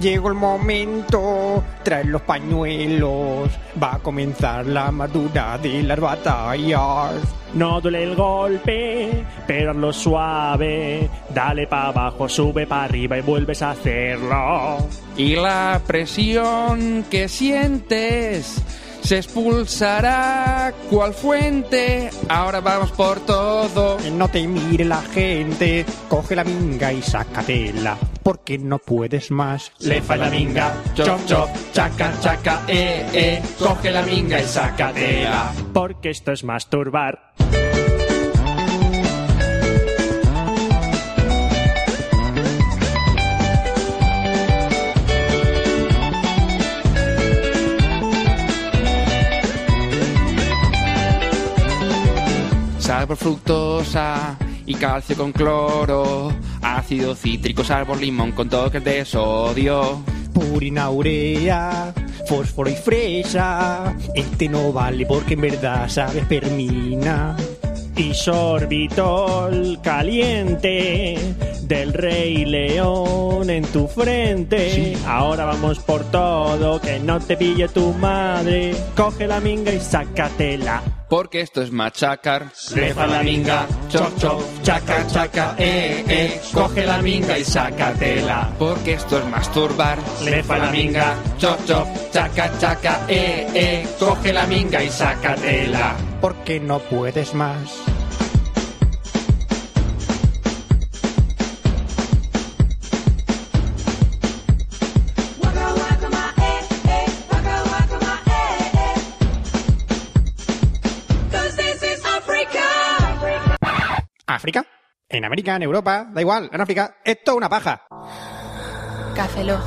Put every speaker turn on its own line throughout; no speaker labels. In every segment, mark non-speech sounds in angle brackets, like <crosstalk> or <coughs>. Llegó el momento, traer los pañuelos, va a comenzar la madura de las batallas.
No duele el golpe, pero hazlo suave. Dale para abajo, sube para arriba y vuelves a hacerlo.
Y la presión que sientes se expulsará cual fuente. Ahora vamos por todo.
No te mire la gente, coge la minga y sácatela, porque no puedes más.
Lefa la minga, chop chop, chaca chaca, eh eh, coge la minga y sácatela.
Porque esto es masturbar.
Sabor fructosa y calcio con cloro, ácido cítrico, sabor limón con toques de sodio.
Purina urea, fósforo y fresa. Este no vale porque en verdad sabe permina.
Y sorbitol caliente del rey león en tu frente. Ahora vamos por todo, que no te pille tu madre. Coge la minga y sácatela.
Porque esto es machacar.
Lefa la minga, chop chop, chaca chaca, eh eh, coge la minga y sácatela.
Porque esto es masturbar.
Lefa la minga, chop chop, chaca chaca, eh eh, coge la minga y sácatela.
porque no puedes más. ¿África? En América, en Europa, da igual, en África, esto es una paja.
Café Lock.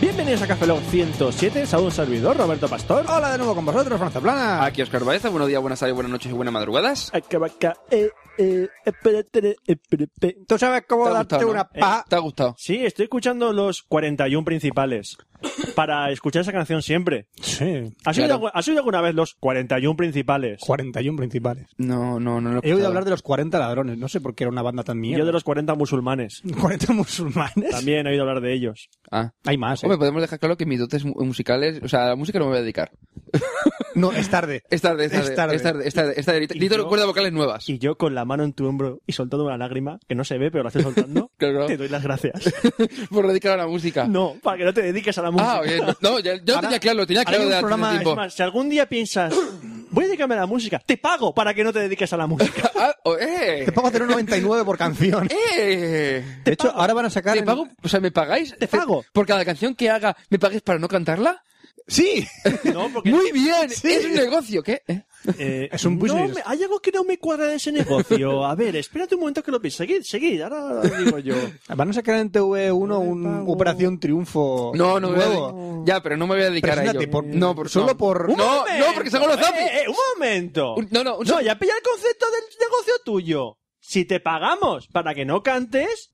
Bienvenidos a Café Lock 107, saludo un servidor, Roberto Pastor.
Hola de nuevo con vosotros, Franza Plana.
Aquí Oscar Baeza, buenos días, buenas tardes, buenas noches y buenas madrugadas.
Acabaca, eh, eh, espérate, espérate.
¿Tú sabes cómo
¿Te ha
darte
gustado, no? Eh,
una paja?
¿Te ha gustado?
Sí, estoy escuchando los 41 principales para escuchar esa canción siempre.
Eh,
Sí.
¿Has, oído,
Claro.
algu- has oído alguna vez los 41 principales?
41 principales.
No, no, no lo
He oído hablar de los 40 ladrones, no sé por qué era una banda tan mía.
Yo de los 40 musulmanes.
40 musulmanes.
También he oído hablar de ellos.
Ah.
Hay más. ¿eh?
Hombre, podemos dejar claro que mis dotes mu- musicales, o sea, a la música no me voy a dedicar.
No, es tarde.
Es tarde, es tarde, es tarde, es tarde, es tarde. Necesito
yo-
recuerda vocales nuevas.
Y yo con la mano en tu hombro y soltando una lágrima, que no se ve, pero la estoy soltando,
<laughs> Claro.
te doy las gracias.
<laughs>
<laughs>
Por dedicar a la música.
No, para que no te dediques a la música.
Ah,
<laughs>
bien. No, ya, yo lo
Ahora-
tenía claro, lo tenía
ahora
claro
hay un
de hace
programa,
tiempo.
Es más, si algún día piensas, voy a dedicarme a la música, te pago para que no te dediques a la música.
Ah, oh, eh,
Te pago tener un 99 por
<laughs>
canción.
eh.
De hecho, ahora van a sacar.
¿Te
en-
pago? O sea, ¿me pagáis?
Te pago.
¿Por cada canción que haga, me pagues para no cantarla?
Sí.
No, porque
Muy bien,
Sí.
es un negocio, ¿qué? Eh,
eh,
Es un
no
business.
me- hay algo que no me cuadra de ese negocio. A ver, espérate un momento que lo pienso. Seguid, seguid, ahora lo digo
<laughs>
yo.
Van a sacar en TV1 un Operación Triunfo.
No, no, me voy a
nuevo.
dedicar- ya, pero no me voy a dedicar a
Oh, Preséntate
ello.
por-
no, por,
solo
no.
por-
No,
¡Un
no, porque se hago los
momento!
zombies.
Eh, eh, ¡Un momento!
Un- no, no, un
no,
seg-
ya pilla el concepto del negocio tuyo. Si te pagamos para que no cantes,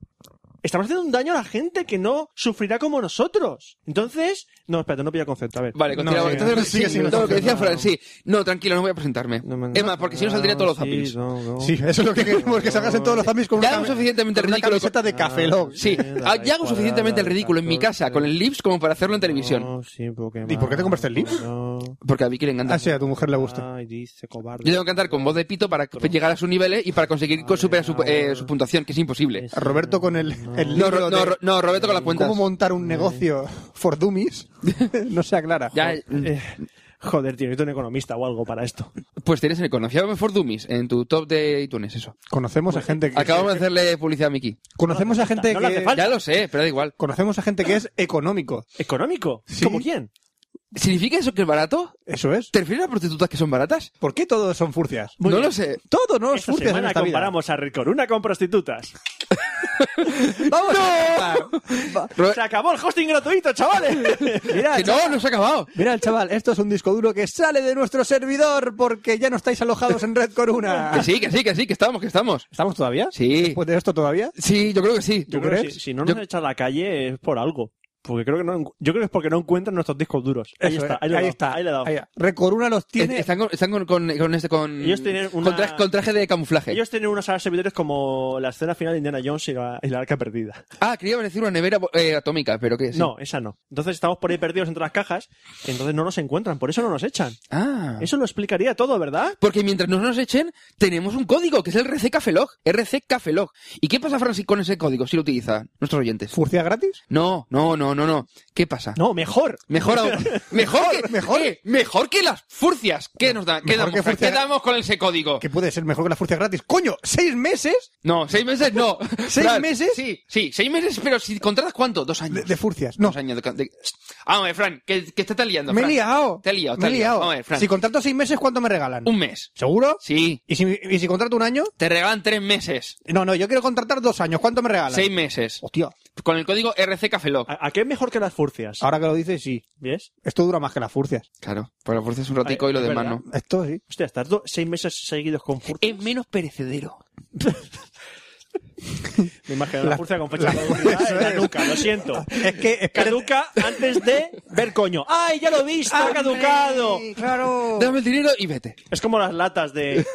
estamos haciendo un daño a la gente que no sufrirá como nosotros. Entonces, no, espérate, no pilla el concepto. A ver.
Vale,
No,
continuamos.
sí,
Entonces,
no,
sí,
sigue sin
no, lo que
hacer
decía
nada.
Fran, sí. No, tranquilo, no voy a presentarme.
No me-
es más, porque si no saldría todos los
Sí,
zappings.
no, no.
Sí, eso es lo que
<laughs>
queremos, que salgas en todos los zombies con
Ya
una,
hago
cami-
suficientemente
con una
ridículo
camiseta de Café Lock.
Sí, ah, ya hago suficientemente el ridículo en mi casa con el lips como para hacerlo en televisión.
No, sí, Pokémon.
¿Y por qué te compraste el Lips?
No.
Porque a Vicky le encanta.
Ah, sí, a tu mujer le gusta.
Ay, dice cobarde.
Yo tengo que cantar con voz de pito para llegar a su nivel y para conseguir co- superar su, eh, su puntuación, que es imposible.
A Roberto con el, el
No,
libro
Ro- no,
de
Ro- no, Roberto con las cuentas.
cómo montar un negocio for dummies.
<laughs>
no se aclara.
Ya, eh,
Eh, joder, tío, necesito un economista o algo para esto.
pues tienes el conocido For Dummies en tu top de iTunes, eso.
Conocemos a gente que...
Acabamos de hacerle publicidad a Miki.
Conocemos a gente
No le hace
que...
falta.
Ya lo sé, pero da igual.
Conocemos a gente que es económico.
¿Económico?
Sí.
¿Como quién?
¿Significa eso que es barato?
Eso es.
¿Te refieres a prostitutas que son baratas?
¿Por qué todos son furcias?
Muy
no
bien.
lo sé.
Todo no es
Esta
furcias en
semana
esta vida. Eh.
comparamos a Ricoruna con prostitutas.
¡Vamos a acabar.
Ro-
¡Se acabó el hosting gratuito, chavales!
Mirad,
Que no, no se ha acabado.
mirad, chaval, esto es un disco duro que sale de nuestro servidor porque ya no estáis alojados en Red <laughs> Corona.
Que sí, que sí, que sí, que estamos, que estamos.
<laughs> ¿Estamos todavía?
Sí.
¿Después de esto todavía?
Sí, yo creo que sí.
Yo
¿Tú
creo que
crees?
si, si no nos
Yo-
echa a la calle es por algo. Porque creo que no, encu- yo creo que es porque no encuentran nuestros discos duros. Ahí
Eso,
está,
eh.
ahí, le he dado, ahí le he dado.
ahí va. Red Corona los tiene.
Es- Están con, están con, con- con este, con,
Ellos tienen una-
con, traje, con traje de camuflaje.
Ellos tienen unos salas servidores como la escena final de Indiana Jones y la, y la arca perdida.
Ah, quería decir una nevera eh, atómica, pero que sí.
No, esa no. Entonces estamos por ahí perdidos entre las cajas, entonces no nos encuentran, por eso no nos echan.
Ah.
Eso lo explicaría todo, ¿verdad?
Porque mientras no nos echen, tenemos un código, que es el RC Cafelog. RC Cafelog. ¿Y qué pasa, Francis, con ese código si lo utilizan nuestros oyentes?
¿Furcia gratis?
No, no, no, no, no. ¿Qué pasa?
No, mejor.
<laughs>
Mejor aún. Mejor, que, mejor. mejor que las furcias. ¿Qué nos dan? ¿Qué
Mejor
damos,
que
Fran?
furcia-
¿Qué damos con ese código?
Que puede ser mejor que las furcias gratis. ¡Coño! ¿Seis meses
No, seis meses no.
<laughs> ¿Seis
Fran,
meses?
Sí, sí, seis meses, pero si contratas cuánto, dos años.
de, de furcias? No.
Dos años de... de- Ah, hombre, Fran, que, que te estás liando.
Me he
Fran.
liado.
Te he liado, te
Me he
has
liado.
liado. Vamos a ver, Fran.
Si contrato seis meses, ¿cuánto me regalan?
Un mes.
¿Seguro?
Sí.
¿Y si, ¿Y si contrato un año?
Te regalan tres meses.
No, no, yo quiero contratar dos años. ¿Cuánto me regalan?
Seis meses.
Hostia,
Con el código RC
Ah.
Cafelog.
¿A, a qué es mejor que las furcias?
ahora que lo dices, sí.
¿Ves?
Esto dura más que las furcias.
Claro, por la furcia es un ratico
Ay,
y lo
es
demás
verdad.
no.
Esto sí.
Hostia, estar do- seis meses seguidos con furcias.
Es menos perecedero.
Me imagino la,
la-
furcia con fecha
la-
de caducidad
eso
en la
es.
nuca, lo siento.
Es que... es que-
Caduca antes de ver coño. ¡Ay, ya lo he visto! ¡Ha caducado!
Sí, Claro.
Dame el dinero
<laughs>
y vete.
Es como las latas de.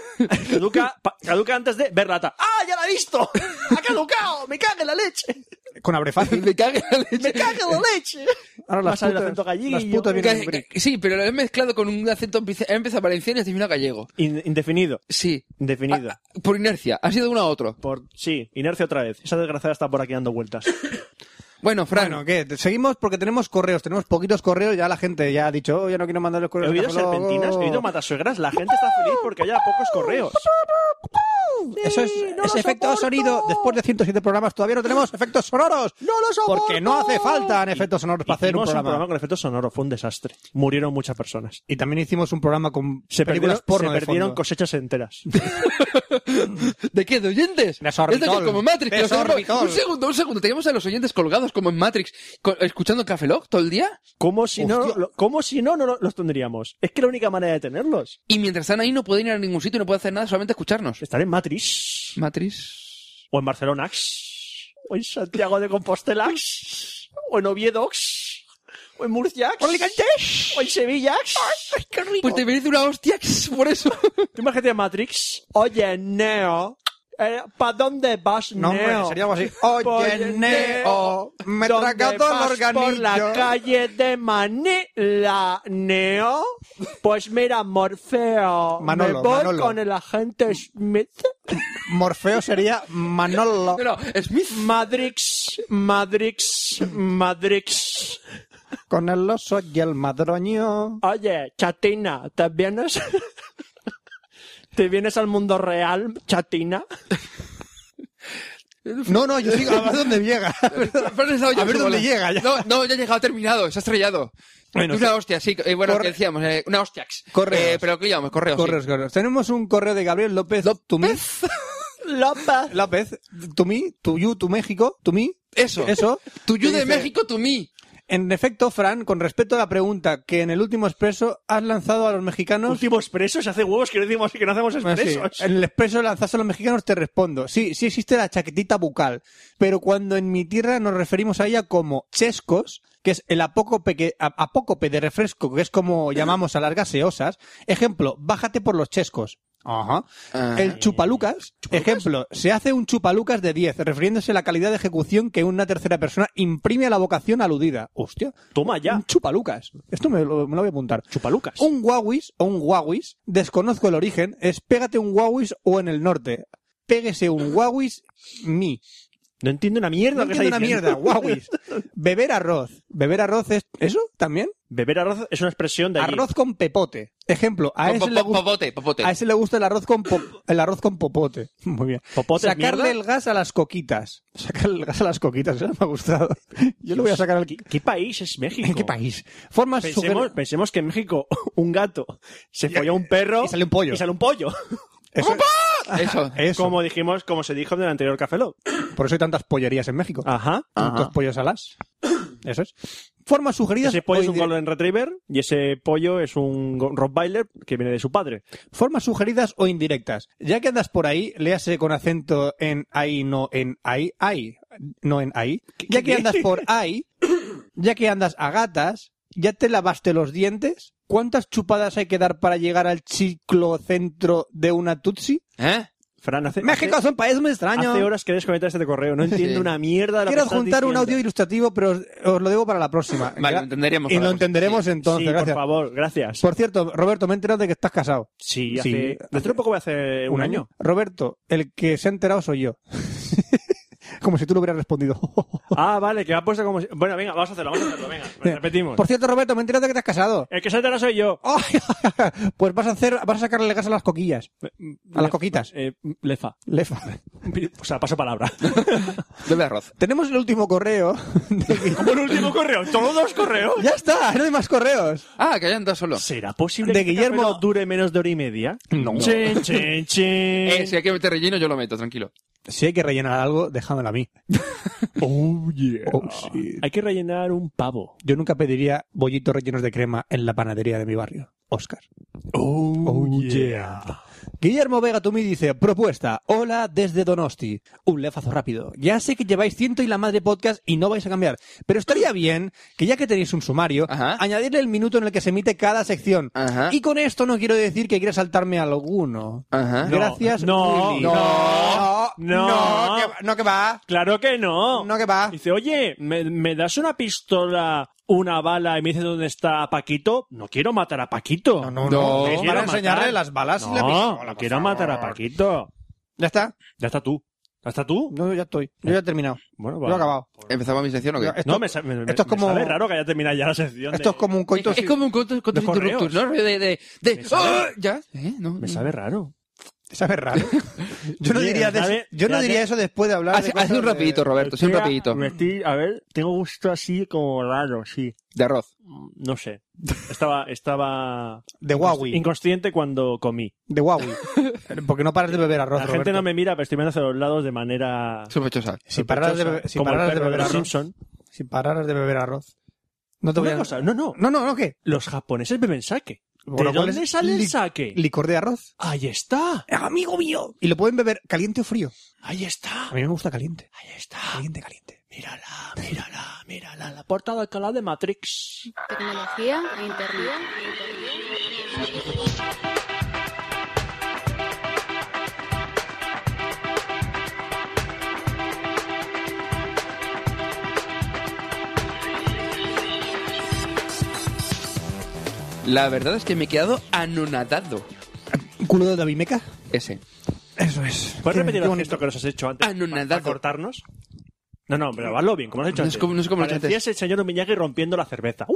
Caduca, pa- caduca antes de ver lata. ¡Ah, ya la he visto! ¡Ha caducado! ¡Me cago en la leche!
Con abre fácil.
Me cague la leche.
¡Me cago en la leche!
Ahora
Va a
las
salir el
putas,
acento gallego
las
y yo-
putas vienen
Ca-
en brick.
ca- Sí, pero lo he mezclado con un acento. He empezado valenciano y he terminado este gallego.
indefinido.
Sí.
Indefinido.
Ah, ah, por inercia. Ha sido uno a otro.
Por, sí, inercia otra vez. Esa desgraciada está por aquí dando vueltas.
Bueno, Fran.
Bueno, ¿qué? Seguimos porque tenemos correos, tenemos poquitos correos, ya la gente ya ha dicho, oh, ya no quiero mandar los
He
correos.
oído
hasta luego".
serpentinas, he oído matasuegras. La gente está feliz porque haya pocos correos.
Eso es, es efecto sonido. Después de 107 programas todavía no tenemos efectos sonoros. No los Porque no hace falta en efectos sonoros para hacer un
Hicimos
programa.
con efectos sonoros. Fue un desastre. Murieron muchas personas.
Y también hicimos un programa con
Se
películas
perdieron,
porno
se
de
perdieron
fondo.
cosechas enteras. <laughs>
¿De qué? ¿De oyentes?
De Sorbitol.
Esto que es como Matrix.
De
que los tenemos-
Sorbitol.
Un segundo, un segundo. Teníamos a los oyentes colgados como en Matrix, co- escuchando Café Lock todo el día.
¿Cómo si no,
Hostia.
lo- cómo si no, no lo- los tendríamos? Es que la única manera de tenerlos.
Y mientras están ahí no pueden ir a ningún sitio, no pueden hacer nada, solamente escucharnos.
Estar en Matrix.
Matrix.
O en Barcelona. xx, O en Santiago de Compostela. xx, O en Oviedo. xx, O en Murcia. xx, O en Sevilla. xx.
Pues te merece una hostia por eso. <laughs>
Tú imagínate a Matrix. Oye, Neo. ¿Para dónde vas,
No,
Neo?
hombre, sería algo así. Oye, Neo, me he
¿dónde
tragado
vas
el organillo.
por la calle de Manila, Neo? Pues mira, Morfeo. me
Manolo,
voy
Manolo.
con el agente Smith.
Morfeo sería
<laughs>
Manolo.
No, no, Smith.
Madrix, Madrix, Madrix.
Con el oso y el madroño.
Oye, chatina, ¿te vienes? <laughs> ¿Te vienes al mundo real, chatina?
No, no, yo sigo a ver dónde
<laughs>
llega.
Fran ha estado ya
A ver dónde
su bola.
llega, ya.
No, no, ya ha llegado, ha terminado, se ha estrellado.
Bueno,
una
sí.
hostia, sí. eh, bueno,
Corre-
que decíamos, eh, una hostia.
Correos.
Eh, pero ¿qué llamamos? Correos. sí.
Correos, correos. Tenemos un correo de Gabriel López. López.
López.
López. To me, to you, to México, to me.
Eso.
Eso.
To you
Que
de
dice,
México, to me.
En efecto, Fran, con respecto a la pregunta que en el último expreso has lanzado a los mexicanos.
Último expreso, se hace huevos que no, decimos, que no hacemos
Bueno, Pues sí,
expresos.
en el expreso lanzazo a los mexicanos te respondo. Sí, sí existe la chaquetita bucal, pero cuando en mi tierra nos referimos a ella como chescos, que es el apócope, que, a- apócope de refresco, que es como llamamos a las gaseosas. Ejemplo, bájate por los chescos. Ajá.
Ah.
El chupalucas, ejemplo, se hace un chupalucas de 10, refiriéndose a la calidad de ejecución que una tercera persona imprime a la vocación aludida. Hostia,
Toma ya.
un chupalucas. Esto me lo- me lo voy a apuntar.
Chupalucas.
Un guauis o un guauis, desconozco el origen, es pégate un guauis o en el norte. Pégese un guauis, mi.
No entiendo una mierda
No
lo que
entiendo
está
una
diciendo.
mierda,
<laughs>
guauis. Beber arroz. Beber arroz es... ¿Eso también?
Beber arroz es una expresión de allí.
Arroz con pepote. Ejemplo, a
Po-
ese,
po-
le
po-
gusta,
Popote, popote.
a ese le gusta el arroz con pop- el arroz con popote. <laughs> Muy bien.
¿Popote es
Sacarle
mierda?
el gas a las coquitas. Sacarle el gas a las coquitas, eso me ha gustado. Yo lo voy a sacar al
¿Qué, qué país es México?
¿En qué país? Formas
Pensemos,
suger-
pensemos que en México <laughs> un gato se folló a un perro
y sale un pollo.
y sale un pollo.
Eso,
<laughs> Eso.
<laughs> eso.
Como dijimos, como se dijo en el anterior Café Lock.
Por eso hay tantas pollerías en México.
Ajá.
Tantos pollos alas. Eso es. Formas sugeridas.
Ese pollo
o
es un
indi-
Golden Retriever y ese pollo es un go- Rottweiler que viene de su padre.
Formas sugeridas o indirectas. Ya que andas por ahí, léase con acento en ahí, no en ahí, ahí, no en ahí. Ya que andas por ahí, ya que andas a gatas, ya te lavaste los dientes. ¿Cuántas chupadas hay que dar para llegar al ciclocentro de una Tutsi?
¿Eh?
Fran, hace,
México es un país muy extraño.
hace horas que desconectaste de correo. No entiendo
Sí.
una mierda de lo
Quiero
que estás
adjuntar un
diciendo.
audio ilustrativo, pero os, os lo debo para la próxima.
Vale, lo entenderemos.
y
para
lo
la próxima.
entenderemos entonces,
sí,
gracias.
por favor, gracias.
Por cierto, Roberto, me he enterado de que estás casado.
Sí, hace...
Sí,
Dentro de poco voy a hacer un, año.
Roberto, el que se ha enterado soy yo. <laughs> Como si tú lo hubieras
<laughs>
respondido. <laughs>
Ah, vale, que ha puesto como... si- Bueno, venga, vamos a hacerlo, vamos a hacerlo, venga. Repetimos.
Por cierto, Roberto, me he enterado de que estás casado. <laughs>
El que se entera soy yo.
Ay, pues vas a hacer, vas a sacarle gas a las coquillas, a las coquitas.
Eh, lefa.
Lefa.
O sea, paso palabra. <laughs>
Bebe arroz.
<laughs> Tenemos el último correo. <laughs> de-
Como el último correo. Todos los correos.
ya está, no hay más correos.
Ah, que hayan dos solo.
¿Será posible
De
que
Guillermo-
Guillermo dure menos de hora y media?
No.
Chin, chin, chin.
Eh, si hay que meter relleno, yo lo meto, tranquilo.
Si hay que rellenar algo, déjamelo a mí.
Oh, yeah.
Oh, shit.
Hay que rellenar un pavo.
Yo nunca pediría bollitos rellenos de crema en la panadería de mi barrio. Oscar.
Oh,
Guillermo Vega Tumí dice, propuesta, hola desde Donosti. Un lefazo rápido. Ya sé que lleváis ciento y la madre podcast y no vais a cambiar, pero estaría bien que ya que tenéis un sumario,
Ajá.
añadirle el minuto en el que se emite cada sección.
Ajá.
Y con esto no quiero decir que quiera saltarme alguno.
Ajá.
No,
Gracias.
no,
Willy.
no,
no,
no.
que va- no, que va.
Claro que no.
No, que va.
Dice, oye, ¿me, me das una pistola, una bala y me dices dónde está Paquito? No quiero matar a Paquito.
No, no,
No.
no. Es
Quiero
para
matar.
enseñarle las balas y la
No,
pistola,
no
por
quiero matar a
favor.
Paquito.
Ya está.
Ya está tú. ¿Ya está tú?
No, ya estoy. Yo ya he terminado.
Bueno,
Yo he acabado.
¿Empezamos mi sección o qué?
Esto-
no, me, sa- me- me-
esto es
me
como-
sabe raro que haya terminado ya la sección.
Esto
de-
es como un coito.
Es, es como un conto, conto
De correos.
interruptus, ¿no? De, de, de-
Me sabe-
¡Ah! ¿Ya? ¿Eh? No.
Me sabe raro.
¿Sabes
<laughs>
raro? Yo no
Sí,
diría, de-
¿sabe?
yo no
Espérate.
diría eso después de hablar
Haz,
de
haz
cosas
un
de-
rapidito, Roberto, sí, un
Estoy a-
rapidito.
me estoy- a ver, tengo gusto así como raro, sí.
De arroz.
Mm, No sé. Estaba, estaba
De Huawei.
inconsciente cuando comí.
De Huawei. <laughs> Porque no paras de beber arroz,
La gente
Roberto.
no me mira, pero estoy mirando hacia los lados de manera.
Sospechosa.
Si pararas de, bebe-
sospechosa,
si
como el
pararas de
perro
beber
los
arroz...
Simpson.
Si pararas de beber arroz... No te voy
Una
a...
cosa, no, no.
No, no, no, ¿qué?
Los japoneses beben sake.
Por
¿De
lo cual
dónde
es
sale el
li-
sake?
Licor de arroz.
Ahí está.
¡Amigo mío! Y lo pueden beber caliente o frío.
Ahí está.
A mí me gusta caliente.
Ahí está.
Caliente, caliente.
Mírala, mírala, mírala. La puerta de Alcalá de Matrix.
Tecnología e internet.
La verdad es que me he quedado anonadado.
¿Culo de David Meca?
Ese.
Eso es.
¿Puedes repetir
Qué
el
bonito.
gesto que nos has hecho antes?
Ah, no,
pa-
nada.
para cortarnos? No, no, pero hazlo bien, como lo has hecho
No es
antes.
como- no es como lo he hecho
Parecías el señor Umiñagui rompiendo la cerveza. ¡Uh!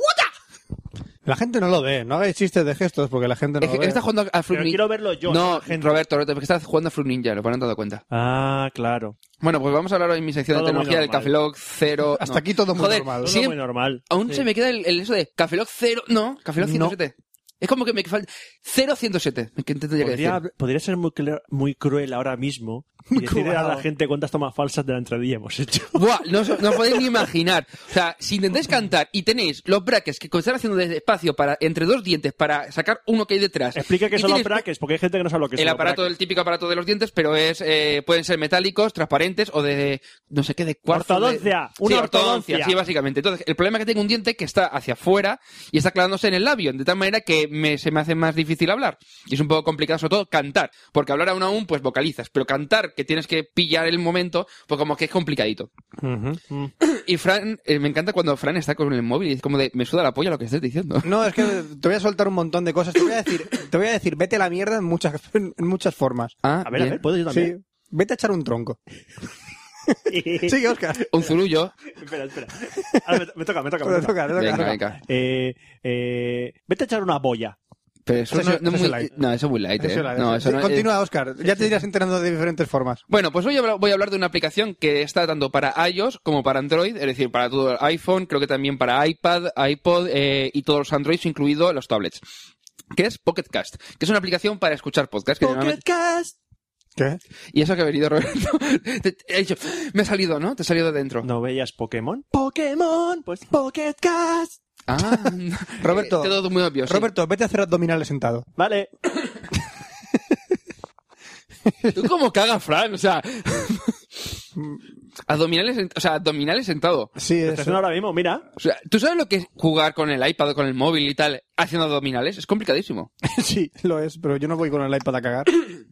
La gente no lo ve. No hagáis chistes de gestos porque la gente no
Es
lo
que
ve.
está jugando a Fruit
Pero
Ninja.
quiero verlo yo, no
No,
la gente.
Roberto, Roberto, porque estás jugando a Fruit Ninja, lo han dado cuenta.
Ah, claro.
Bueno, pues vamos a hablar hoy en mi sección
Todo
de
muy
tecnología del
normal.
Café Lock 0.
Hasta
no.
aquí todo muy
Joder,
normal.
Todo
sí,
muy normal.
aún
Sí.
se me queda el, el eso de Café Lock 0. No, Café Lock
No.
107. Es como que me falta. 0107. que tendría que
Podría,
decir.
podría ser muy, cl- muy cruel ahora mismo y decirle a la
cruel.
gente cuántas tomas falsas de la entradilla hemos hecho.
Buah, no, os- no os podéis ni imaginar. O sea, si
<laughs>
intentáis cantar y tenéis los brackets que están haciendo de espacio para, entre dos dientes para sacar uno que hay detrás.
Explica que
y
son los
tenéis
brackets, porque hay gente que no sabe lo que son
El
los
aparato,
brackets.
el típico aparato de los dientes, pero es eh, pueden ser metálicos, transparentes o de no sé qué, de cuarzo. de-
Ortodoncia, una
sí,
ortodoncia.
Sí, básicamente. Entonces, el problema es que tengo un diente que está hacia afuera y está clavándose en el labio, de tal manera que me- se me hace más difícil hablar. Y es un poco complicado, sobre todo, cantar. Porque hablar aún a un, pues vocalizas. Pero cantar, que tienes que pillar el momento, pues como que es complicadito.
Ujú. Mm.
Y Fran, eh, me encanta cuando Fran está con el móvil y es como de, me suda la polla lo que estés diciendo.
No, es que te voy a soltar un montón de cosas. Te voy a decir, te voy a decir vete a la mierda en muchas, <laughs> en muchas formas.
Ah,
A ver, a
bien.
ver, ¿puedo yo
Sí.
también?
Vete a echar un tronco. Sí, Oscar. <laughs>
Un zurullo.
<laughs> espera, espera. Ah, me, me toca, me toca. me
Te toca, te toca.
Venga, venga.
Eh, eh, vete a echar una boya.
Pero eso
Ese
no,
es-
no
ese es
muy-
el light.
no, eso es muy light.
Eso
eh.
era-
No, eso no- eh,
Continúa, Oscar. Ya te irás enterando de diferentes formas.
Bueno, pues hoy habla- voy a hablar de una aplicación que está tanto para iOS como para Android, es decir, para todo el iPhone, creo que también para iPad, iPod eh, y todos los Androids, incluido los tablets. Que es Pocket Cast, que es una aplicación para escuchar podcasts. que normalmente-
¿Qué?
Y eso que ha venido Roberto. <laughs> Te- te- he dicho, me he salido, ¿no? Te he salido de dentro.
¿No veías Pokémon? Pokémon, pues Pocket Cast.
Ah,
Roberto.
Te he dado muy obvio. sí.
Roberto, vete a hacer abdominales sentado.
Vale.
Tú como caga, Fran, o sea. <laughs> abdominales, en- o sea, abdominales sentado.
Sí,
Estás
eso.
haciendo ahora mismo, mira.
O sea, ¿tú sabes lo que es jugar con el iPad o con el móvil y tal haciendo abdominales? Es complicadísimo.
<laughs> sí, lo es, pero yo no voy con el iPad a cagar.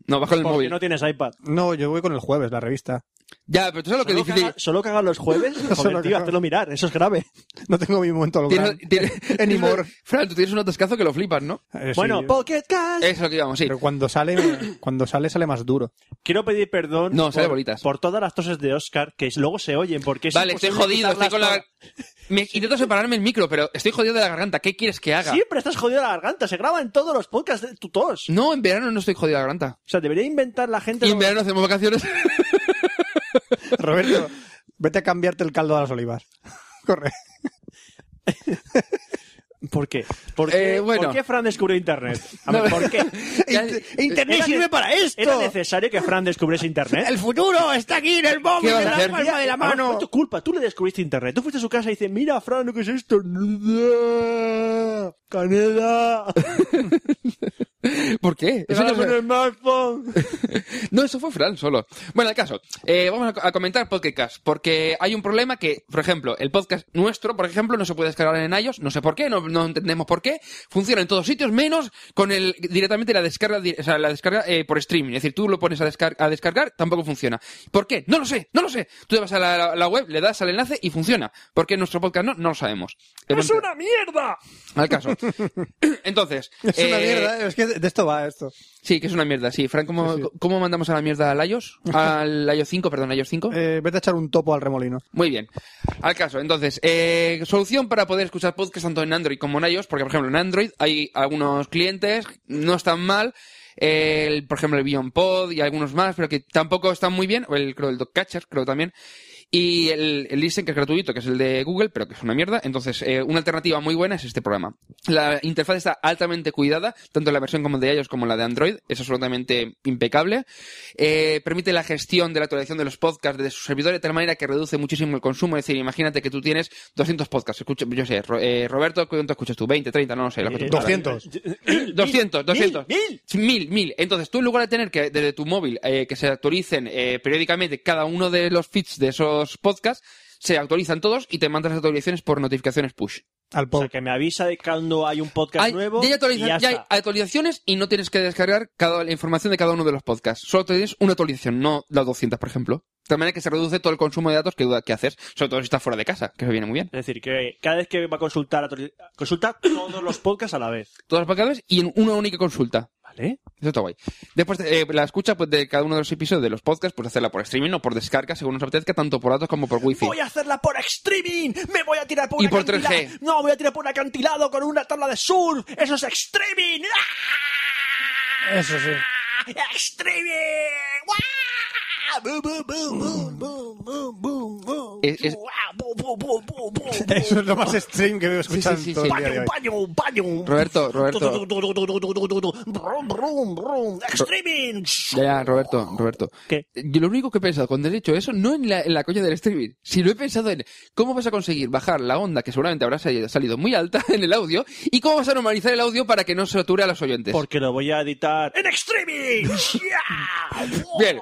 No, bajo el
Porque
móvil.
no tienes iPad.
<coughs> No, yo voy con el jueves, la revista.
Ya, pero tú sabes lo que es
Solo
difícil.
caga- Ah, Solo cagas los jueves.
Solo
Joder, tío,
cagas.
hazlo mirar. Eso es grave.
No tengo mi momento
Tienes-
logrado.
tienes-
<laughs>
tienes
Anymore.
una- Fran, tú tienes un atascazo que lo flipas, ¿no?
Eh, sí,
Bueno, Pocket Cast.
Eso es lo que íbamos, sí.
pero cuando sale, cuando sale, sale más duro.
Quiero pedir perdón
No, sale
por,
bolitas.
por todas las toses de Oscar que luego se oyen porque es
Vale, estoy
imposible
jodido, estoy
quitarlas
con la...
todas.
Me- Intento separarme el micro, pero estoy jodido de la garganta. Mm. ¿Qué quieres que haga?
Siempre estás jodido la garganta, se graba en todos los podcasts de tu tos.
No, en verano no estoy jodido de la garganta.
O sea, debería inventar la gente
Y en
lo-
verano hacemos vacaciones.
Roberto, vete a cambiarte el caldo a las olivas. <laughs> Corre.
¿Por qué? ¿Por qué,
Eh, bueno.
por qué Fran descubrió internet? A ver,
No,
¿por
<laughs>
qué?
Ya-
Internet
Era ne-
sirve para esto.
¿Era necesario que Fran descubriese internet?
<laughs> El futuro está aquí en el móvil,
¿Qué va a
en la
hacer?
palma de la
Además,
mano.
fue tu culpa, tú le descubriste internet. Tú fuiste a su casa y dices, mira, Fran, ¿lo que es esto? Canela.
¿Por qué? Eso no
regálame
fue-
un smartphone.
No, eso fue Fran solo. Bueno, el caso, eh, vamos a, a comentar podcast, porque hay un problema que, por ejemplo, el podcast nuestro, por ejemplo, no se puede descargar en iOS, no sé por qué, no, no entendemos por qué, funciona en todos sitios, menos con el directamente la descarga, di- o sea, la descarga eh, por streaming, es decir, tú lo pones a, descar- a descargar, tampoco funciona. ¿Por qué? No lo sé, no lo sé. Tú te vas a la, la- la web, le das al enlace y funciona. ¿Por qué en nuestro podcast no? No lo sabemos.
¡Es una mierda!
Al caso.
<laughs>
Entonces.
Es una
eh,
mierda, es que de esto va esto.
Sí, que es una mierda, sí. Fran, ¿cómo, cómo mandamos a la mierda al iOS? Al iOS 5, perdón, iOS 5.
Eh, vete a echar un topo al remolino.
Muy bien. Al caso, entonces, eh, solución para poder escuchar podcast tanto en Android como en iOS, porque por ejemplo en Android hay algunos clientes, no están mal, eh, el- por ejemplo el Beyond Pod y algunos más, pero que tampoco están muy bien, o el, creo el Catcher, creo también, y el, el Listen, que es gratuito, que es el de Google, pero que es una mierda. Entonces, eh, una alternativa muy buena es este programa. La interfaz está altamente cuidada, tanto la versión como de iOS como la de Android. Es absolutamente impecable. Eh, permite la gestión de la actualización de los podcasts desde su servidor de tal manera que reduce muchísimo el consumo. Es decir, imagínate que tú tienes 200 podcasts. Escucha, yo sé, Ro- eh, Roberto, ¿cuánto escuchas tú? ¿20, 30? No, lo sé. lo que tú-
200.
200, 200.
¡Mil! mil.
Mil, mil. Entonces, tú en lugar de tener que, desde tu móvil, eh, que se actualicen eh, periódicamente cada uno de los feeds de esos podcasts, se actualizan todos y te mandas las actualizaciones por notificaciones push.
Al
O
pop.
sea, que me avisa de cuando hay un podcast
Hay-
nuevo.
ya, hay
y
actualiza-
ya
ya hay
está.
actualizaciones y no tienes que descargar cada, la información de cada uno de los podcasts. Solo tienes una actualización, no las 200, por ejemplo. De tal manera que se reduce todo el consumo de datos que, que haces, sobre todo si estás fuera de casa, que eso viene muy bien.
Es decir, que cada vez que va a consultar, actualiz- consulta todos los podcasts a la vez.
Todos los podcasts y en una única consulta.
¿Vale?
Eso está guay. Después, eh, la escucha pues, de cada uno de los episodios de los podcasts, pues hacerla por streaming o por descarga, según nos apetezca, tanto por datos como por wifi.
Voy a hacerla por streaming. Me voy a tirar por
Y
un
por
acantilado.
3G.
No, voy a tirar por un acantilado con una tabla de surf. Eso es streaming.
Eso sí.
¡Ah! ¡Streaming! ¡Guau! ¡Bum, bum, bum, bum, bum, bum, bum, bum!
Es- es-
¡Guau! ¡Bum, bum, bum, bum, bum, bum!
Eso es lo más stream que veo escuchando
Sí, sí, sí,
todo
sí.
el día de
Baño,
hoy.
baño, baño.
Roberto, Roberto.
Brum, brum, brum. Streaming.
Ya, ya, Roberto, Roberto.
¿Qué?
Yo lo único que he pensado cuando has dicho eso, no en la, en la coña del streaming, sino he pensado en cómo vas a conseguir bajar la onda, que seguramente habrá sali- salido muy alta <laughs> en el audio, y cómo vas a normalizar el audio para que no sature a los oyentes.
Porque lo voy a editar en
<laughs>
streaming.
Bien.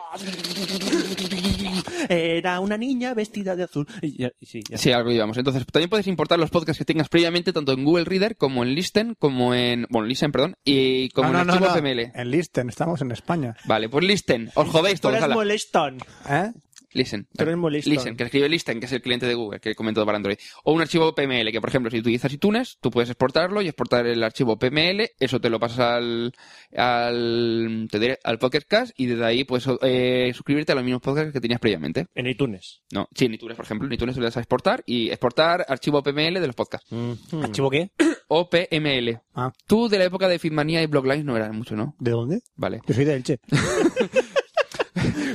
Era una niña vestida de azul. Y ya- y sí, ya.
Sí, algo llevamos. Entonces, también puedes importar los podcasts que tengas previamente, tanto en Google Reader como en Listen, como en... Bueno, Listen, perdón, y como
No,
en
no, no,
archivo
no.
PML.
En Listen, estamos en España.
Vale, pues Listen. Os jodéis todos,
Fueras
ala.
molestón.
¿Eh?
Listen.
Tú eres muy listón.
Listen, que escribe Listen, que es el cliente de Google, que he comentado para Android. O un archivo PML, que por ejemplo, si utilizas iTunes, tú puedes exportarlo y exportar el archivo PML, eso te lo pasas al, al, te diré, al Pocket Cast y desde ahí puedes eh, suscribirte a los mismos podcasts que tenías previamente.
En iTunes.
No, sí, en iTunes, por ejemplo, en iTunes le das a exportar y exportar archivo PML de los podcasts.
Hmm.
¿Archivo qué?
O PML.
Ah.
Tú de la época de Filmanía y Bloglines no eras mucho, ¿no?
¿De dónde?
Vale.
Yo soy de Elche.
¿Eh?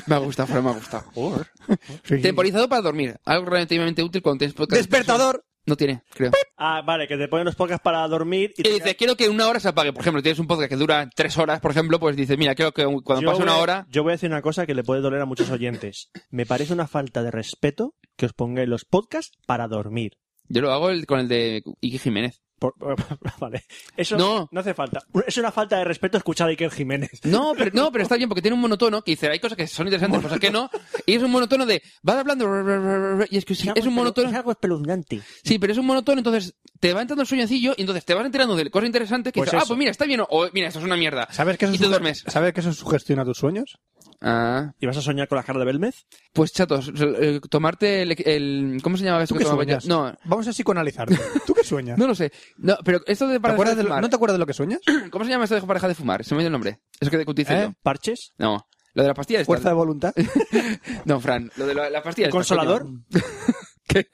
Me ha gustado, Fran, me ha gustado.
Soy-
Temporizado para dormir. Algo relativamente útil cuando tienes podcast.
¡Despertador!
No tiene, creo.
Ah, vale, que te ponen los podcasts para dormir y
Y
te
dices, Eh, quiero que en una hora se apague. Por ejemplo, tienes un podcast que dura tres horas, por ejemplo, pues dices, mira, creo que cuando
Yo
pase una
voy a-
hora...
Yo voy a decir una cosa que le puede doler a muchos oyentes. Me parece una falta de respeto que os pongáis los podcasts para dormir.
Yo lo hago el- con el de Iki Jiménez.
Por- <laughs> vale. Eso
No.
no. hace falta. Es una falta de respeto escuchar a Iker Jiménez. <laughs>
No, pero no, pero está bien porque tiene un monotono que dice, hay cosas que son interesantes, cosas que no. Y es un monotono de, va hablando y es que sí, es un monotono.
algo espeluznante.
Sí, pero es un monotono, entonces te va entrando el sueñecillo y entonces te vas enterando de cosas interesantes que
Pues
dices, ah,
eso.
pues mira, está bien o, o, mira, esto es una mierda.
¿Sabes que, eso
Y te
suge-
duermes.
¿Sabes que eso sugestiona tus sueños?
Ah,
¿Y vas a soñar con la cara de Belmez?
pues chatos, eh, tomarte el, el- ¿cómo se llamaba eso
¿Tú qué
tomaba yo?
sueñas?
No,
Vamos a psicoanalizarte.
<laughs>
¿Tú qué sueñas?
no lo sé. No, pero esto de
¿Te
pareja
acuerdas
de
de lo-
fumar.
¿No te acuerdas de lo que sueñas?
¿Cómo se llama esto de pareja de fumar? Se me ha ido el nombre. Eso que de
¿Eh?
cuticelo.
¿Parches?
No, lo de las pastillas. estas.
¿Fuerza de
<laughs>
voluntad?
No, Fran, lo de la- las pastillas. estas,
¿Consolador?
coño. ¿Qué?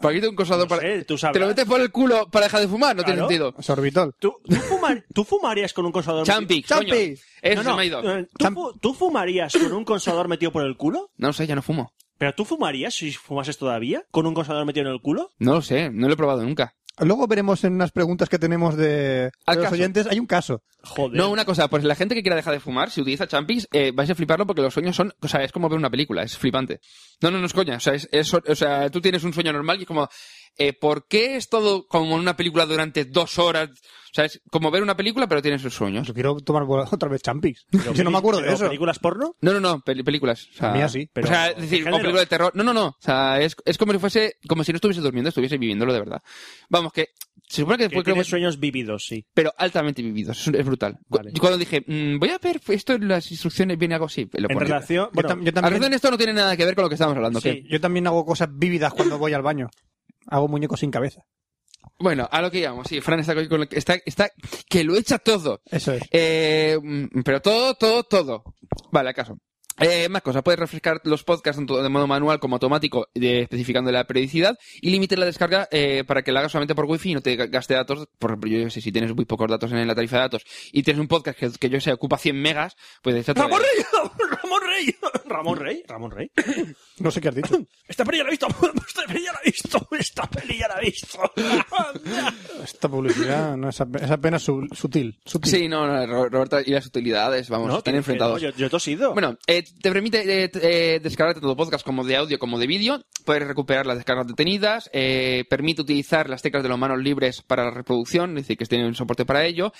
Paquito, un consolador
No
para-
sé, tú
Te lo
sabrás.
metes por el culo para dejar de fumar, no tiene
Claro.
sentido.
Sorbitol.
¿Tú, tú fumar- tú fumarías con un consolador?
Champi, coño.
Champi.
Eso
No,
se
no.
me ha ido.
Eh, ¿Tú, fu- tú fumarías con un consolador metido por el culo?
No lo sé, ya no fumo.
¿Pero tú fumarías si fumases todavía con un consolador metido en el culo?
No lo sé, no lo he probado nunca.
Luego veremos en unas preguntas que tenemos de,
Al
de los
caso.
oyentes. Hay un caso.
Joder.
No, una cosa, pues la gente que quiera dejar de fumar, si utiliza champis, eh, vais a fliparlo porque los sueños son, o sea, es como ver una película, es flipante. No, no, no es coña, o sea, es, es- o sea tú tienes un sueño normal y es como, eh, ¿por qué es todo como en una película durante dos horas? O sea, es como ver una película pero tienes los sueños.
Yo quiero tomar bo- otra vez champis.
Pero
Yo no me acuerdo de
¿pero
eso.
¿Películas porno?
No, no, no, peli- películas. O sea,
A mí así,
pero-
o sea, es
¿de
decir, o
género?
películas de terror. No, no, no. O sea, es, es como si fuese, como si no estuviese durmiendo, estuviese viviéndolo de verdad. Vamos, que se supone que
Que
después creo
tiene
que-
sueños vívidos, sí.
pero altamente vividos. Es, un- es brutal. Cu-
Vale.
Y cuando dije, mm, voy a ver, esto en las instrucciones viene algo así. Lo
En
ponía.
relación... Bueno,
yo, tam- yo
A razón,
también,
esto no tiene nada que ver con lo que estamos hablando.
Sí.
¿ok?
yo también hago cosas vívidas cuando voy al baño. Hago muñecos sin cabeza.
Bueno, a lo que íbamos. Sí, Fran está, con lo que- está, está que lo echa todo.
Eso es.
Eh, mm, pero todo, todo, todo. Vale, acaso. Eh, más cosas, puedes refrescar los podcasts tanto de modo manual como automático, de- especificando la periodicidad y límite la descarga eh, para que la hagas solamente por wifi y no te ga- gaste datos. Por ejemplo, yo sé, si tienes muy pocos datos en la tarifa de datos y tienes un podcast que, que yo sé ocupa 100 megas, pues echa todo.
¡Ramón Rey! <laughs> ¡Ramón Rey! ¡Ramón Rey! ¡Ramón Rey! <clears throat>
No sé qué has dicho.
¡Esta peli ya la he visto! <laughs> ¡Esta peli ya la he visto! <laughs> ¡Esta peli ya la he visto!
<laughs>
<laughs>
Esta publicidad no es, ap- es apenas su- sutil. sutil.
Sí, no, no, Ro- Roberta, y las utilidades, vamos,
No, que-
están
que
enfrentados.
no, yo, yo he tosido.
<laughs> Bueno, eh, te permite eh, t- eh, descargarte tanto podcast como de audio como de vídeo. Puedes recuperar las descargas detenidas. eh, permite utilizar las teclas de los manos libres para la reproducción, es decir, que tienen un soporte para ello.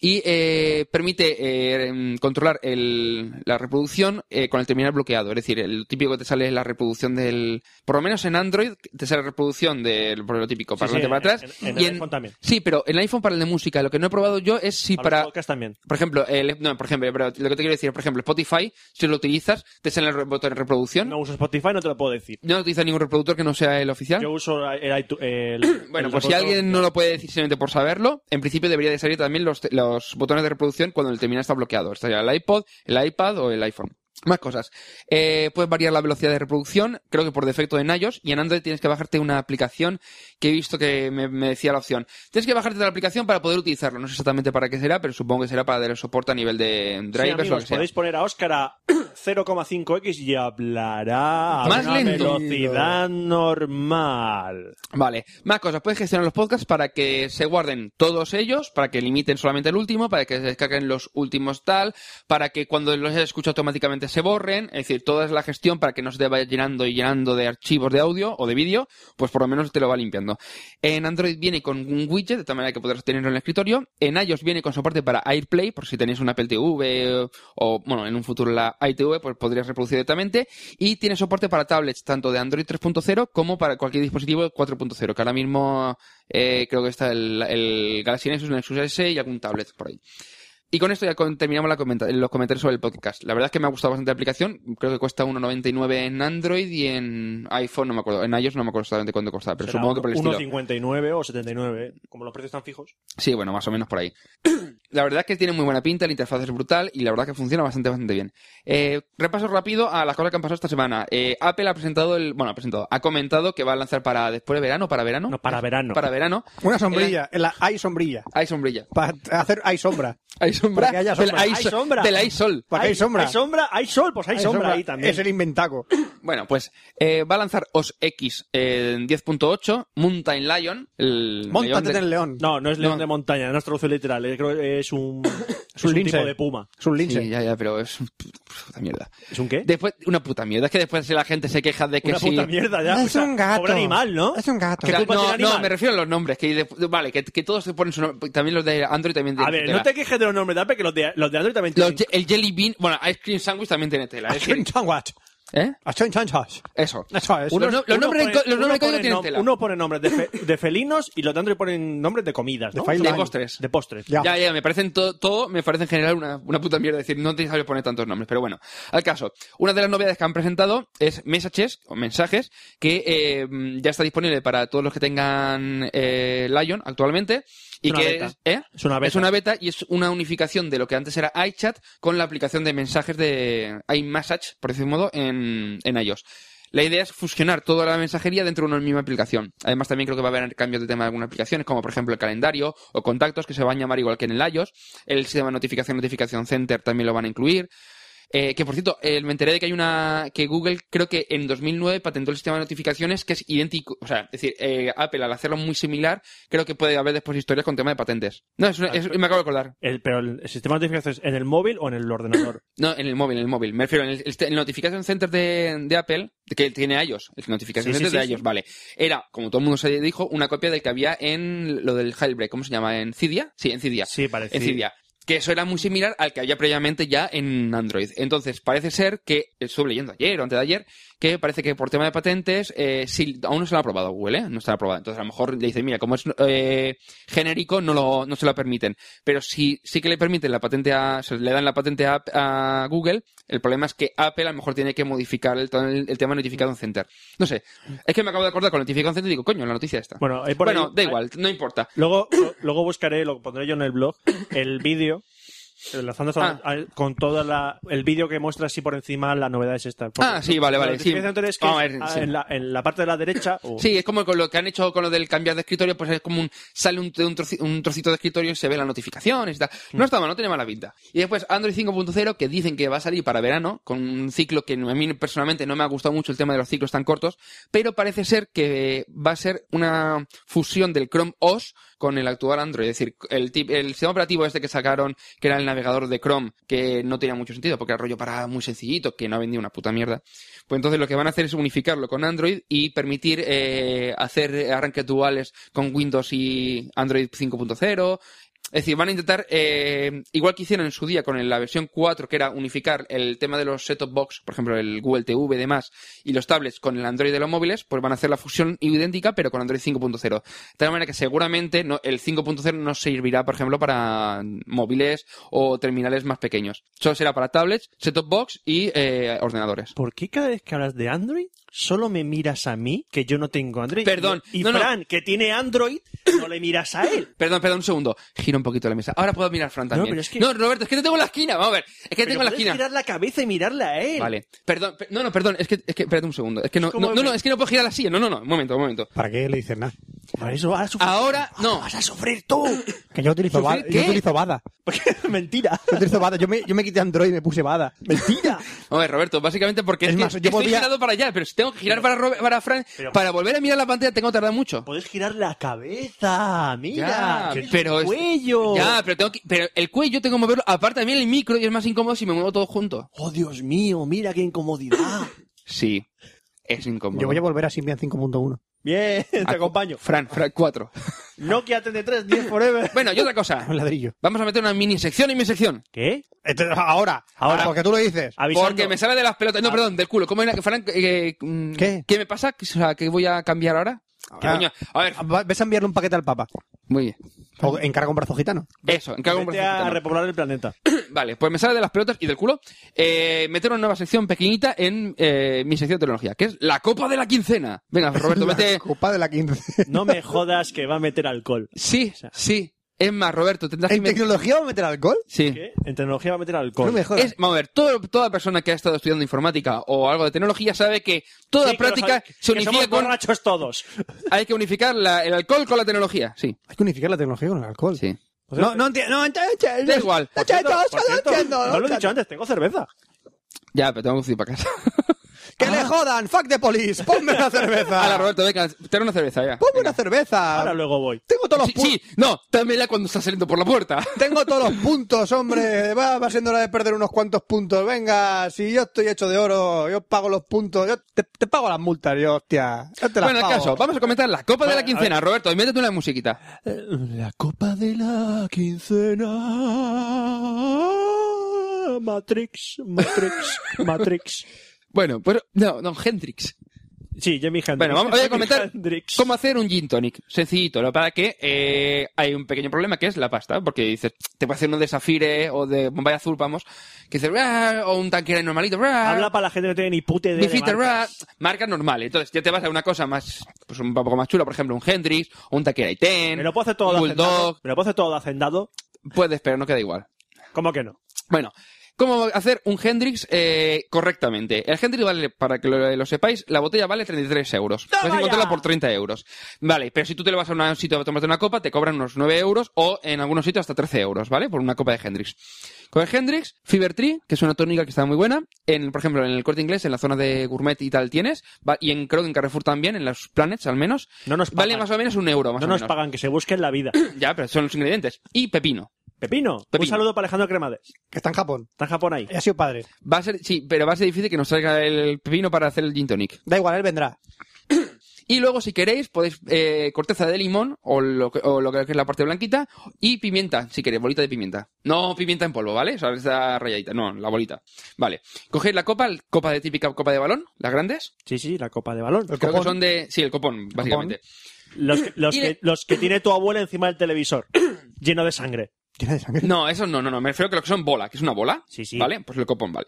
Y eh, permite eh, em, controlar el- la reproducción eh, con el terminal bloqueado. Es decir, el típico que te sale es la reproducción del. Por lo menos en Android te sale la reproducción del. Por lo típico, para
sí,
adelante para
en-
atrás.
en- en
Y
el iPhone también.
Sí, pero en el iPhone para el de música. Lo que no he probado yo es si
A
para.
los podcasts también.
Por ejemplo, el- no, por ejemplo, pero lo que te quiero decir, por ejemplo, Spotify, si lo utilizas, te sale el re- botón de reproducción.
No
No,
uso Spotify, no te lo puedo decir.
utiliza ningún reproductor que no sea el oficial.
Yo uso el... iTu- el-
¿Eh? <clears throat> bueno,
el
pues si
reproductor.
alguien no lo puede decir simplemente por saberlo, en principio debería de salir también los, los botones de reproducción cuando el terminal está bloqueado. Estaría el iPod, el iPad o el iPhone. Más cosas. Eh, puedes variar la velocidad de reproducción, creo que por defecto en iOS, y en Android tienes que bajarte una aplicación que he visto que me, me decía la opción. Tienes que bajarte la aplicación para poder utilizarlo. No sé exactamente para qué será, pero supongo que será para darle soporte a nivel de
Sí,
drivers o lo
amigos,
que sea.
podéis poner a Óscar a <clears throat> 0,5x y hablará a
Más
una
lento.
velocidad normal.
Vale, más cosas. Puedes gestionar los podcasts para que se guarden todos ellos, para que limiten solamente el último, para que se descarguen los últimos tal, para que cuando los escuchas automáticamente se borren. Es decir, toda es la gestión para que no se te vaya llenando y llenando de archivos de audio o de vídeo, pues por lo menos te lo va limpiando. En Android viene con un widget, de tal manera que podrás tenerlo en el escritorio. En iOS viene con soporte para AirPlay, por si tenéis una Apple TV o, bueno, en un futuro la ITV, pues podrías reproducir directamente. Y tiene soporte para tablets, tanto de Android 3.0 como para cualquier dispositivo 4.0, que ahora mismo eh, creo que está el, el Galaxy Nexus, Nexus S y algún tablet por ahí. Y con esto ya con- terminamos la comenta- los comentarios sobre el podcast. La verdad es que me ha gustado bastante la aplicación. Creo que cuesta 1,99 en Android y en iPhone, no me acuerdo. En iOS no me acuerdo exactamente cuánto costaba, pero
Será
supongo que por el estilo.
1,59 o 79, ¿eh? como los precios están fijos.
Sí, bueno, más o menos por ahí. <clears throat> la verdad es que tiene muy buena pinta, la interfaz es brutal y la verdad es que funciona bastante, bastante bien. Eh, repaso rápido a las cosas que han pasado esta semana. Eh, Apple ha presentado el, bueno, ha presentado, ha comentado que va a lanzar para después de verano, para verano.
No, para verano.
Para verano.
Una sombrilla, la, hay sombrilla.
Hay sombrilla.
Para hacer hay sombra.
Hay sombra.
Para que haya
Del
sombra.
hay
Hay
so-
sombra.
Del hay sol.
Para que hay sombra.
Hay sombra, hay sol, pues hay,
Hay
sombra, ahí también.
Es el inventaco.
Bueno, pues eh, va a lanzar OS X eh, en 10.8, Mountain Lion. El
Móntate
león de-
en el león.
No, no es león
No.
de montaña, no es traducción literal, eh, creo que
<coughs>
es un, es
un
un
lince.
tipo de puma.
Es un lince.
Sí, ya, ya, pero es un pu- puta mierda.
¿Es un qué?
Después, una puta mierda. Es que después la gente se queja de que
Una
sí.
puta mierda ya. o sea, Pobre animal, ¿no?
Es un gato.
Que la-
culpa
no,
tiene
no,
animal?
me refiero a los nombres. Que, de- vale, que, que todos se ponen su nombre. También los de Android también
A
tienen
ver,
tela.
no te quejes de los nombres, ¿verdad? Porque los de, los de Android también
Los
tienen-
ye- el Jelly Bean, bueno, Ice Cream Sandwich también tiene tela. es decir, ¿Eh? Eso.
Eso es.
Los, no- los
Uno pone-
nombres, en co-
uno
los nombres en
pone
código tienen
nom-
tela.
Uno pone nombres de, fe- de felinos y los de Android ponen nombres de comidas, ¿no?
De Failand.
De postres.
De postres.
Ya.
Ya, ya, me parecen to- todo, me parece en general una, una puta mierda decir, no te que poner tantos nombres, pero bueno. Al caso, una de las novedades que han presentado es Messages, o mensajes, que eh, ya está disponible para todos los que tengan eh, Lion actualmente. Y
Es una
que
beta.
es, ¿eh?
Es una beta.
es una beta y es una unificación de lo que antes era iChat con la aplicación de mensajes de iMessage, por decir modo, en, en iOS. La idea es fusionar toda la mensajería dentro de una misma aplicación. Además, también creo que va a haber cambios de tema de algunas aplicaciones, como por ejemplo el calendario o contactos que se van a llamar igual que en el iOS. El sistema de notificación, notificación center también lo van a incluir. Eh, que por cierto, eh, me enteré de que hay una. que Google creo que en 2009 patentó el sistema de notificaciones que es idéntico. O sea, es decir, eh, Apple al hacerlo muy similar, creo que puede haber después historias con tema de patentes. No, es una- es- me acabo de acordar.
El- pero el sistema de notificaciones en el móvil o en el ordenador.
No, en el móvil, en el móvil. Me refiero, en el, el Notification Center de, de Apple, que tiene iOS, el Notification
Sí, sí,
Center de
sí,
iOS,
sí.
vale. Era, como todo el mundo se dijo, una copia del que había en lo del jailbreak, ¿cómo se llama? ¿En Cydia? Sí, en Cydia.
Sí, parece.
en Cydia. Que eso era muy similar al que había previamente ya en Android. Entonces, parece ser que, estuve leyendo ayer o antes de ayer, que parece que por tema de patentes, eh, sí, aún no se lo ha aprobado Google, ¿eh? No se lo ha aprobado. Entonces, a lo mejor le dicen, mira, como es eh, genérico, no, lo, no se lo permiten. Pero si sí que le permiten la patente a, o sea, le dan la patente a, a Google, el problema es que Apple a lo mejor tiene que modificar el, el- el tema de Notification Center. No sé, es que me acabo de acordar con Notification Center y digo, coño, la noticia está.
Bueno, hay por ahí-
da igual, no importa.
Luego, lo- luego buscaré, lo pondré yo en el blog, el vídeo. Enlazando esto
Ah.
al- con toda la. El vídeo que muestra así por encima las novedades estas.
Ah, sí, vale, vale,
La
sí.
notificación anterior es que
Vamos a
es,
ver,
ah,
sí.
en, la, en la parte de la derecha. o-
<laughs> Sí, es como con lo que han hecho con lo del cambiar de escritorio, pues es como un, sale un, un troci- un trocito de escritorio y se ve las notificaciones y tal. No está mal, no tiene mala pinta. Y después Android 5.0, que dicen que va a salir para verano, con un ciclo que a mí personalmente no me ha gustado mucho el tema de los ciclos tan cortos, pero parece ser que va a ser una fusión del Chrome OS con el actual Android. Es decir, el, tip- el sistema operativo este que sacaron, que era el navegador de Chrome, que no tenía mucho sentido, porque era rollo para muy sencillito, que no ha vendido una puta mierda. Pues entonces lo que van a hacer es unificarlo con Android y permitir eh, hacer arranques duales con Windows y Android 5.0. Es decir, van a intentar, eh, igual que hicieron en su día con el- la versión 4, que era unificar el tema de los set-top box, por ejemplo, el Google TV y demás, y los tablets con el Android de los móviles, pues van a hacer la fusión idéntica, pero con Android 5.0. De tal manera que seguramente no- el 5.0 no servirá, por ejemplo, para móviles o terminales más pequeños. Solo será para tablets, set-top box y eh, ordenadores.
¿Por qué cada vez que hablas de Android solo me miras a mí, que yo no tengo Android?
Perdón,
Y, y
no, no.
Fran, que tiene Android, no le miras a él.
Perdón, perdón, un segundo. Gira un poquito la mesa. Ahora puedo mirar a Fran también.
pero es que-
No, Roberto, es que te tengo en la esquina. Vamos a ver. Es <laughs> que te
Pero
tengo en la
puedes
esquina.
girar la cabeza y mirarla a él.
Vale. Perdón, per- no, no, perdón. Es que, es que, espérate un segundo. Es que no,
como
no, no,
el-
no, es que no puedo girar la silla. No, no, no. Un momento, un momento.
¿Para qué le dices nada?
Por eso vas a sufrir.
Ahora, no.
Vas a sufrir tú.
<coughs> Que yo utilizo
¿Sufrir
bada.
qué?
Yo utilizo
<laughs>
bada.
Mentira.
Yo utilizo bada. Yo me, yo me quité Android y me puse bada.
<laughs> Mentira.
A ver, Roberto, básicamente porque
Es
es, que
más, yo
estoy
volví a-
girado para allá, pero si tengo que girar para, Robe- para Fran,
Pero-
para volver a mirar la pantalla tengo que tardar mucho.
Puedes girar la cabeza, mira,
Ya,
que es
pero
el
es-
cuello.
Ya, pero tengo que, pero el cuello tengo que moverlo, aparte también el micro y es más incómodo si me muevo todo junto.
Oh, Dios mío, mira qué incomodidad.
Sí, es incómodo.
<coughs> Yo voy a volver a Symbian 5.1.
Bien, <laughs> te
Ah.
acompaño.
Fran, Fran
<laughs>
4.
Nokia 33, 10 forever.
bueno, y otra cosa.
Un ladrillo.
Vamos a meter una mini sección y mi sección.
¿Qué?
Entonces, ahora.
Ahora.
Porque tú lo dices.
Avisando.
Porque me sale de las pelotas. No,
Ah.
perdón, del culo. ¿Cómo era que Frank, eh, mm,
¿Qué?
¿Qué me pasa? O sea, ¿qué voy a cambiar ahora? ¿Qué
Ah.
coño? A ver,
Va- ¿Ves a enviarle un paquete al Papa?
muy bien.
¿O encarga un brazo gitano?
Eso, encargo un
Vete
brazo
a
gitano.
repoblar el planeta.
Vale, pues me sale de las pelotas y del culo eh, meter una nueva sección pequeñita en eh, mi sección de tecnología, que es la copa de la quincena. Venga,
<laughs>
Roberto, vete.
Copa de la 15.
No me jodas que va a meter alcohol.
Sí, sí. Es más, Roberto, tendrás que...
¿En
met-
tecnología va a meter alcohol?
Sí.
¿Qué? En tecnología va a meter
No
alcohol.
me jodas.
Es, vamos a ver, todo- toda persona que ha estado estudiando informática o algo de tecnología sabe que toda
Sí, que
práctica
los- que
se unifica
somos
con...
borrachos
<laughs>
todos.
Hay que unificar la- el alcohol con la tecnología, sí.
Hay que unificar la tecnología con el alcohol.
sí.
No, no entiendo. No entiendo.
Da igual.
No entiendo,
Por
no
cierto,
entiendo, no
no lo he dicho
entiendo.
antes, tengo cerveza.
Ya, pero tengo que ir para casa.
Que le jodan. Fuck the police. Ponme una <laughs> cerveza.
Hala, Roberto, venga, ten una cerveza ya.
Ponme
Venga.
una
Ah.
cerveza.
Ahora luego voy.
Tengo todos los
Sí,
puntos.
sí, no, dámela cuando está saliendo por la puerta.
Tengo todos los puntos, hombre. Va, va siendo hora de perder unos cuantos puntos. Venga, si yo estoy hecho de oro, yo pago los puntos. Yo te, te pago las multas, yo, hostia. Yo te las
Bueno, el
pago.
caso, vamos a comentar la copa de
Vale,
la quincena, Roberto, y métete una musiquita.
La copa de la quincena. Matrix,
<laughs>
Matrix, Matrix.
Bueno, pues no, no, Hendrix.
Sí, Jimi Hendrix.
Bueno, vamos voy a
Jimi
comentar
Hendrix.
cómo hacer un gin tonic. Sencillito, ¿no? para que eh, hay un pequeño problema que es la pasta, porque dices, te puede hacer uno de Safire o de Bombay Azul, vamos, que dices, "Bra", o un tanquera normalito, bra,
Habla para la gente que no tiene ni puta idea. de
Bifita,
marcas.
bra, marca normal. Entonces ya te vas a una cosa más, pues un poco más chula, por ejemplo, un Hendrix, o un tanquera Iten,
Me lo puedo hacer todo de
un
hacendado.
Bulldog,
Me lo puedo hacer todo de hacendado.
puedes, pero no queda igual.
¿Cómo que no?
Bueno, ¿cómo hacer un Hendrix eh, correctamente? El Hendrix vale, para que lo, lo sepáis, la botella vale 33 euros.
¡Toma
Puedes encontrarla
ya!
por 30 euros. Vale, pero si tú te lo vas a un sitio a tomarte una copa, te cobran unos 9 euros o en algunos sitios hasta 13 euros, ¿vale? Por una copa de Hendrix. Con el Hendrix, Fever Tree, que es una tónica que está muy buena. En, por ejemplo, en el corte inglés, en la zona de gourmet y tal tienes. va- y en, creo que en Carrefour también, en los Planets al menos.
No nos pagan.
Vale más o menos un euro, más
No
o
nos
menos.
pagan, que se busquen la vida.
Ya, pero son los ingredientes. Y pepino.
Pepino, un
Pepino.
saludo para Alejandro Cremades.
Que está en Japón.
Está en Japón ahí.
Ha sido padre.
Va a ser, sí, pero va a ser difícil que nos salga el pepino para hacer el gin tonic.
Da igual, él vendrá.
Y luego, si queréis, podéis eh, corteza de limón o lo, que, o lo que es la parte blanquita y pimienta, si queréis, bolita de pimienta. No pimienta en polvo, ¿vale? O sea, esta rayadita, no, la bolita. Vale. Cogéis la copa, el- copa de típica copa de balón, las grandes.
Sí, sí, la copa de balón.
El
Creo
copón.
que son de... Sí, el copón, básicamente.
Los que, los,
Y
que,
le-
los que tiene tu abuela encima del televisor, lleno de sangre.
Tiene de sangre.
No, eso no, no, no. Me refiero a lo que son bola, que es una bola.
Sí, sí.
¿Vale? Pues el copón, vale.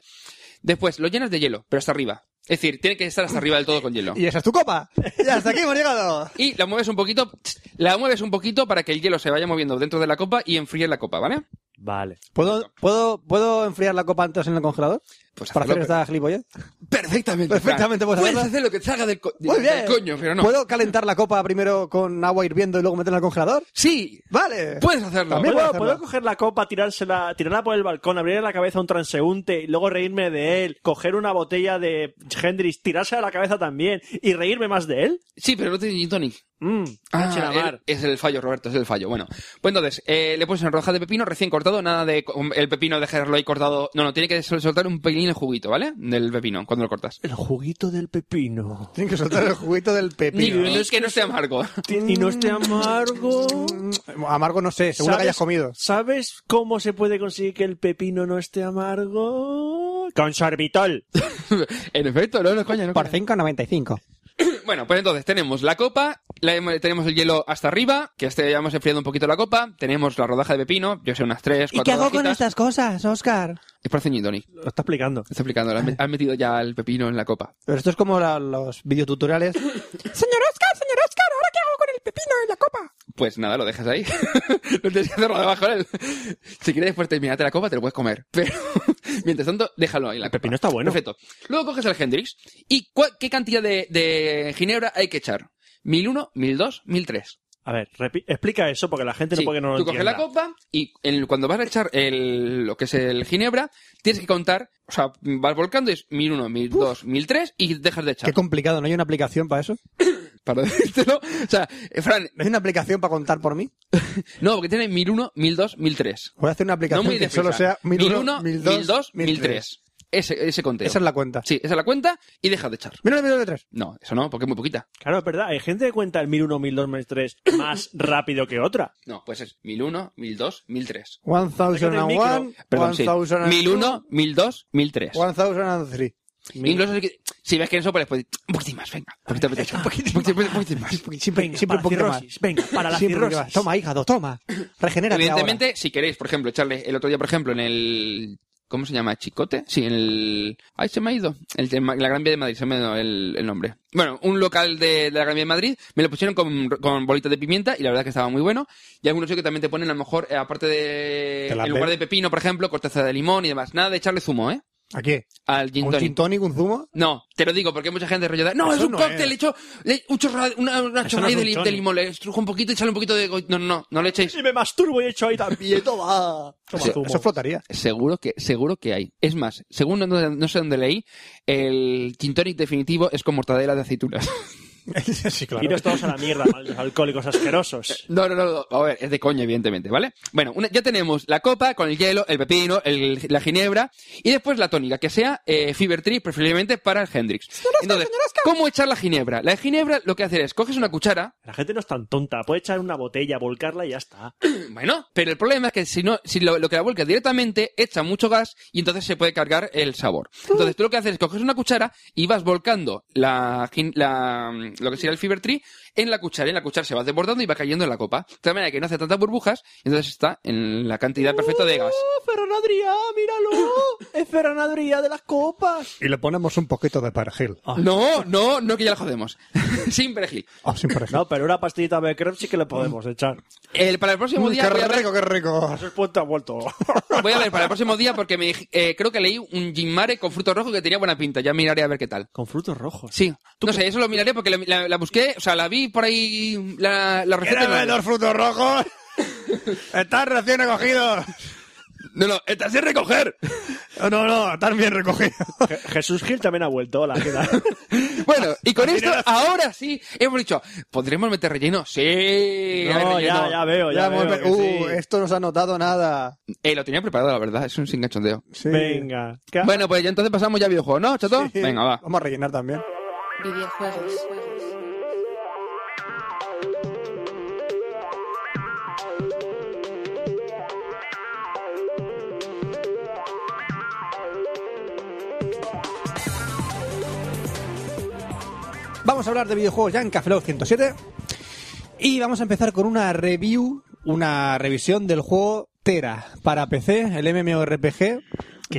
Después, lo llenas de hielo, pero hasta arriba. Es decir, tiene que estar hasta arriba del todo con hielo.
Y esa es tu copa. Y hasta aquí hemos llegado.
Y la mueves un poquito, la mueves un poquito para que el hielo se vaya moviendo dentro de la copa y enfríes la copa, ¿vale?
Vale.
¿Puedo, ¿puedo, ¿Puedo enfriar la copa antes en el congelador?
Pues
Para hacer
hazlo,
esta gilipollez.
Perfectamente.
Perfectamente,
Fran.
pues,
puedes
¿verdad?
hacer lo que salga del, co-
Muy
del
bien.
coño, pero no.
¿Puedo calentar la copa primero con agua hirviendo y luego meterla al congelador?
Sí,
Vale.
puedes hacerlo.
También.
¿Puedo,
hacerlo.
puedo coger la copa, tirársela, tirarla por el balcón, abrirle la cabeza a un transeúnte y luego reírme de él, coger una botella de Hendrix, tirársela a la cabeza también y reírme más de él?
Sí, pero no tiene gin tonic.
Mm, leche
Ah,
en la mar.
el- es el fallo, Roberto, es el fallo. Bueno, pues entonces, eh, le pones una roja de pepino recién cortado, nada de co- el pepino dejarlo ahí cortado. No, no, tiene que sol- soltar un pelín el juguito, ¿vale? Del pepino, cuando lo cortas.
El juguito del pepino.
Tienes que soltar el juguito del
Ni,
pepino.
ni que no sea amargo.
Y no esté amargo.
Mm, Amargo no sé, seguro que hayas comido.
¿Sabes cómo se puede conseguir que el pepino no esté amargo? Con sorbitol.
en efecto, no, no, coño, no.
Por
coño.
5,95.
Bueno, pues entonces tenemos la copa, la hemos- tenemos el hielo hasta arriba, que este ya hemos enfriado un poquito la copa, tenemos la rodaja de pepino, yo sé, unas tres, cuatro rodajitas.
cosas, Oscar?
Es para hacer gin tonic.
Lo está explicando.
Está explicando, le han met- han metido ya el pepino en la copa.
Pero esto es como la- los videotutoriales. señor Oscar, señor Oscar, ¿ahora qué hago con el pepino en la copa?
Pues nada, lo dejas ahí. <laughs> no tienes que hacerlo debajo de él. Si quieres después terminarte la copa, te lo puedes comer. <laughs> Pero mientras tanto, déjalo ahí. en La
El pepino está bueno.
Perfecto. Luego coges el Hendrix. ¿Y cua- qué cantidad de, de ginebra hay que echar? 1001, 1002, 1003.
A ver, repi- explica eso porque la gente
Sí,
no puede que no lo
tú coges
entienda.
la copa y en- cuando vas a echar el, lo que es el ginebra, tienes que contar, o sea, vas volcando y es 1001, 1002, 1003 y dejas de echar.
Qué complicado, ¿no hay una aplicación para eso?
Para <laughs> decírtelo. O sea, eh, Fran,
¿No hay una aplicación para contar por mí?
no, porque tiene 1001, 1002, 1003.
Voy a hacer una aplicación
no muy
que
deprisa.
solo sea
1001,
1001, 1002, 1003.
1003. Ese, ese conteo.
Esa es la cuenta.
Sí, esa es la cuenta y deja de echar.
1001, 1003.
No, eso no, porque es muy poquita.
Claro, es verdad. Hay gente que cuenta el 1001, 1002, 1003
<laughs>
más rápido que otra.
No, pues es 1001, 1002, 1003.
1001,
Déjate el micro.
1001,
Perdón, sí. 1001, 1002, 1003.
1003.
Mi-
Incluso si- si ves que en sopas, pues un poquitín más, venga. Un poquito, un poquitín, un poquitín, un poquitín más.
Siempre,
Venga,
siempre
para
un poquito más.
cirrosis, venga, para la
Siempre un poquito
cirrosis.
más. Toma, hígado, toma. Regenera.
Evidentemente, si queréis, por ejemplo, echarle el otro día, por ejemplo, en el. ¿Cómo se llama? ¿Chicote? Sí, en el. ¡Ay, se me ha ido! El de Ma- la Gran Vía de Madrid, se me ha ido el, el nombre. Bueno, un local de, de la Gran Vía de Madrid, me lo pusieron con, con bolitas de pimienta y la verdad es que estaba muy bueno. Y algunos que también te ponen, a lo mejor, eh, aparte de.
Te la
En lugar
pe-
de pepino, por ejemplo, corteza de limón y demás. Nada de echarle zumo, ¿eh?
¿A qué?
Al gin
¿Un
tonic.
gin tonic, un zumo?
No, te lo digo porque hay mucha gente rollo de, No,
Eso
es un
no
cóctel,
es.
le echo le- un chorra- una, una
Eso no
chorrada
es
de,
un
li- de
tonic.
limón, le estrujo un poquito y sale un poquito de... go- No, no, no, no le echéis.
Y me masturbo y he hecho ahí también.
toma.
Toma
Eso,
zumo.
eso flotaría.
Seguro que, seguro que hay. Es más, según no, no sé dónde leí, el gin tonic definitivo es con mortadela de aceitunas. <laughs>
sí, <laughs> claro.
Iros todos a la mierda, malditos alcohólicos asquerosos.
No, no, no, no. A ver, es de coña, evidentemente, ¿vale? Bueno, una- ya tenemos la copa con el hielo, el pepino, el- la ginebra y después la tónica, que sea eh, Fever Tree, preferiblemente para el Hendrix. Entonces, ¿cómo echar la ginebra? La ginebra lo que hacer es, coges una cuchara,
La gente no es tan tonta. Puede echar una botella, volcarla y ya está.
Bueno, pero el problema es que si no, si lo, lo que la vuelca directamente echa mucho gas y entonces se puede cargar el sabor. Entonces tú lo que haces es coges una cuchara y vas volcando la, gin- la- lo que sería el fiber tree en la cuchara. En la cuchara se va desbordando y va cayendo en la copa. De tal manera que no hace tantas burbujas y entonces está en la cantidad perfecta de gas.
Y le ponemos un poquito de perejil.
Ah.
No, no, no que ya la jodemos. <laughs> Sin perejil.
Ah, sin perejil.
No, pero una pastillita de creme sí que le podemos echar.
El- para el próximo
Mm,
día voy a ver-
qué rico.
Eso es puente ha vuelto.
Voy a ver para el próximo día porque me dij- eh, creo que leí un gin mare con fruto rojo que tenía buena pinta. Ya miraré a ver qué tal.
Con frutos rojos.
Sí. No sé, eso lo miraré porque la, la- la busqué, o sea, la vi por ahí, la, la receta. y
¿Quieres ver
No,
los frutos rojos? Están recién recogidos.
no, no, está sin recoger.
No, no, están bien recogidos.
<laughs> Je- Jesús Gil también ha vuelto. Hola, ¿qué tal?
Bueno, y con esto, ahora sí, hemos dicho, ¿podremos meter relleno? <laughs> Sí. hay
No,
relleno.
ya, ya veo, ya,
hemos
veo
ve-
que
uh,
sí.
esto no se ha notado nada.
Eh, lo tenía preparado, la verdad, es un sin cachondeo.
Sí.
Venga. ¿Qué-
Bueno, pues ya entonces pasamos ya a videojuegos, ¿no, chato?
Sí.
Venga, va.
Vamos a rellenar también.
Videojuegos.
Vamos a hablar de videojuegos ya en Café Lock 107. Y vamos a empezar con una review, una revisión del juego Tera para PC, el MMORPG
Que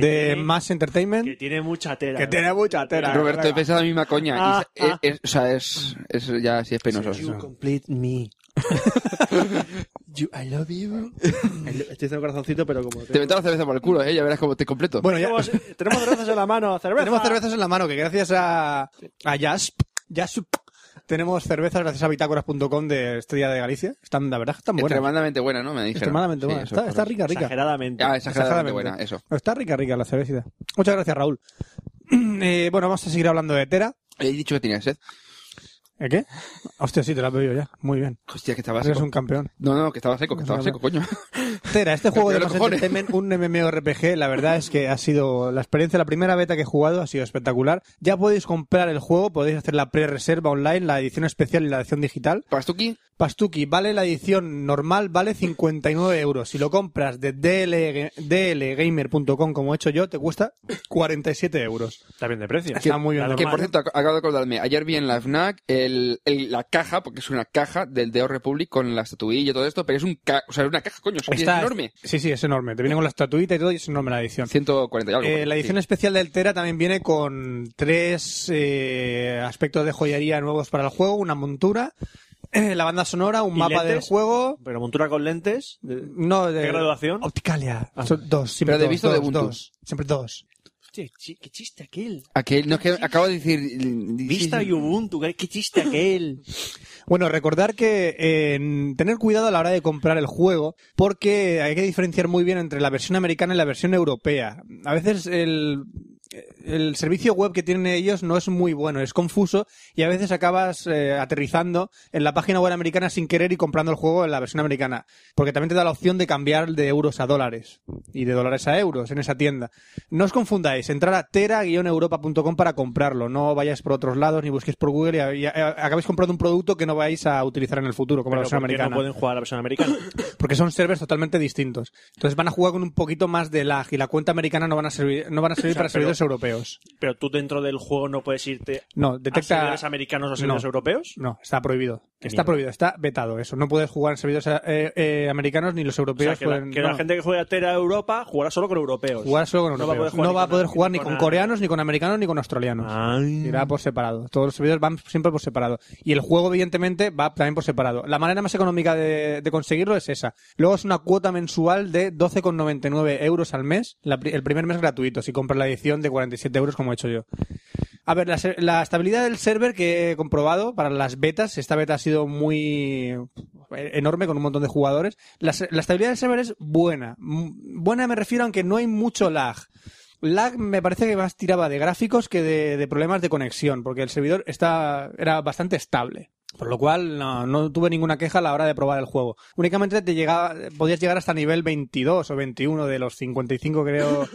de
tiene-
Mass Entertainment.
Que tiene mucha tela.
Que tiene mucha tela.
Roberto, he pensado la misma coña. y
Ah,
es-
ah.
es- o sea, es, es ya sí es penoso.
You complete
<laughs>
me. You- I love you. Estoy haciendo corazoncito, pero como...
Te metamos cerveza por el culo, ¿eh? Ya verás cómo te completo.
Bueno, ya,
Tenemos, eh, tenemos cervezas en
<laughs>
la mano. Cerveza.
tenemos cervezas en la mano, que gracias a, a Jasp, Jasp, tenemos cervezas gracias a bitácoras.com de Estrella de Galicia. Están, la verdad, que están buenas.
Extremadamente buena, ¿no? Me dijeron.
Extremadamente
Sí,
buena.
eso
Está,
es
está
correcto.
rica, rica.
Exageradamente.
Ah, exageradamente buena, eso.
Está rica, rica la cervecita. Muchas gracias, Raúl. <clears throat> Eh, bueno, vamos a seguir hablando de Tera.
He dicho que tenía sed.
¿Eh, ¿Qué? Hostia, sí, te la has bebido ya. Muy bien.
Hostia, que estaba
Eres
seco.
un campeón.
No, no, que estaba seco, que estaba seco, coño. <laughs>
Tera, este juego de
Campeón de
Mass
cojones.
Entertainment, un MMORPG, la verdad es que ha sido la experiencia, la primera beta que he jugado ha sido espectacular. Ya podéis comprar el juego, podéis hacer la pre-reserva online, la edición especial y la edición digital.
Pastuki,
Pastuki, vale la edición normal, vale 59 euros. Si lo compras de DL, dlgamer.com, como he hecho yo, te cuesta 47 euros.
Está bien de precio.
Está muy bien.
la
Normal,
que por
¿no?
cierto, ac- acabo de acordarme, ayer vi en la FNAC el, el- la caja, porque es una caja del Deo Republic con la estatuilla y todo esto, pero es un ca o sea, es una caja, coño, es
Está-
enorme.
Sí, sí, es enorme. Te viene con la estatuita y todo y es enorme la edición.
140 y algo.
Eh, la edición
sí.
especial del Tera también viene con tres eh, aspectos de joyería nuevos para el juego, una montura, <clears throat> eh, la banda sonora, un
¿Y
mapa
lentes?
del juego.
Pero montura con lentes.
Eh,
de-
No, de,
¿Qué graduación?
Opticalia. Son dos, siempre
Ah. Pero de
dos,
visto de
dos,
Ubuntu.
dos. Siempre dos.
Hostia, chi- qué chiste aquel.
Aquel, no, es que acabo de decir...
Vista y Ubuntu, qué qué chiste aquel.
Bueno, recordar que eh, tener cuidado a la hora de comprar el juego, porque hay que diferenciar muy bien entre la versión americana y la versión europea. A veces el, el servicio web que tienen ellos no es muy bueno, es confuso y a veces acabas eh, aterrizando en la página web americana sin querer y comprando el juego en la versión americana, porque también te da la opción de cambiar de euros a dólares y de dólares a euros en esa tienda. No os confundáis, entrar a tera-europa.com para comprarlo, no vayáis por otros lados ni busquéis por Google y, a- y a- acabáis comprando un producto que no vais a utilizar en el futuro, <laughs> como
Pero
la versión
¿por qué
americana
no pueden jugar a la
<laughs>
versión americana.
porque son servers totalmente distintos. Entonces van a jugar con un poquito más de lag y la cuenta americana no van a servir, no van a servir
O sea,
para servidores
pero-
europeos. europeos.
Pero tú dentro del juego no puedes irte
No,
a
detecta.
servidores americanos o servidores
No.
europeos.
No, está prohibido.
Qué
Está
mierda.
prohibido, está vetado eso. No puedes jugar en servidores eh, eh, americanos ni los
O sea,
europeos
que, la,
pueden
que la
no,
gente que juega Tera Europa jugará solo con europeos.
jugar solo con
No va a poder
europeos.
jugar
No
ni
va a
con-
poder
ni
jugar ni
con
con
nada. Ah,
coreanos, ni con americanos, ni con australianos.
Ay.
Irá por separado. Todos los servidores van siempre por separado. Y el juego, evidentemente, va también por separado. La manera más económica de, de conseguirlo es esa. Luego es una cuota mensual de 12,99 euros al mes. La pri- el primer mes gratuito, si compras la edición de 47 euros, como he hecho yo. A ver, la, se- la estabilidad del server que he comprobado para las betas, esta beta ha sido muy eh, enorme con un montón de jugadores. La, se- la estabilidad del server es buena. M- Buena me refiero a que no hay mucho lag. Lag me parece que más tiraba de gráficos que de, de problemas de conexión, porque el servidor está, era bastante estable. Por lo cual no, no tuve ninguna queja a la hora de probar el juego. Únicamente te llegaba, podías llegar hasta nivel 22 o 21 de los 55 creo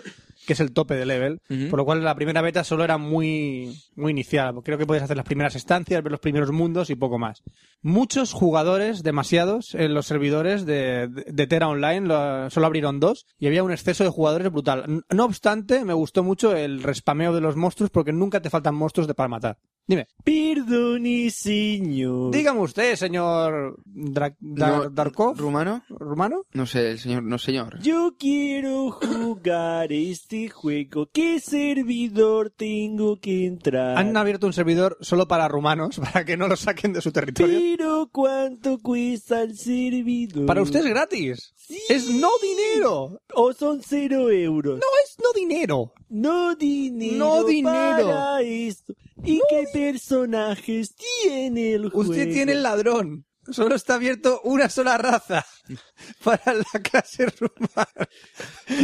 que es el tope de level.
Ujú.
Por lo cual la primera beta solo era muy, muy inicial. Creo que podías hacer las primeras estancias, ver los primeros mundos y poco más. Muchos jugadores, demasiados, en los servidores de, de- de Terra Online, lo- solo abrieron dos y había un exceso de jugadores brutal. N- No obstante, me gustó mucho el respameo de los monstruos porque nunca te faltan monstruos de para matar. Dime,
Perdoni, señor.
dígame usted, señor Dra- Dar-
No,
Darkov,
¿Rumano?
rumano.
No sé, el señor, no señor.
Yo quiero jugar este juego. ¿Qué servidor tengo que entrar?
Han abierto un servidor solo para rumanos, <laughs> para que no lo saquen de su territorio.
Pero ¿cuánto cuesta el servidor?
Para usted es gratis. Es no dinero.
¿O son cero euros?
No es no dinero.
No dinero.
No dinero.
Para esto. ¿Y qué personajes tiene el juego?
Usted tiene el ladrón. Solo está abierto una sola raza <laughs> para la clase <laughs> rumana.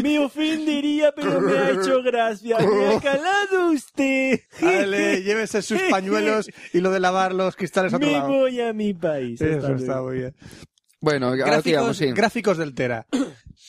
Me ofendería, pero me ha hecho gracia. Me ha calado usted.
Dale, llévese <laughs> sus pañuelos y lo de lavar los cristales a otro
Me
lado.
voy a mi país. Hasta
Eso
luego.
está muy bien.
Bueno, ahora
Gráficos,
tiramos, sí.
gráficos del Tera. <clears throat>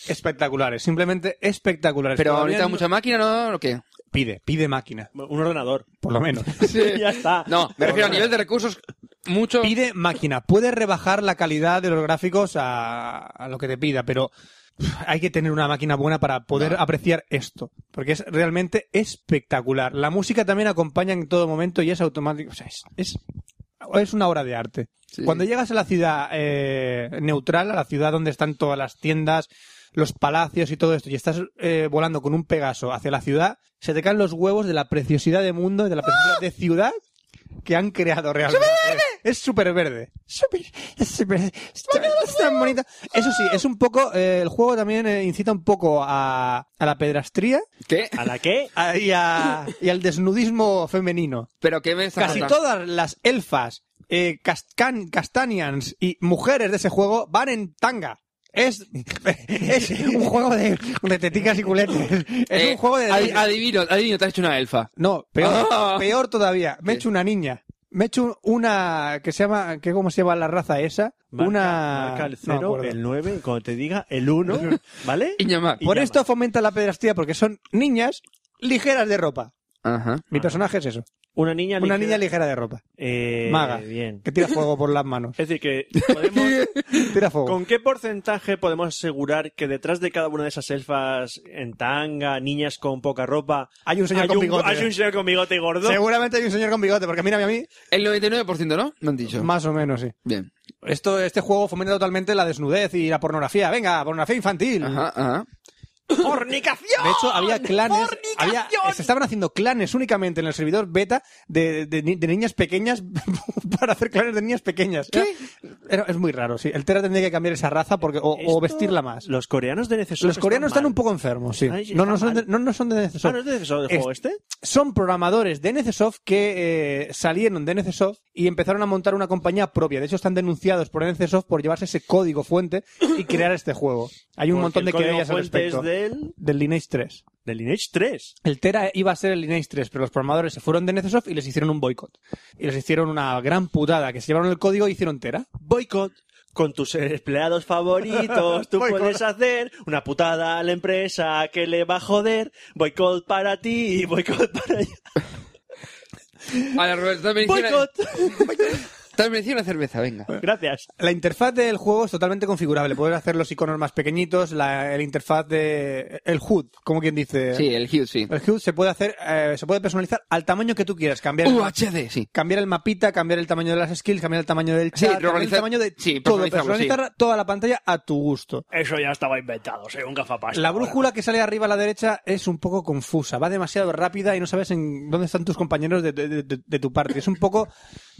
Espectaculares, simplemente espectaculares.
Pero
Todavía
ahorita
no-
mucha máquina, ¿no?
<laughs>
¿O qué?
Pide, pide máquina,
Un ordenador.
por lo menos.
Ya está.
No, me refiero a nivel de recursos, mucho.
Pide máquina. Puede rebajar la calidad de los gráficos a, a lo que te pida, pero pff, hay que tener una máquina buena para poder apreciar esto, porque es realmente espectacular. La música también acompaña en todo momento y es automático. o sea, es, es, es una obra de arte.
Sí.
Cuando llegas a la ciudad eh, neutral, a la ciudad donde están todas las tiendas, los palacios y todo esto, y estás eh, volando con un Pegaso hacia la ciudad, se te caen los huevos de la preciosidad de mundo y de la preciosidad de ciudad que han creado realmente. Es súper verde. Súper, es súper- es tan- es tan bonito. Eso sí, es un poco, eh, el juego también eh, incita un poco a, a la pedrastría
¿Qué?
¿A la qué?
a- y, a- <laughs> y al desnudismo femenino.
¿Pero qué me estás
Casi
contando?
todas las elfas, eh, cascan- castanians y mujeres de ese juego van en tanga. Es, <laughs> es un juego de, de teticas y culetes. Es
Eh,
un juego de...
adi- adivino, adivino, te has hecho una elfa.
No, peor,
Ah.
peor todavía. Me he
¿Qué?
hecho una niña. Me he hecho una que se llama, que cómo se llama la raza esa?
Marca-
una
Marca el
Ah, no me
0,
acuerdo.
el 9, y cuando te diga el
<laughs>
1, ¿vale?
Iñamar.
y
Por
llama.
esto fomenta la pedrastía porque son niñas ligeras de ropa.
Ajá.
Mi personaje es eso,
Ah. Una niña
una
ligera-
niña ligera de ropa,
Eh,
Maga.
Bien.
que tira fuego por las
<laughs>
manos.
Es decir, que
<laughs>
podemos-
Tira fuego.
¿con qué porcentaje podemos asegurar que detrás de cada una de esas elfas en tanga, niñas con poca ropa,
Hay un señor
hay
con
un,
bigote.
hay un señor con bigote gordo?
Seguramente hay un señor con bigote, porque mírame a mí,
El 99%, ¿no? Me han dicho.
más o menos, sí.
Bien.
Esto, este juego fomenta totalmente la desnudez y la pornografía. Venga, pornografía infantil.
Ajá, ajá.
¡Fornicación!
De hecho, había clanes. Había, se estaban haciendo clanes únicamente en el servidor beta de, de ni- de niñas pequeñas <laughs> para hacer clanes de niñas pequeñas. Era- era- es muy raro, sí. El Tera tendría que cambiar esa raza porque, o, o
Esto-
vestirla más.
Los coreanos de Necesos.
Los coreanos están
mal.
un poco enfermos, sí.
Ay,
No, no
están
son de,
mal.
no, no son de NCSoft.
Ah, ¿no es de Necesos del juego este?
Son programadores de NCSoft que eh, salieron de NCSoft y empezaron a montar una compañía propia. De hecho, están denunciados por NCSoft por llevarse ese código fuente y crear este juego. Hay un montón de querellas al respecto.
del...
Del Lineage 3.
del Lineage 3.
El Tera iba a ser el Lineage 3, pero los programadores se fueron de Necesoft y les hicieron un boicot. Y les hicieron una gran putada, que se llevaron el código y hicieron Tera.
boicot con tus empleados favoritos. Tú
Boicot.
puedes hacer una putada a la empresa que le va a joder. Boicot para ti y boicot para ella.
A la Roberta también hiciera-
Boicot.
Te merecí una cerveza, venga.
Gracias.
La interfaz del juego es totalmente configurable. Puedes hacer los iconos más pequeñitos, la el interfaz de el HUD, como quien dice.
Sí, el Hughes, sí.
El HUD se puede hacer, eh, se puede personalizar al tamaño que tú quieras, cambiar el,
UHD, sí.
cambiar el mapita, cambiar el tamaño de las skills, cambiar el tamaño del
Sí,
chat, cambiar el
organizar-
tamaño de
sí,
todo,
personalizarlo, sí.
personalizar toda la pantalla a tu gusto.
Eso ya estaba inventado, soy un gafapasta.
La brújula que sale arriba a la derecha es un poco confusa, va demasiado rápida y no sabes en dónde están tus compañeros de, de- de- de tu parte. Es un poco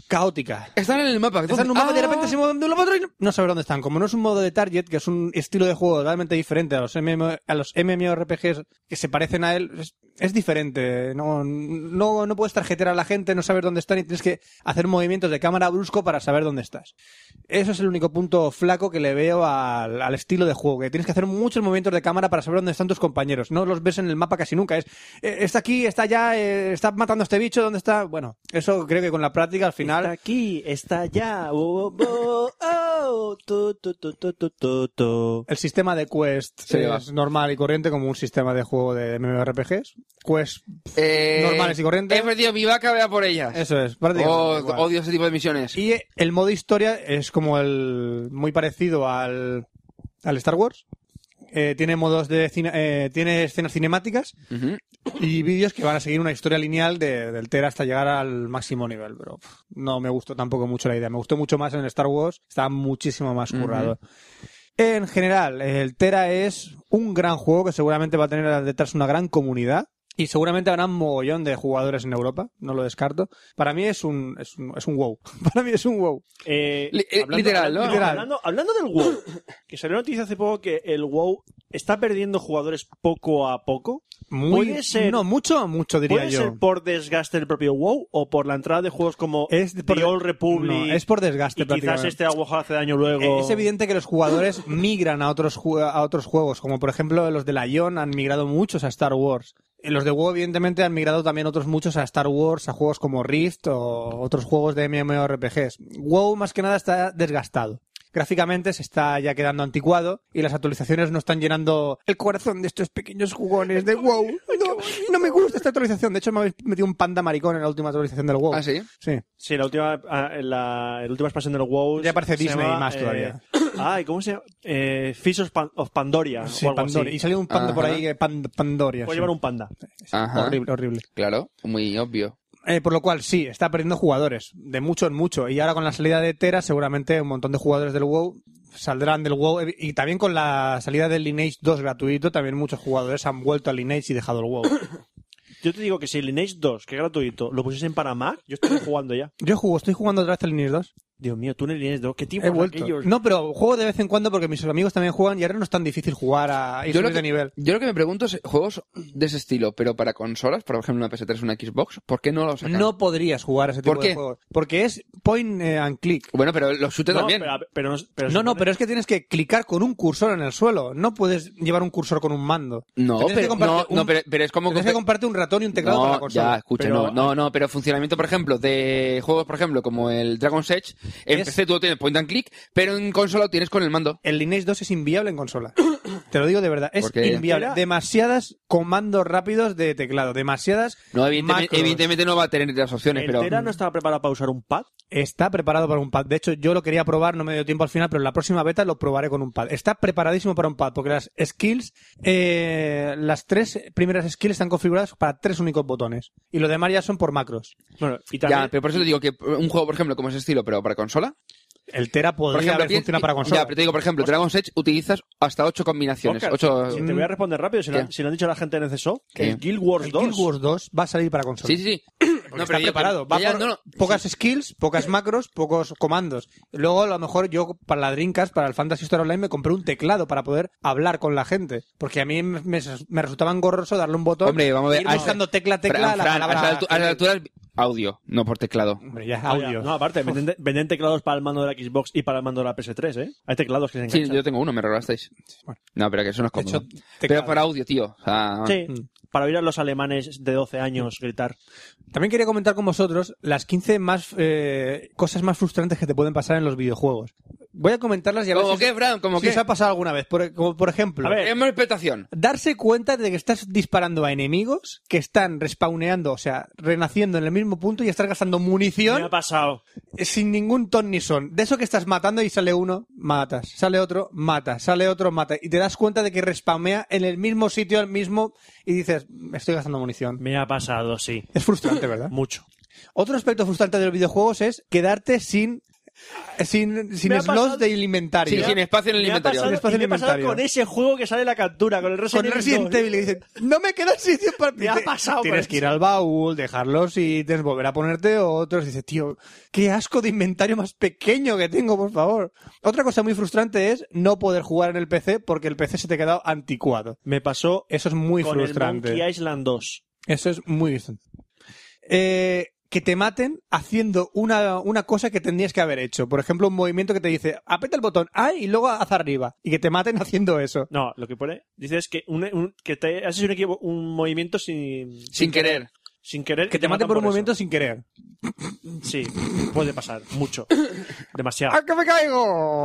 caótica.
Están en el mapa.
Están en un mapa y de
ah.
repente se mueven de un lado a otro y no- no sabes dónde están. Como no es un modo de target, que es un estilo de juego totalmente diferente a los, MMO a los MMORPGs que se parecen a él, es, es diferente. No, no, no puedes tarjetear a la gente, no sabes dónde están y tienes que hacer movimientos de cámara brusco para saber dónde estás. Eso es el único punto flaco que le veo al, al estilo de juego, que tienes que hacer muchos movimientos de cámara para saber dónde están tus compañeros. No los ves en el mapa casi nunca. Es, eh, está aquí, está allá, eh, está matando a este bicho, ¿dónde está? Bueno, eso creo que con la práctica al final...
Está aquí, está allá. oh, oh, oh, oh, tu, tu, tu, tu, tu, tu, tu.
El sistema de Quest
Sí,
es normal y corriente como un sistema de juego de MMORPGs. Quest, normales y corrientes.
Eh, He perdido mi vaca, vea por ellas.
eso es, prácticamente
Oh,
igual.
odio ese tipo de misiones.
Y el modo historia es como el muy parecido al, al Star Wars. Eh, tiene modos de cine- eh, tiene escenas cinemáticas
Ujú.
y vídeos que van a seguir una historia lineal de, del Tera hasta llegar al máximo nivel, pero pff, no me gustó tampoco mucho la idea. Me gustó mucho más en Star Wars, está muchísimo más currado. En general, el Tera es un gran juego que seguramente va a tener detrás una gran comunidad. Y seguramente habrá un mogollón de jugadores en Europa, no lo descarto. Para mí es un, es un, es un wow. <laughs> Para mí es un wow.
Eh,
Li- eh,
hablando-
literal, ¿no?
Literal.
Hablando, hablando del WoW, que salió noticia hace poco que el WoW está perdiendo jugadores poco a poco.
Muy,
Puede ser-
No, mucho, mucho diría
¿Puede
yo.
ser por desgaste del propio WoW o por la entrada de juegos como
Es
The
por-
Old Republic?
no, es por desgaste
y quizás
prácticamente.
este agujero hace daño luego.
Eh, Es evidente que los
<laughs>
jugadores migran a otros, ju- a otros juegos, como por ejemplo los de la Ion han migrado muchos a Star Wars. Y los de WoW, evidentemente, han migrado también otros muchos a Star Wars, a juegos como Rift o otros juegos de MMORPGs. WoW, más que nada, está desgastado. Gráficamente se está ya quedando anticuado y las actualizaciones no están llenando el corazón de estos pequeños jugones de WoW. No, no me gusta esta actualización. De hecho, me habéis metido un panda maricón en la última actualización del WoW.
¿Ah, sí?
Sí.
Sí, la última, ah, la, la última expansión del WoW.
Ya aparece
se
Disney
llama,
más
eh,
todavía.
Ay, ¿cómo se llama? Eh, Fish of, Pan- of Pandoria.
Sí,
o algo
Pandora.
así.
Y salió un panda por
Ajá.
ahí, eh, Pand- Pandoria.
Puedo
sí.
llevar un panda.
Ajá.
Horrible, horrible.
Claro, muy obvio.
Eh, por lo cual, sí, está perdiendo jugadores, de mucho en mucho. Y ahora con la salida de Tera, seguramente un montón de jugadores del WoW saldrán del WoW. Y también con la salida del Lineage 2 gratuito, también muchos jugadores han vuelto al Lineage y dejado el WoW.
Yo te digo que si Lineage 2, que es gratuito, lo pusiesen para Mac, yo estoy jugando ya.
Yo juego, estoy jugando otra vez al Lineage 2.
Dios mío, tú en el Lineage 2, qué tipo
He vuelto.
aquellos.
No, pero juego de vez en cuando porque mis amigos también juegan y ahora no es tan difícil jugar a ir
Yo lo
subir
que-
de nivel.
Yo lo que me pregunto es, juegos de ese estilo, pero para consolas, por ejemplo una PS3 o una Xbox, ¿por qué no los sacan?
No podrías jugar a ese tipo
¿Por
de
qué?
juegos. Porque es point eh, and click.
Bueno, pero los shooters
No,
también.
pero- pero no- pero
No, no,
supone-
pero es que tienes que clicar con un cursor en el suelo. No puedes llevar un cursor con un mando.
No,
Tienes que
pero,
comprarte
no,
un-
no, pero, pero es como...
Tienes que comprarte un ratón y un teclado
no,
para la consola.
ya, escucha,
Pero-
no, no, no, pero funcionamiento, por ejemplo, de juegos, por ejemplo, como el Dragon's Edge, en
Es-
PC tú lo tienes point and click, pero en consola lo tienes con el mando.
El Lineage 2 es inviable en
<coughs>
consola. Te lo digo de verdad, es
¿Por qué?
inviable.
Era-
Demasiadas comandos rápidos de teclado, demasiadas.
No, evidentemente,
macros.
evidentemente no va a tener las opciones,
¿El
pero...
Tera no estaba preparado para usar un pad?
Está preparado para un pad. De hecho, yo lo quería probar, no me dio tiempo al final, pero en la próxima beta lo probaré con un pad. Está preparadísimo para un pad, porque las skills, eh, las tres primeras skills están configuradas para tres únicos botones. Y lo demás ya son por macros.
Bueno, y también...
Ya, pero por eso te digo que un juego, por ejemplo, como ese estilo, pero para consola,
El Tera
Por
podría
ejemplo,
haber
pi-
funcionado para
ya,
consola.
pero te digo, por ejemplo, Dragon's Edge utilizas hasta ocho combinaciones.
Oscar,
ocho...
si te voy a responder rápido, si, lo,
¿Qué?
si lo han dicho la gente en NCSO,
¿Qué?
el Guild Wars
El
2.
Guild Wars 2 va a salir para consola.
Sí, sí, sí.
Porque está preparado.
pero-
Va
ya,
por
no, no.
pocas skills, pocas macros, pocos comandos. Luego, a lo mejor yo para la Dreamcast, para el Fantasy Star Online, me compré un teclado para poder hablar con la gente. Porque a mí me, me resultaba engorroso darle un botón.
Hombre, vamos a ver.
ir
a
buscando tecla, tecla,
Fran,
la
Fran,
palabra-
a esa altu- a esa altura es audio, no por teclado.
Hombre, ya es
Ah, ya.
audio.
No, aparte, venden, venden teclados para el mando de la Xbox y para el mando de la PS3, ¿eh? Hay teclados que se
Sí,
enganchan.
yo tengo uno, me regalasteis.
Bueno.
No, pero que eso no es
De hecho,
cómodo.
teclado.
Pero para audio, tío. O sea,
Sí, para oír a los alemanes de 12 años gritar.
También quería comentar con vosotros las 15 más eh, cosas más frustrantes que te pueden pasar en los videojuegos. Voy a comentarlas y a ver
¿Cómo
si
qué, Fran? ¿Cómo
si
qué?
os ha pasado alguna vez. Por, e-, como por ejemplo,
A ver.
Es mi expectación.
darse cuenta de que estás disparando a enemigos que están respawneando, o sea, renaciendo en el mismo punto y estás gastando
Me
munición
ha pasado.
Eh, sin ningún ton ni son. De eso que estás matando y sale uno, matas. Sale otro, matas. Sale otro, matas. Y te das cuenta de que respawnea en el mismo sitio, al mismo, y dices, estoy gastando munición.
Me ha pasado, sí.
Es frustrante, ¿verdad?
Mucho.
Otro aspecto frustrante de los videojuegos es quedarte sin, sin, sin
Me ha
slots
pasado-
de inventario.
Sí, sin espacio en el
Me ha
inventario.
pasado,
Sin espacio
y me
en
ha pasado
inventario.
con ese juego que sale la captura, con el
con
Resident Evil.
Resident
2.
Evil ¿eh? y dicen, no me queda sitio para...
Me ha pasado,
Tienes
pues.
que ir al baúl, dejarlos y tienes volver a ponerte otros. Dices, tío, qué asco de inventario más pequeño que tengo, por favor. Otra cosa muy frustrante es no poder jugar en el PC porque el PC se te ha quedado anticuado.
Me pasó
Eso es muy
con
frustrante.
el Monkey Island 2.
Eso es muy frustrante. Eh, que te maten haciendo una, una cosa que tendrías que haber hecho. Por ejemplo, un movimiento que te dice, aprieta el botón A y luego haz arriba. Y que te maten haciendo eso.
No, lo que pone, dice es que, un, un- que te haces un, equivo- un movimiento sin,
Sin querer.
sin querer. y
Que te maten por un
eso.
movimiento sin querer.
Sí, puede pasar,
<coughs>
mucho. Demasiado.
¡Ah, que me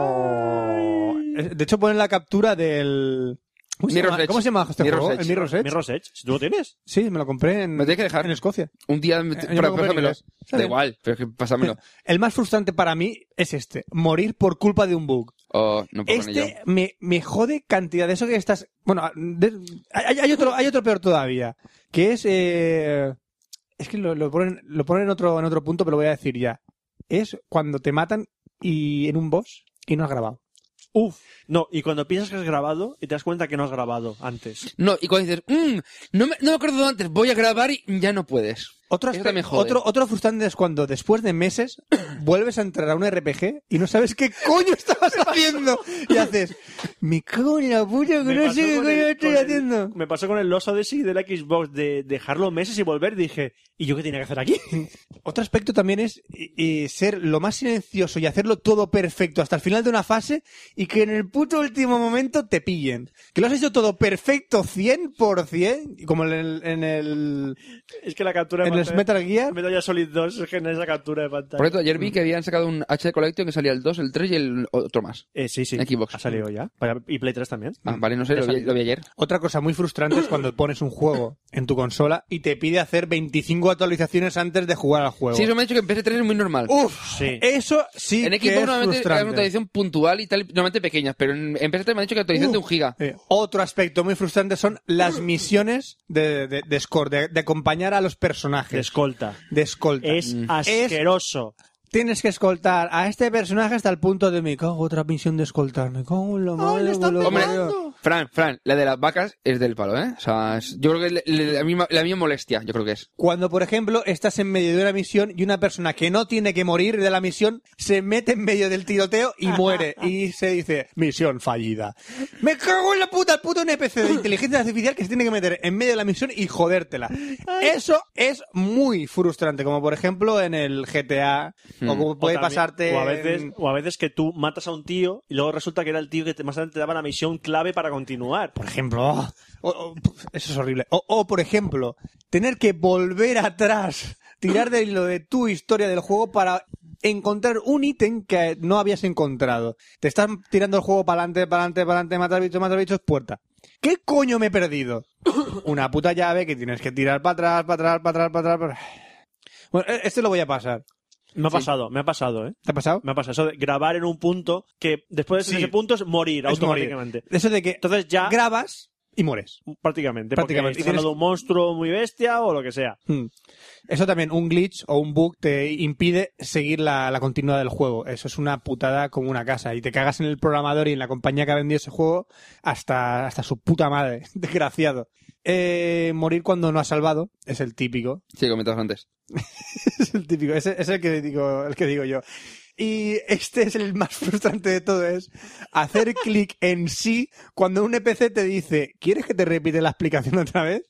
caigo! Eh, De hecho, ponen la captura del. ¿Cómo se,
Mirror's
llama,
Edge.
¿Cómo se llama este
Mirror's
juego?
Edge.
¿El Mirror's Edge?
Mirror's Edge, si tú lo tienes.
Sí, me lo compré en,
Me lo tienes que dejar.
en Escocia.
Un día... me-
yo me
pero
compré en
pásamelo.
inglés. Está
Da
bien.
igual, pero es que pásamelo.
El más frustrante para mí es este: morir por culpa de un bug.
Oh, no puedo con ello.
Este me, me jode cantidad de eso que estás. Bueno, de- hay, hay otro, hay otro peor todavía. Que es. eh, es que lo, lo ponen, lo ponen en, otro, en otro punto, pero lo voy a decir ya. Es cuando te matan y en un boss y no has grabado.
Uf. No, y cuando piensas que has grabado y te das cuenta que no has grabado antes.
No, y cuando dices, "Mm, no, me, no me acuerdo de antes, voy a grabar y ya no puedes.
Otro,
Eso
aspe-
también jode.
otro, otro frustrante es cuando después de meses <clears throat> vuelves a entrar a un RPG y no sabes qué coño
<laughs>
estabas haciendo. Y haces, me cago en la puta que
Me
no
pasó
sé qué
con
coño
el-
estoy
con el-
haciendo.
me pasó con el Lost Odyssey de la Xbox de dejarlo meses y volver. Dije, ¿y yo qué tenía que hacer aquí? <laughs>
Otro aspecto también es eh, eh, ser lo más silencioso y hacerlo todo perfecto hasta el final de una fase y que en el puto último momento te pillen. Que lo has hecho todo perfecto 100%, y como en el, en el,
Es <laughs> que la captura de
en el
pantalla-
Metal Gear.
Metal Gear Solid 2 es que en esa captura de pantalla.
Por cierto, ayer vi que habían sacado un HD Collection que salía el 2, el 3 y el otro más.
Eh, sí, sí.
Xbox.
Ha salido ya. Para- Y Play 3 también.
Ah, vale, no sé,
Ya
lo vi,
salió.
lo vi ayer.
Otra cosa muy frustrante es cuando pones un juego en tu consola y te pide hacer 25 actualizaciones antes de jugar al juego.
Sí, eso me ha dicho que en PS3 es muy normal.
Uf,
Sí.
eso sí
en
que
Xbox
es
normalmente hay una
frustrante.
actualización puntual y tal, normalmente pequeñas, pero en, en PS3 me han dicho que actualización de un giga.
Eh, otro aspecto muy frustrante son las misiones de, de, de score, de, de acompañar a los
De
personajes,
escolta.
de escolta.
Es asqueroso.
Tienes que escoltar a este personaje hasta el punto de me cago otra misión de escoltarme. Cago en la madre, que lo
Hombre,
parió.
Fran, Fran, la de las vacas es del palo, ¿eh? O sea, es- yo creo que le- le- la, misma, la misma molestia, yo creo que es.
Cuando, por ejemplo, estás en medio de una misión y una persona que no tiene que morir de la misión se mete en medio del tiroteo y muere. y se dice, misión fallida. Me cago en la puta, el puto NPC de inteligencia artificial que se tiene que meter en medio de la misión y jodértela. Eso es muy frustrante, como por ejemplo en el GTA, o como puede
Hmm. O también-
pasarte...
O a, veces,
en-
o a veces que tú matas a un tío y luego resulta que era el tío que te, más adelante te daba la misión clave para continuar.
Por ejemplo, oh, oh, oh, eso es horrible. O, o, por ejemplo, tener que volver atrás, tirar de lo de tu historia del juego para encontrar un ítem que no habías encontrado. Te están tirando el juego para adelante, para adelante, para adelante, matar bichos, matar bichos, puerta. ¿Qué coño me he perdido? Una puta llave que tienes que tirar para atrás, para atrás, para atrás, para atrás. para- Bueno, eh, este lo voy a pasar.
Me ha pasado, me ha pasado, ¿eh?
¿Te ha pasado?
Me ha pasado eso de grabar en un punto que después de
Sí.
ese punto es morir
Es morir.
automáticamente.
Eso de que
Entonces ya
grabas y mueres. Prácticamente.
prácticamente, prácticamente.
Y tienes-
un monstruo muy bestia o lo que sea.
Hmm. Eso también, un glitch o un bug te impide seguir la, la continuidad del juego. Eso es una putada como una casa. Y te cagas en el programador y en la compañía que ha vendido ese juego hasta, hasta su puta madre. <laughs> Desgraciado. Eh, morir cuando no has salvado es el típico.
Sí, comentabas antes.
<laughs> Es el típico. Es, es el, que digo, el que digo yo. Y este es el más <laughs> frustrante de todo, es hacer clic en sí cuando un NPC te dice, ¿quieres que te repite la explicación <laughs> otra vez?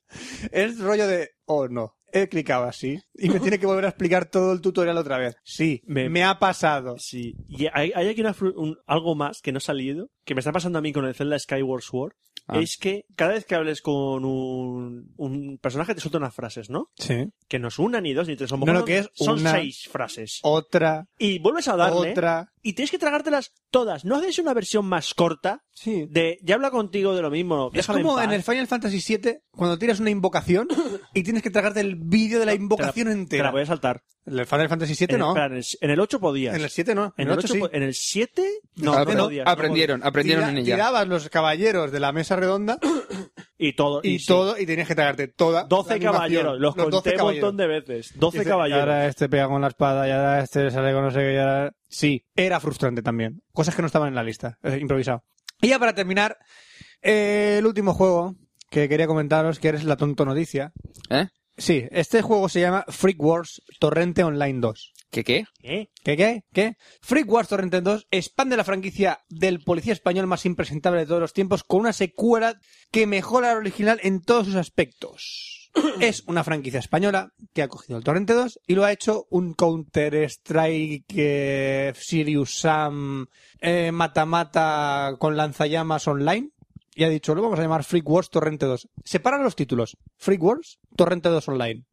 Es rollo de, oh no, he clicado así y me tiene que volver a explicar todo el tutorial otra vez. Sí, me,
Me-
ha pasado.
Sí. Y hay, hay aquí una fru- un- algo más que no ha salido, que me está pasando a mí con el Zelda Skyward Sword,
Ah.
es que cada vez que hables con un, un personaje te suelta unas frases, ¿no?
Sí.
Que no es una, ni dos, ni tres. A
No,
lo mejor
no,
son-
que es
son
una-
seis frases.
Otra,
Y vuelves a darle
otra.
y tienes que tragártelas todas. ¿No haces una versión más corta
Sí.
de ya habla contigo de lo mismo?
Es
déjame
como
paz"?
en el Final Fantasy VII, cuando tiras una invocación y tienes que tragarte el vídeo de la invocación
Te la
entera.
voy a saltar.
En el Final Fantasy
En
VII
el,
Este no.
espera, en el- en el 8 podías.
En el 7 no.
En el 8
sí.
po- en el 7 no,
Ah,
no
pero
podías, no
aprendieron, aprendieron
Tira-
en ella.
Tirabas los caballeros de la mesa redonda
podías. Y todo.
y,
sí.
todo y tenías que tragarte toda.
12
la animación.
caballeros. Los, conté un montón de veces. 12
Dice,
caballeros.
Ahora este pega con la espada y ahora este sale con no sé qué. y ahora- Sí, era frustrante también. Cosas que no estaban en la lista. eh, improvisado. Y ya para terminar, eh, el último juego que quería comentaros, que es la tonto noticia.
¿Eh?
Sí, este juego se llama Freak Wars Torrente Online 2.
¿Qué qué?
¿Eh?
¿Qué, qué, qué? Freak Wars Torrente 2 expande la franquicia del policía español más impresentable de todos los tiempos con una secuela que mejora la original en todos sus aspectos. es una franquicia española que ha cogido el Torrente 2 y lo ha hecho un Counter-Strike, eh, Sirius Sam, eh, mata-mata con lanzallamas online. Y ha dicho, lo vamos a llamar Freak Wars Torrente 2. Separan los títulos. Freak Wars, Torrente 2 Online.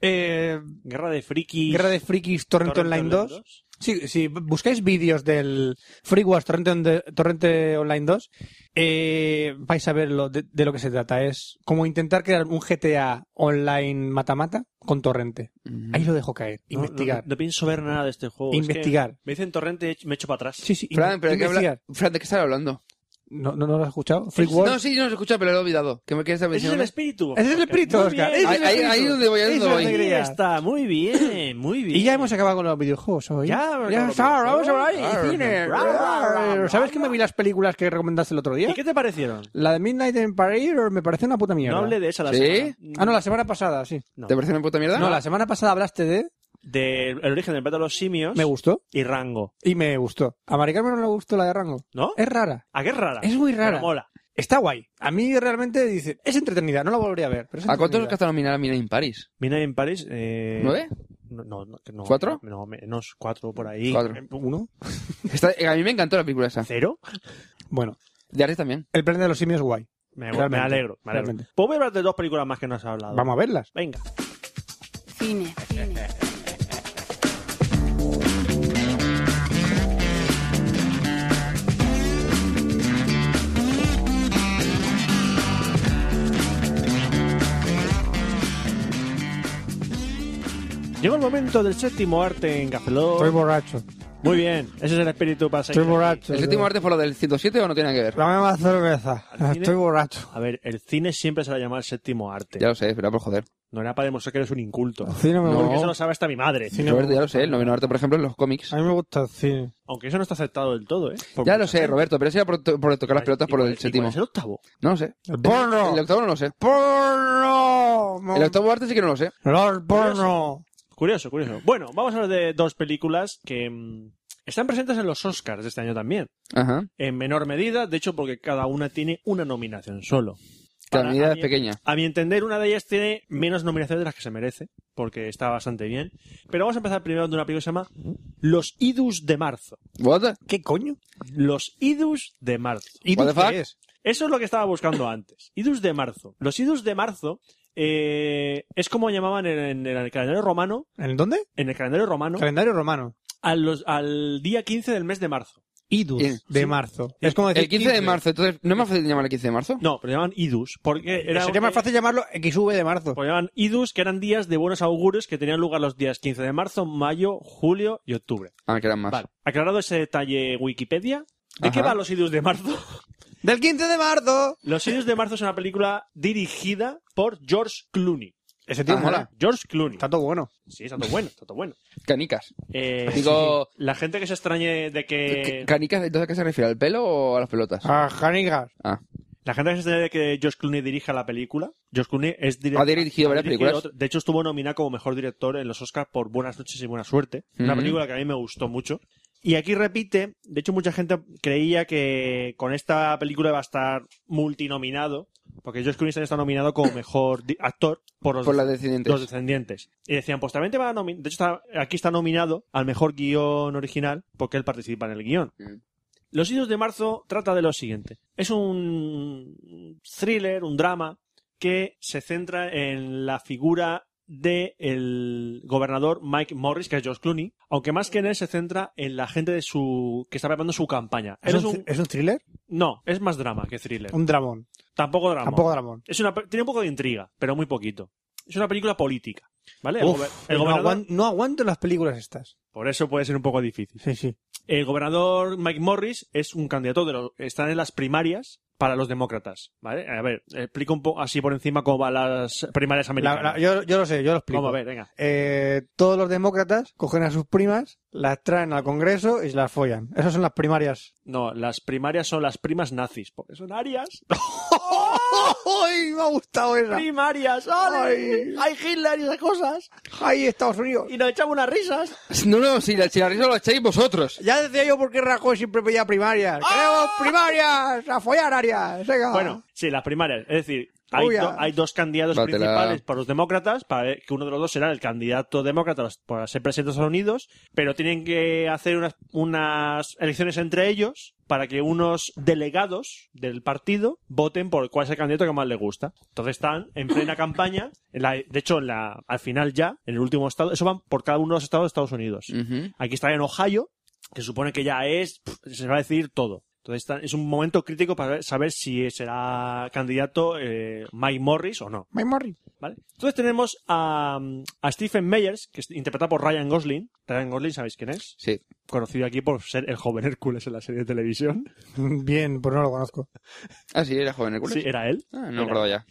Eh,
Guerra de frikis.
Guerra de Frikis Torrente Online 2. Sí, si buscáis vídeos del Free Wars Torrente, Onde- Torrente Online 2, eh, vais a ver lo de, de lo que se trata. Es como intentar crear un GTA online mata-mata con Torrente. Ahí lo dejo caer.
Mm. No,
investigar.
No, no pienso ver nada de este juego. Es que
Investigar.
me dicen torrente y me echo para atrás.
Sí, sí, in-
Mm. Fran, ¿pero de qué habla-
investigar.
Fran, ¿de qué estás hablando?
¿No, no, no lo has escuchado? Free Wars.
No, sí, no lo he escuchado, pero lo he olvidado. ¿Qué me quieres saber?
Ese es el espíritu.
Ese es el
Oscar.
espíritu,
Muy
Oscar. Ese
bien.
es
Ahí,
el
ahí,
espíritu.
ahí es donde voy, ahí es
Ese
donde
es el
voy.
alegría.
Ahí está, muy bien, muy bien.
Y ya hemos acabado con los videojuegos hoy.
Ya,
ya
con los
está, vamos a hablar
videojuegos.
de cine.
Ra, ra, ra, ra,
¿Sabes que me vi las películas que recomendaste el otro día?
¿Y qué te parecieron?
La de Midnight in Paris me parece una puta mierda.
No hablé de Ah. esa la
¿Sí?
semana.
Ah, no, la semana pasada, sí.
No.
¿Te parece una puta mierda?
No, la semana pasada hablaste de...
De El origen del plato de los simios
Me gustó.
y Rango,
Y me gustó. A Mari Carmen no le gustó la de Rango.
¿no?
Es rara.
¿A qué es rara?
Es muy rara.
Pero mola.
Está guay. A mí realmente dice... Es entretenida, no la volvería a ver. Pero es
¿A cuántos es que
entretenida.
está nominada Mina in Paris?
Mina en París. Eh...
<laughs>
¿Nueve?
No, no, no, que no.
¿Cuatro?
No, menos cuatro por ahí.
Cuatro.
¿Uno?
Está- a mí me encantó la película esa.
¿Cero?
Bueno,
De Ares también.
El planeta de los simios guay.
Me, me
Realmente,
alegro, me alegro.
realmente.
Pues voy a hablar de dos películas más que no has hablado.
Vamos a verlas.
Venga.
Cine, cine.
Llegó el momento del séptimo arte en Cafeló.
Estoy borracho.
Muy bien, ese es el espíritu para seguir
Estoy
aquí.
borracho.
¿El séptimo arte fue lo del 107 o no tiene nada que ver?
La misma cerveza.
¿Al cine?
Estoy borracho.
A ver, el cine siempre se le ha llamado el séptimo arte.
Ya lo sé, pero por joder.
No era para demostrar que eres un inculto.
El cine me
No.
gusta.
Porque eso lo sabe hasta mi madre.
Roberto, ya lo sé. El noveno arte, por ejemplo, en los cómics.
A mí me gusta el cine.
Aunque eso no está aceptado del todo, ¿eh? Por
Ya
mucha
lo sé,
gente.
Roberto, pero eso era por, to- por tocar las pelotas
¿Y
por
cuál-
el
y
séptimo.
cuál es el octavo?
No lo sé.
El porno.
El octavo no lo sé.
¡Porno!
El octavo arte sí que no lo sé.
¡Los porno!
Curioso, curioso. Bueno, vamos a hablar de dos películas que mm, están presentes en los Oscars de este año también.
Ajá.
En menor medida, de hecho, porque cada una tiene una nominación solo.
Que
Para-
la
a
medida es
mí-
pequeña.
A mi entender, una de ellas tiene menos nominaciones de las que se merece, porque está bastante bien. Pero vamos a empezar primero de una película que se llama Los Idus de Marzo.
¿What?
¿Qué coño?
Los Idus de Marzo.
¿Y
What the fuck?
es?
Eso es lo que estaba buscando antes. Idus de Marzo. Los Idus de Marzo eh, es como llamaban en, en el calendario romano,
¿En dónde?
en el calendario romano,
Calendario romano.
a los- al día 15 del mes de marzo.
Idus.
Sí.
De marzo. Es como decir
El 15 de marzo, entonces, ¿no es más fácil llamar el 15 de marzo?
No, pero llamaban Idus, porque era
Sería más fácil llamarlo XV de marzo.
Pues llamaban idus, que eran días de buenos augurios que tenían lugar los días 15 de marzo, mayo, julio y octubre.
Ah, que eran más.
Vale, aclarado ese detalle Wikipedia. ¿De qué
Ajá.
van los idus de marzo? <laughs>
¡Del 15 de marzo!
los idus de marzo es una película dirigida por George Clooney.
Ese tío
Ajá.
mola.
George Clooney.
Está todo bueno.
Sí, está todo bueno, está todo bueno.
Canicas.
Eh,
Digo-
La gente que se extrañe de
¿Qué-
que...
¿Canicas? ¿Entonces a qué se refiere? ¿Al pelo o a las pelotas?
Ah, janigas.
Ah.
La gente que se extrañe de que George Clooney dirija la película. George Clooney es director...
Ah, Ha dirigido varias películas.
De hecho, estuvo nominado como mejor director en los Oscars por Buenas noches y Buena Suerte. Una
Ujú.
película que a mí me gustó mucho. Y aquí repite, de hecho mucha gente creía que con esta película iba a estar multinominado, porque George Clooney está nominado como mejor di- actor por los
Por las descendientes.
los descendientes. Y decían, pues también te va a nominar. De hecho, está- aquí está nominado al mejor guión original porque él participa en el guión.
Mm.
Los hijos de marzo trata de lo siguiente. Es un thriller, un drama, que se centra en la figura del gobernador Mike Morris, que es George Clooney, aunque más que en él se centra en la gente de su que está preparando su campaña.
¿Es,
Él es
un,
un-
es un thriller?
no, es más drama que thriller.
Un dramón.
Tampoco drama.
Tampoco dramón.
Es una, pe- tiene un poco de intriga, pero muy poquito. Es una película política. ¿Vale? El,
Uf,
gober- el
no,
gobernador.
aguan- no aguanto las películas estas.
Por eso puede ser un poco difícil.
Sí, sí.
El gobernador Mike Morris es un candidato de los. Están en las primarias para los demócratas. ¿Vale? A ver, explico un poco así por encima cómo van las primarias
La-
americanas.
la- yo, yo lo sé, yo lo explico.
Vamos a ver, venga.
Eh, todos los demócratas cogen a sus primas, las traen al Congreso y se las follan. Esas son las primarias.
No, las primarias son las primas nazis, porque son arias.
<laughs> ¡Ay, me ha gustado esa!
¡Primarias! ¡Ole! ¡Hay Hitler y esas cosas!
¡Ay, Estados Unidos!
Y nos echamos unas risas.
<laughs> No, no, si la, si la risa lo echáis vosotros.
Ya decía yo por qué Rajoy siempre pedía primarias. ¡Queremos primarias! ¡A follar, Arias! Venga.
¡Ah! Bueno, sí, las primarias. Es decir, hay,
Obvia.
do- hay dos candidatos
Dátela.
principales para los demócratas, para ver que uno de los dos será el candidato demócrata a los- para ser presidente de Estados Unidos, pero tienen que hacer unas, unas elecciones entre ellos para que unos delegados del partido voten por cuál es el candidato que más les gusta. Entonces están en plena campaña, en la- de hecho, en la, al final ya, en el último estado, eso van por cada uno de los estados de Estados Unidos.
Ujú.
Aquí está en Ohio, que se supone que ya es, pf, se va a decidir todo. Entonces está- es un momento crítico para ver- saber si será candidato eh, Mike Morris o no.
Mike Morris.
¿vale? Entonces tenemos a, mm, a Stephen Meyers, que es interpretado por Ryan Gosling. Ryan Gosling, ¿sabéis quién es?
Sí.
Conocido aquí por ser el joven Hércules en la serie de televisión.
<laughs> Bien, pues no lo conozco.
Ah, sí, era joven Hércules.
Sí, era él.
Ah, no me acuerdo ya.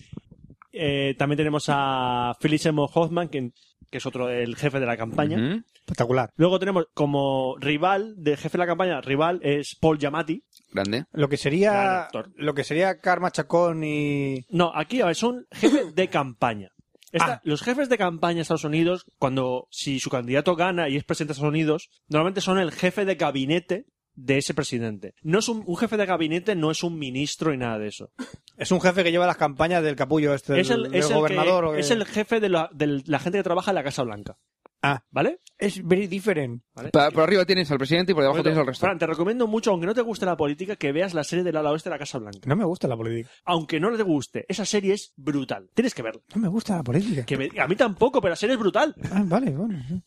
Eh, también tenemos a Philip Seymour Hoffman, que, que es otro, el jefe de la campaña.
Ujú.
Espectacular.
Luego tenemos como rival del jefe de la campaña, rival es Paul Giamatti,
Grande.
Lo que sería.
Gran actor.
lo que sería Karma Chacón y.
No, aquí, a ver, son jefes
<laughs>
de campaña. Esta-
Ah.
Los jefes de campaña de Estados Unidos, cuando si su candidato gana y es presidente de Estados Unidos, normalmente son el jefe de gabinete de ese presidente. No es un, un jefe de gabinete no es un ministro y nada de eso.
Es un jefe que lleva las campañas del capullo este, del,
es el,
del
es el que-
gobernador. eh, o que-
es el jefe de la, de la gente que trabaja en la Casa Blanca.
Ah.
¿Vale?
Es very different.
¿Vale?
Pa- por arriba tienes al presidente y por debajo tienes al resto.
Fran, te recomiendo mucho, aunque no te guste la política, que veas la serie del ala oeste de la Casa Blanca.
No me gusta la política.
Aunque no te guste, esa serie es brutal. Tienes que verla.
No me gusta la política.
Que me- a mí tampoco, pero la serie es brutal.
Ah, vale, bueno. sí.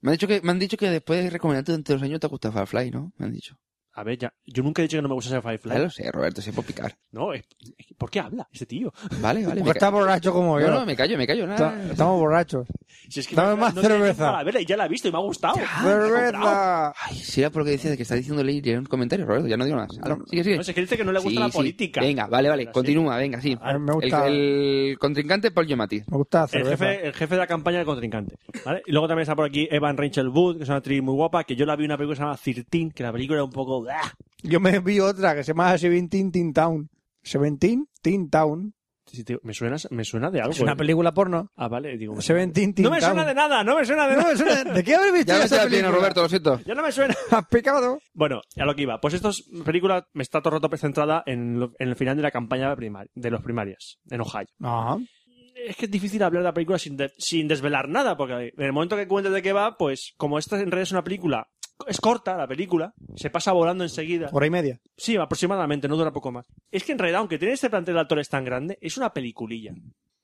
Me han, dicho que, me han dicho que después de recomendarte durante dos años te gusta Firefly, ¿no? Me han dicho.
A ver, ya, yo nunca he dicho que no me gusta ese
Ya
Firefly.
lo sé, Roberto, sé por picar.
No, es- es que, ¿por qué habla este tío?
Vale, vale.
Porque
me
está
ca-
borracho como yo.
no, no, me callo, me callo.
Está-
nada.
Estamos borrachos.
Si es que
Dame
no-
más
no tiene
cerveza.
tiempo para verla y ya la he visto y me ha gustado. No,
¡Cerveza!
Ay, si era por lo que decías de que está diciendo Leir en un comentario, Roberto, ya no digo más. Ahora, Sigue, sigue.
es que dice que no le gusta
Sí,
la
sí.
política.
Venga, vale, vale.
La
Continúa, venga, sí.
A ver, me gusta-
El, el contrincante, Paul Giamatti.
Me gusta la
El
cerveza.
jefe, el jefe de la campaña del contrincante. ¿vale? Y luego también está por aquí Evan Rachel Wood, que es una actriz muy guapa, que yo la vi en una película que se llama Cirtin, que la película era un poco... ¡ah!
Yo me vi otra que se llama Seventeen Teen Town. Seventeen Teen Town.
Sí, tío, Me suena, me suena de algo.
Es una Pues
¿eh?
película porno.
Ah, vale, digo... me-
Seventeen Teen
No
Town.
me suena de nada, no me suena de
No
nada.
me suena de- ¿De qué habéis visto
Ya
esa
me se la tiene,
película?
Roberto, lo siento.
Ya no me suena.
Has picado.
Bueno, a lo que iba. Pues esta es- película me está todo el rato centrada en, lo- en el final de la campaña primar- de los primarias, en Ohio.
Ajá.
Es que es difícil hablar de la película sin, de- sin desvelar nada, porque en el momento que cuentes de qué va, pues como esta en realidad es una película, es corta la película, se pasa volando enseguida.
Hora y media.
Sí, aproximadamente, no dura poco más. Es que en realidad, aunque tiene este plantel de actores tan grande, es una peliculilla.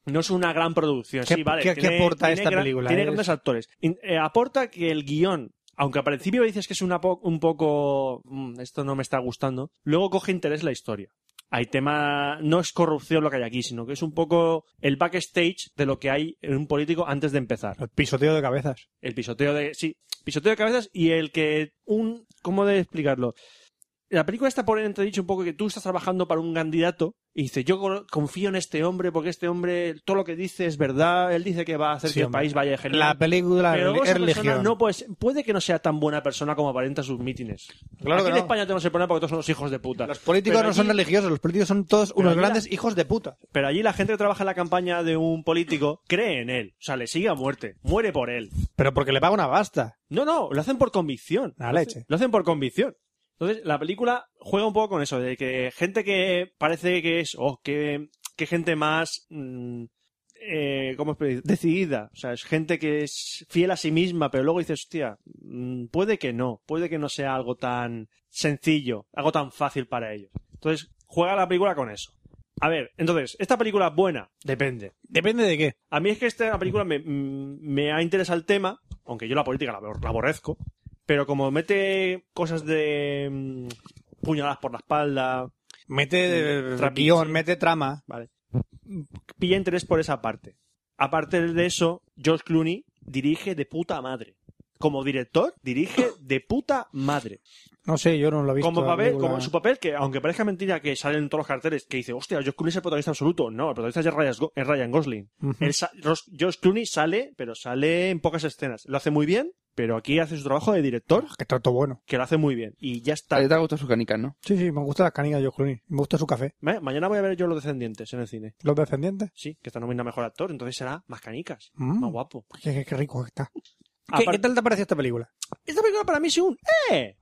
No es una gran producción.
¿Qué-
sí, vale.
qué- qué
tiene-
aporta
tiene
esta
gran-
película?
Tiene
Es-
grandes actores. In- eh, aporta que el guión, aunque al principio dices que es una po- un poco. "Mm, esto no me está gustando, luego coge interés la historia. Hay tema. No es corrupción lo que hay aquí, sino que es un poco el backstage de lo que hay en un político antes de empezar.
El pisoteo de cabezas.
El pisoteo de. Sí, pisoteo de cabezas y el que. un ¿Cómo de explicarlo? La película está por entredicho un poco que tú estás trabajando para un candidato y dices, yo co- confío en este hombre porque este hombre, todo lo que dice es verdad, él dice que va a hacer
Sí,
que el
hombre.
país vaya genial.
La película
pero luego
es
esa persona
religión.
no puede, ser- puede que no sea tan buena persona como aparenta sus mítines.
Claro
Aquí
que
en
no.
España tenemos el problema porque todos son los hijos de puta.
Los políticos
Pero
no son
allí-
religiosos. Los políticos son todos unos
mira-
grandes hijos de puta.
Pero allí la gente que trabaja en la campaña de un político cree en él. O sea, le sigue a muerte. Muere por él.
Pero porque le paga una basta.
No, no, lo hacen por convicción.
La
Lo
leche.
hacen- Lo hacen por convicción. Entonces, la película juega un poco con eso, de que gente que parece que es, oh, que, que gente más, mm, eh, ¿cómo es? Decidida. O sea, es gente que es fiel a sí misma, pero luego dices, hostia, mm, puede que no, puede que no sea algo tan, sencillo, algo tan fácil para ellos. Entonces, juega la película con eso. A ver, entonces, ¿esta película es buena? Depende.
Depende de qué.
A mí es que esta película me, mm, me ha interesado el tema, aunque yo la política la, abor- la aborrezco, pero como mete cosas de mm, puñaladas por la espalda,
Mete eh,
Trapiche.
guión, mete trama.
pilla interés por esa parte. Aparte de eso, George Clooney dirige de puta madre. Como director, dirige de puta madre.
No sé, yo no lo he visto.
como
la
papel,
película. ¿eh?
como su papel, que aunque parezca mentira que salen todos los carteles, que dice, hostia, George Clooney es el protagonista absoluto. No, el protagonista es Ryan Go- es Ryan Gosling.
Ujú.
El sa- Ros- George Clooney sale, pero sale en pocas escenas. Lo hace muy bien, pero aquí hace su trabajo de director,
Que está todo bueno.
que lo hace muy bien. Y ya está.
Eh, Te
Eh,
ha gustado su canica, ¿no?
Sí, sí, me gusta las canicas de George Clooney. Me gusta su café.
Ma- Mañana voy a ver yo Los Descendientes en el cine.
Los descendientes.
Sí, que está nominado a Mejor Actor, entonces será más canicas,
Mm.
más guapo.
Qué, qué- qué rico que está. ¿Qué,
Aparte-
qué tal te ha parecido esta película?
Esta película para mí sí un ¡eh!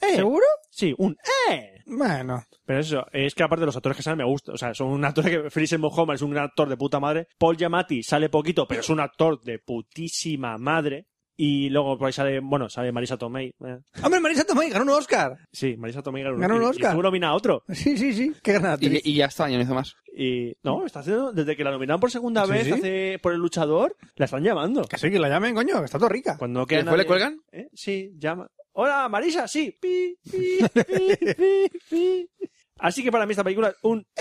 ¿Eh?
¿Seguro?
Sí, un ¡eh!
Bueno.
Pero eso, es que aparte los actores que salen me gustan. O sea, son un actor que. Felicen Mohammed es un gran actor de puta madre. Paul Giamatti sale poquito, pero es un actor de putísima madre. Y luego por ahí sale, bueno, sale Marisa Tomei. eh.
Hombre, Marisa Tomei ganó un Oscar.
Sí, Marisa Tomei
Ganó un
y-
Oscar.
Y, estuvo nominada a otro.
Sí, sí, sí. Qué gran actriz.
Y, y ya está, ya no hizo más.
Y no, está haciendo, desde que la nominaron por segunda
Sí,
vez
sí.
hace- por el luchador, la están llamando.
Que sí, que la llamen, coño, que está todo rica.
Cuando no
¿Que
queda
después le
nadie-
cuelgan?
¿Eh? Sí, llama. Hola, Marisa, sí. Pi, pi,
<laughs>
pi, pi, pi. Así que para mí esta película es un eh,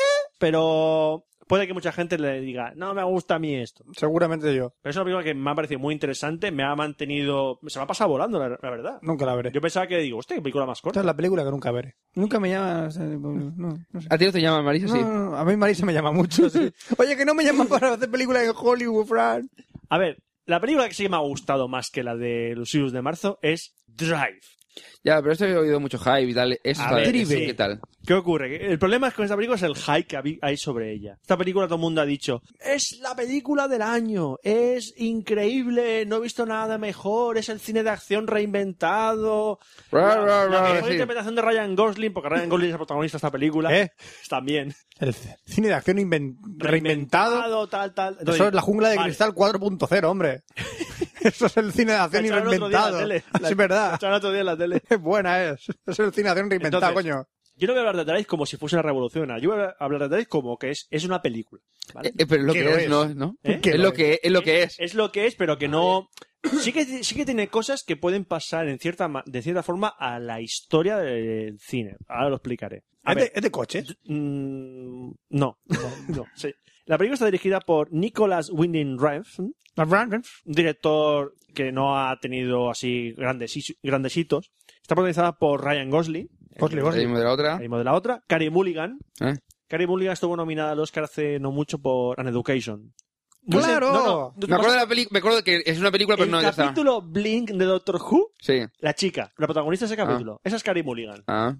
pero puede que mucha gente le diga, no me gusta a mí esto.
Seguramente yo.
Pero es una película que me ha parecido muy interesante, me ha mantenido, se me ha pasado volando, la, la verdad.
Nunca la veré.
Yo pensaba que digo, hostia, qué película más
Esta
corta.
es la película que nunca veré. Nunca me llama... o sea, No, no sé.
¿A ti no te llaman, Marisa?
No,
Sí.
no, no, a mí Marisa me llama mucho. sí. <laughs> Oye, que no me llaman para hacer películas en Hollywood, Fran.
A ver, la película que sí me ha gustado más que la de Lucius de marzo es Drive.
Ya, pero esto he oído mucho hype y tal. Eso,
A
tal,
ver,
eso,
sí.
¿Qué tal?
¿Qué ocurre? Que El problema es con esta película es el hype que habi- hay sobre ella. Esta película todo el mundo ha dicho, es la película del año, es increíble, no he visto nada mejor, es el cine de acción reinventado.
Ra,
Ah,
la,
ra,
la
ra,
mejor
sí.
interpretación de Ryan Gosling, porque Ryan Gosling es el protagonista de esta película.
¿Eh?
También.
El c- cine de acción inven- reinventado.
Tal, tal. Entonces,
Eso es la jungla de
vale.
cristal 4.0, hombre. Eso es el cine de acción
La echaron otro día en la
reinventado. <laughs>
tele. La-
Es verdad.
echaron otro día en la tele.
Qué buena es. Eso es el cine de acción reinventado,
Entonces,
coño.
Yo no voy a hablar de Drive como si fuese una revolución. ¿no? Yo voy a hablar de Drive como que es, es una película. ¿vale?
Eh, eh, pero lo
¿Qué
que
lo
es,
es?
no es, ¿no?
¿Eh?
¿Qué
Es
lo
lo
es?
que es, lo que es.
Es lo que es, pero que no. Sí que, sí que tiene cosas que pueden pasar en cierta, ma- de cierta forma a la historia del cine. Ahora lo explicaré. A
¿Es de,
ver,
es de coches.
mm, no, no, sí. La película está dirigida por Nicholas Winding Refn, un director que no ha tenido así grandes, is- grandes hitos. Está protagonizada por Ryan Gosling,
Gosling,
El
Gosling.
mismo de la otra.
el mismo de la otra, Carey Mulligan.
¿Eh?
Carey Mulligan estuvo nominada al Oscar hace no mucho por An Education.
¡Claro!
No, no,
Me acuerdo de la película, me acuerdo que es una película, pero
el
no, ya está.
capítulo Blink de Doctor Who,
Sí.
la chica, la protagonista de ese capítulo. Esa es Carey Mulligan.
Ah,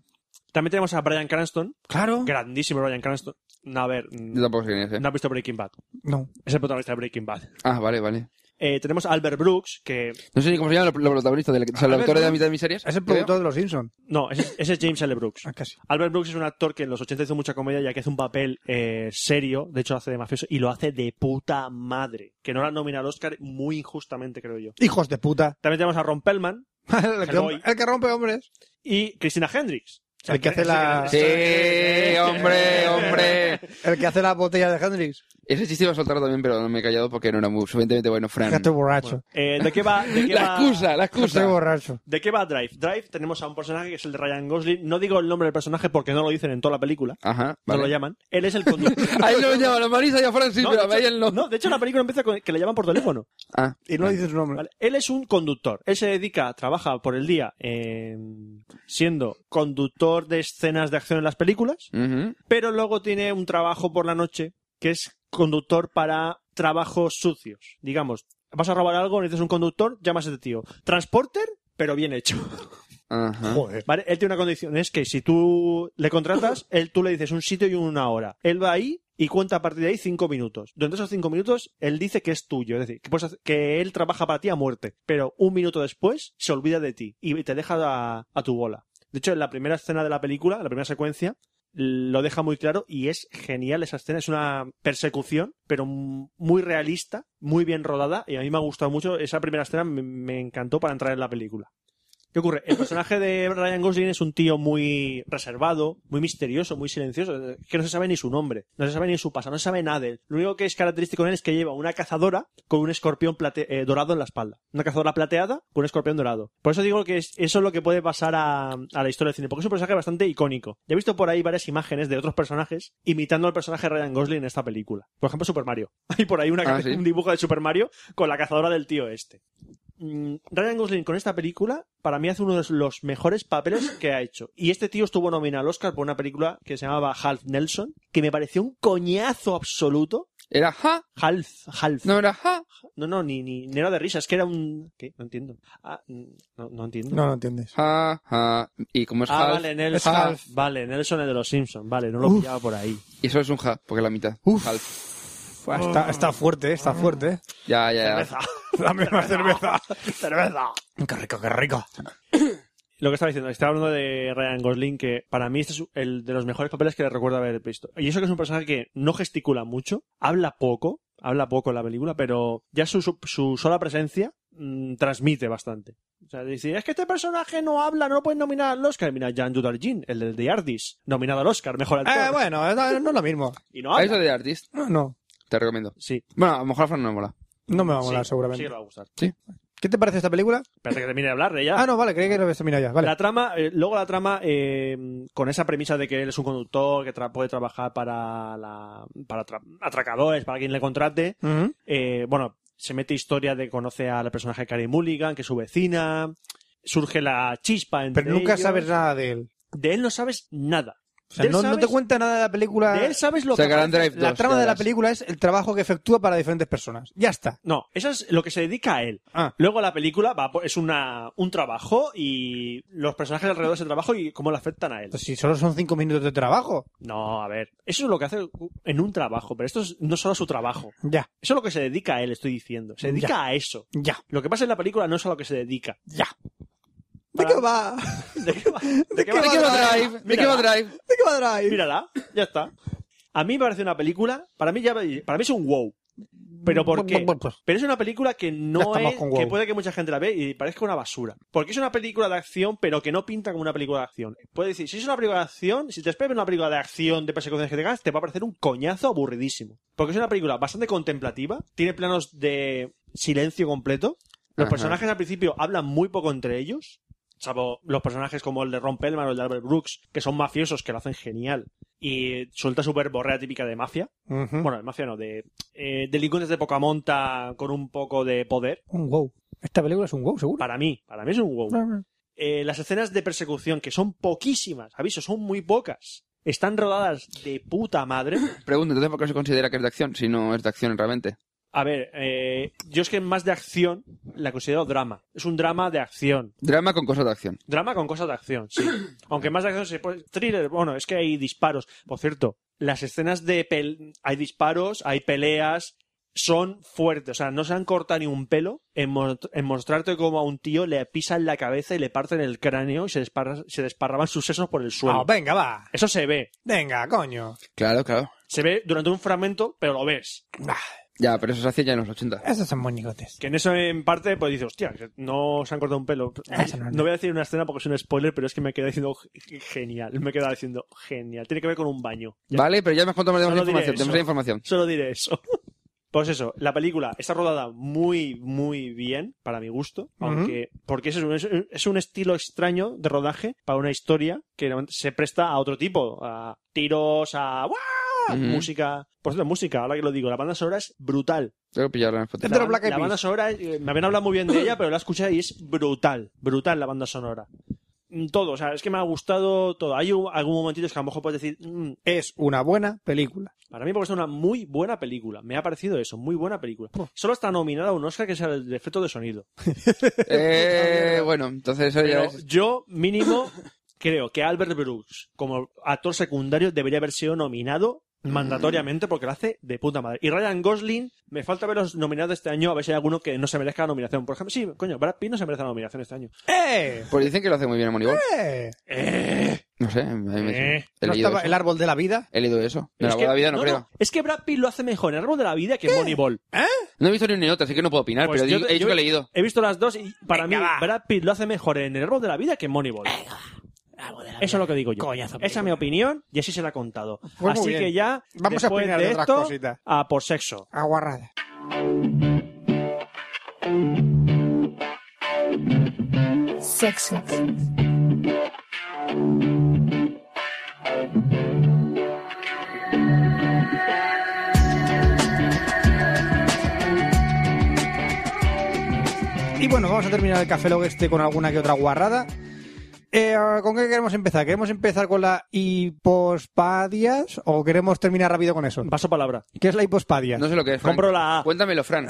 También tenemos a Brian Cranston,
Claro.
grandísimo Brian Cranston. No, a ver, mm,
yo tampoco sé quién es, ¿eh?
no has visto Breaking Bad.
No.
Es el protagonista de Breaking Bad.
Ah, vale, vale.
Eh, tenemos a Albert Brooks, que...
No sé ni cómo se llama los protagonistas, o sea, los
A ver,
actores de la
¿no?
mitad de mis series.
Es el
creo.
productor de los Simpsons.
No, ese, ese es James L. Brooks.
Ah, casi.
Albert Brooks es un actor que en los 80 hizo mucha comedia ya que hace un papel eh, serio, de hecho hace de mafioso, y lo hace de puta madre. Que no la nomina al Oscar muy injustamente, creo yo.
Hijos de puta. <laughs>
También tenemos a Ron Pellman
el, que,
Hellboy.
el que rompe hombres.
y Christina Hendricks.
El que hace la-
Sí, hombre, hombre.
El que hace las botellas de Hendrix.
Ese chiste iba a soltar también, pero no me he callado porque no era muy suficientemente bueno, Fran.
Gato borracho.
Eh, ¿De qué va? De qué
La
va-
excusa, la
Gato
excusa.
borracho.
¿De qué va Drive? Drive tenemos a un personaje que es el de Ryan Gosling. No digo el nombre del personaje porque no lo dicen en toda la película.
Ajá,
No lo
vale.
llaman. Él es el
<laughs>
conductor.
A él lo llaman, a Marisa y a Fran sí,
No,
pero
de
a
hecho-
él no.
no, de hecho la película empieza con que le llaman por teléfono.
Ah,
Y no le dices su nombre.
¿vale? Él es un conductor. Él se dedica, trabaja por el día en- siendo conductor de escenas de acción en las películas,
ujú.
pero luego tiene un trabajo por la noche que es conductor para trabajos sucios. Digamos, vas a robar algo, necesitas un conductor, llamas a este tío. Transporter, pero bien hecho.
Ajá.
Ah. Joder.
¿Vale? Él tiene una condición, es que si tú le contratas, él tú le dices un sitio y una hora. Él va ahí y cuenta a partir de ahí cinco minutos. Durante esos cinco minutos, él dice que es tuyo, es decir, que, puedes hacer- que él trabaja para ti a muerte, pero un minuto después se olvida de ti y te deja a, a tu bola. De hecho, en la primera escena de la película, en la primera secuencia, lo deja muy claro y es genial esa escena. Es una persecución, pero m- muy realista, muy bien rodada y a mí me ha gustado mucho. Esa primera escena me- me encantó para entrar en la película. ¿Qué ocurre? El personaje de Ryan Gosling es un tío muy reservado, muy misterioso, muy silencioso, eh, que no se sabe ni su nombre, no se sabe ni su pasado, no se sabe nada de él. Lo único que es característico en él es que lleva una cazadora con un escorpión plate- eh, dorado en la espalda. Una cazadora plateada con un escorpión dorado. Por eso digo que es- eso es lo que puede pasar a, a la historia del cine, porque es un personaje bastante icónico. Ya he visto por ahí varias imágenes de otros personajes imitando al personaje de Ryan Gosling en esta película. Por ejemplo, Super Mario. <laughs> Hay por ahí una,
Ah, ¿sí?
un dibujo de Super Mario con la cazadora del tío este. Mm, Ryan Gosling con esta película para mí hace uno de los mejores papeles que ha hecho. Y este tío estuvo nominado al Oscar por una película que se llamaba Half Nelson, que me pareció un coñazo absoluto.
Era ja,
Half, Half. No,
no era ja.
no, ni, ni, ni era de risa, es que era un... ¿Qué? No entiendo. Ah, mm, no, no entiendo.
No, no entiendes.
Ja, ja. Y como es
Ah,
half,
vale, Nelson.
es Half.
Vale, Nelson es de los Simpsons. Vale, no lo
Uf.
pillaba por ahí.
y solo es un ja, porque la mitad.
Uf.
Half.
Fua, Está, está fuerte, eh, está fuerte. <laughs> eh.
Ya, ya, ya.
Cerveza,
Dame más <laughs> cerveza.
cerveza.
Qué rico, qué rico.
Lo que estaba diciendo, estaba hablando de Ryan Gosling, que para mí este es el de los mejores papeles que le recuerdo haber visto. Y eso que es un personaje que no gesticula mucho, habla poco, habla poco en la película, pero ya su, su, su sola presencia mm, transmite bastante. O sea, decir, es que este personaje no habla, no lo pueden nominar al Oscar. Mira, Jan Dudarjin, el del The Artist, nominado al Oscar, mejor actor.
Eh, bueno, eh, no, no es lo mismo.
Y no
Eso
habla.
de artist,
No, no.
te recomiendo.
Sí.
Bueno, a lo mejor a Fran no me mola.
No me va a molar,
sí,
seguramente.
Sí, le va a gustar.
¿Qué te parece esta película?
Espérate que termine de hablar, ya.
Ah, no, vale, creí que lo habías terminado ya. Vale.
La trama, eh, luego la trama, eh, con esa premisa de que él es un conductor que tra- puede trabajar para, la, para tra- atracadores, para quien le contrate,
Ujú.
eh, bueno, se mete historia de que conoce al personaje de Carrie Mulligan, que es su vecina, surge la chispa entre
Pero nunca
ellos.
sabes nada de él.
De él no sabes nada.
O sea,
De él
no, no
sabes-
te cuenta nada de la película.
De él sabes lo que...
Sacarán Drive
La
2,
trama
ya
de la
verás.
película es el trabajo que efectúa para diferentes personas. Ya está.
No, eso es lo que se dedica a él.
Ah.
Luego la película va por- es una, un trabajo y los personajes alrededor de ese trabajo y cómo le afectan a él.
Pues si solo son cinco minutos de trabajo.
No, a ver. Eso es lo que hace en un trabajo, pero esto es no solo su trabajo.
Ya,
Eso es lo que se dedica a él, estoy diciendo. Se dedica
Ya.
a eso.
ya,
Lo que pasa en la película no es a lo que se dedica. <laughs>
ya. ¿De
Para-
qué va? <laughs>
¿De qué va? ¿De qué
qué
¿De qué
va
va
a
Drive?
Drive? ¿De qué va
Mírala.
Drive?
¿De qué va Drive?
Mírala, ya está. A mí me parece una película, para mí ya para mí es un wow. Pero ¿por qué?
pues,
Pero es una película que
Ya
no
estamos
es
con
que
wow.
puede que mucha gente la ve y parezca una basura. Porque es una película de acción, pero que no pinta como una película de acción. Puede decir, si es una película de acción, si te esperas ver una película de acción de persecuciones que tengas, te va a parecer un coñazo aburridísimo. Porque es una película bastante contemplativa, tiene planos de silencio completo. Los
Ajá.
personajes al principio hablan muy poco entre ellos. Salvo los personajes como el de Ron Pellman o el de Albert Brooks, que son mafiosos, que lo hacen genial. Y suelta su verborrea típica de mafia.
Ujú.
Bueno, de mafia no, de eh, delincuentes de poca monta con un poco de poder.
Un wow. Esta película es un wow, seguro.
Para mí, para mí es un wow. Eh, las escenas de persecución, que son poquísimas, aviso, son muy pocas. Están rodadas de puta madre.
Pregunto, entonces, ¿por qué se considera que es de acción si no es de acción realmente?
A ver, eh, yo es que más de acción la considero drama. Es un drama de acción.
Drama con cosas de acción.
Drama con cosas de
<coughs>
acción, sí. Aunque más de acción se puede... Thriller, bueno, es que hay disparos. Por cierto, las escenas de... pel- Hay disparos, hay peleas, son fuertes. O sea, no se han cortado ni un pelo en, mo- en mostrarte cómo a un tío le pisan la cabeza y le parten el cráneo y se, desparra- se desparraban sus sesos por el suelo.
Ah, venga, va.
Eso se ve.
Venga, coño.
Claro, claro.
Se ve durante un fragmento, pero lo ves.
Ah,
Ya, pero eso se hacía ya en los 80.
esos son monigotes.
Que en eso, en parte, pues dices, hostia, que no se han cortado un pelo.
Eso Ah, no es
No voy a decir una escena porque es un spoiler, pero es que me queda diciendo "Ge- genial. Me queda diciendo genial. Tiene que ver con un baño. Ya
Vale, pero ya me has contado más
Solo diré
información. Tenemos
eso.
la información.
Solo diré eso. Pues eso, la película está rodada muy, muy bien, para mi gusto, aunque porque es un, es un- es un estilo extraño de rodaje para una historia que normalmente se presta a otro tipo, a tiros, a ¡guau!
Ujú.
Ah, música. Por cierto, música, ahora que lo digo, la banda sonora es brutal.
Tengo que
<laughs>
pillarla en Spotify.
Dentro
La,
Black Eyed
la
Peas.
banda sonora, eh, me habían hablado muy bien de ella, pero la escuché y es brutal, brutal la banda sonora. Mm, Todo, o sea, es que me ha gustado todo. Hay un- algún momentito que a lo mejor puedes decir, "Mm,
Es una buena película.
para mí porque es una muy buena película. Me ha parecido eso, muy buena película. Solo está nominada a un Oscar que es el de efecto de sonido.
Eh, bueno, entonces eso ya
Pero
es...
yo, mínimo, <laughs> creo que Albert Brooks, como actor secundario, debería haber sido nominado mandatoriamente porque lo hace de puta madre. Y Ryan Gosling, me falta ver los nominados este año, a ver si hay alguno que no se merezca la nominación. Por ejemplo, sí, coño, Brad Pitt no se merece la nominación este año.
¡Eh!
Pues dicen que lo hace muy bien a Moneyball.
¡Eh!
Eh,
No sé, a mí me-
Eh,
he,
¿No
leído
estaba
eso.
el árbol de la vida?
He leído eso. De
Es
la
que-
boda de vida no, creo. No.
es que Brad Pitt lo hace mejor en Árbol de la Vida que en Moneyball.
he visto ni una ni otra, así que no puedo opinar,
Pues
pero
yo
digo-
te-
he dicho
yo-
que he leído.
He visto las dos y para
Venga,
mí
va.
Brad Pitt lo hace mejor en El árbol de la vida que en Moneyball. Eso es lo que digo yo.
Coñazo
Esa es mi opinión y así se la he contado.
Pues muy
así
bien.
que ya
Vamos a
después
opinar
de,
de otras
esto,
cositas.
a por sexo.
Aguarrada.
Sexo.
Y bueno, vamos a terminar el café log este con alguna que otra guarrada. Eh, ¿Con qué queremos empezar? ¿Queremos empezar con la hipospadias o queremos terminar rápido con eso?
Paso palabra.
¿Qué es la hipospadia?
No sé lo que es. Frank.
Compro la
Pues-
A. <laughs>
Cuéntamelo, Fran.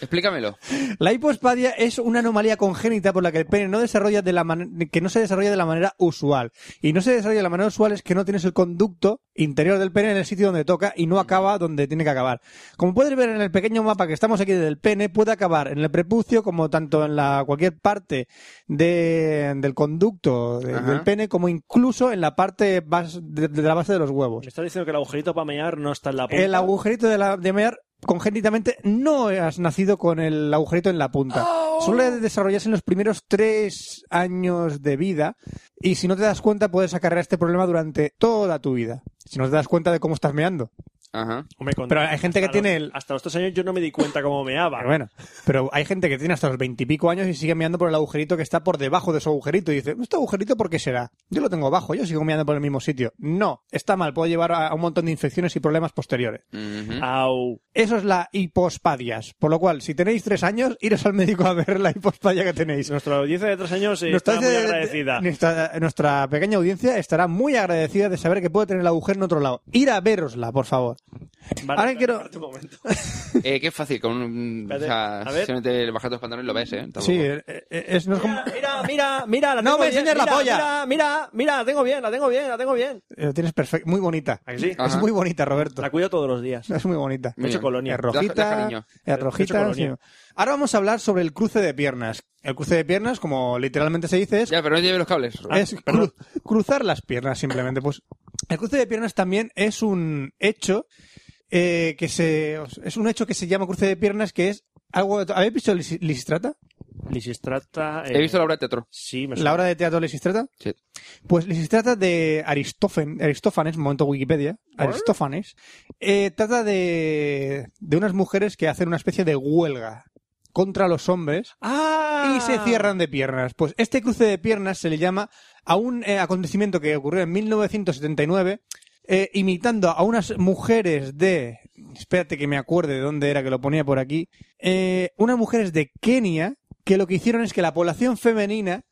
Explícamelo.
La hipospadia es una anomalía congénita por la que el pene no desarrolla de la man- que no se desarrolla de la manera usual. Y no se desarrolla de la manera usual es que no tienes el conducto interior del pene en el sitio donde toca y no acaba donde tiene que acabar. Como puedes ver en el pequeño mapa que estamos aquí del pene, puede acabar en el prepucio como tanto en la cualquier parte de- del conducto de-
Ajá.
del pene como incluso en la parte bas- de- de la base de los huevos.
Me está diciendo que el agujerito para mear no está en la punta.
El agujerito de la de mear congénitamente no has nacido con el agujerito en la punta. Suele desarrollarse en los primeros tres años de vida y si no te das cuenta puedes acarrear este problema durante toda tu vida. Si no te das cuenta de cómo estás meando.
Ajá.
Hombre, con-
Pero hay gente que
hasta
tiene
los-
el-
Hasta los tres años yo no me di cuenta cómo meaba.
Pero <laughs> bueno, pero hay gente que tiene hasta los veintipico años y sigue meando por el agujerito que está por debajo de su agujerito y dice, ¿este agujerito por qué será? Yo lo tengo bajo, yo sigo meando por el mismo sitio. No, está mal, puede llevar a a un montón de infecciones y problemas posteriores.
Ujú.
Ah. Au.
Eso es la hipospadias. Por lo cual, si tenéis tres años, iros al médico a ver la hipospadia que tenéis.
Nuestra audiencia de tres años eh,
Nuestra
está muy
audiencia-
agradecida.
Nuestra, nuestra pequeña audiencia estará muy agradecida de saber que puede tener el agujero en otro lado. Ir a verosla, por favor.
Vale,
Ahora quiero-
espérate un momento.
Eh, qué fácil, con un... O
Espérate,
sea,
a ver.
simplemente bajas los pantalones y lo ves, ¿eh? Tampoco.
Sí, eh, eh, es, no es como-
Mira, mira, mira, mira, la
No
tengo
me
bien,
enseñes la
mira,
polla.
Mira, mira, mira, la tengo bien, la tengo bien, la tengo bien.
eh, tienes perfecto. Muy bonita.
¿A que sí?
Ah.
Es
Ajá.
muy bonita, Roberto.
La cuido todos los días.
Es muy bonita.
Muy bien.
colonia.
Es
Deja- deja
rojita,
niño.
es rojita.
Deja colonia.
sí. Ahora vamos a hablar sobre el cruce de piernas. El cruce de piernas, como literalmente se dice, es
Ya, pero no lleve los cables.
Ah, es cru- cruzar las piernas simplemente. Pues el cruce de piernas también es un hecho eh, que se es un hecho que se llama cruce de piernas que es algo. ¿Habéis visto Lis- Lisistrata?
Lisistrata.
He visto la obra de teatro.
eh, Sí, me
La obra de teatro Lisistrata.
Sí.
Pues Lisistrata de Aristófanes, Aristófanes, momento Wikipedia, Aristófanes, eh, trata de de unas mujeres que hacen una especie de huelga contra los hombres
¡Ah!
y se cierran de piernas. Pues este cruce de piernas se le llama a un eh, acontecimiento que ocurrió en 1979, eh, imitando a unas mujeres de. Espérate que me acuerde de dónde era que lo ponía por aquí. eh, unas mujeres de Kenia que lo que hicieron es que la población femenina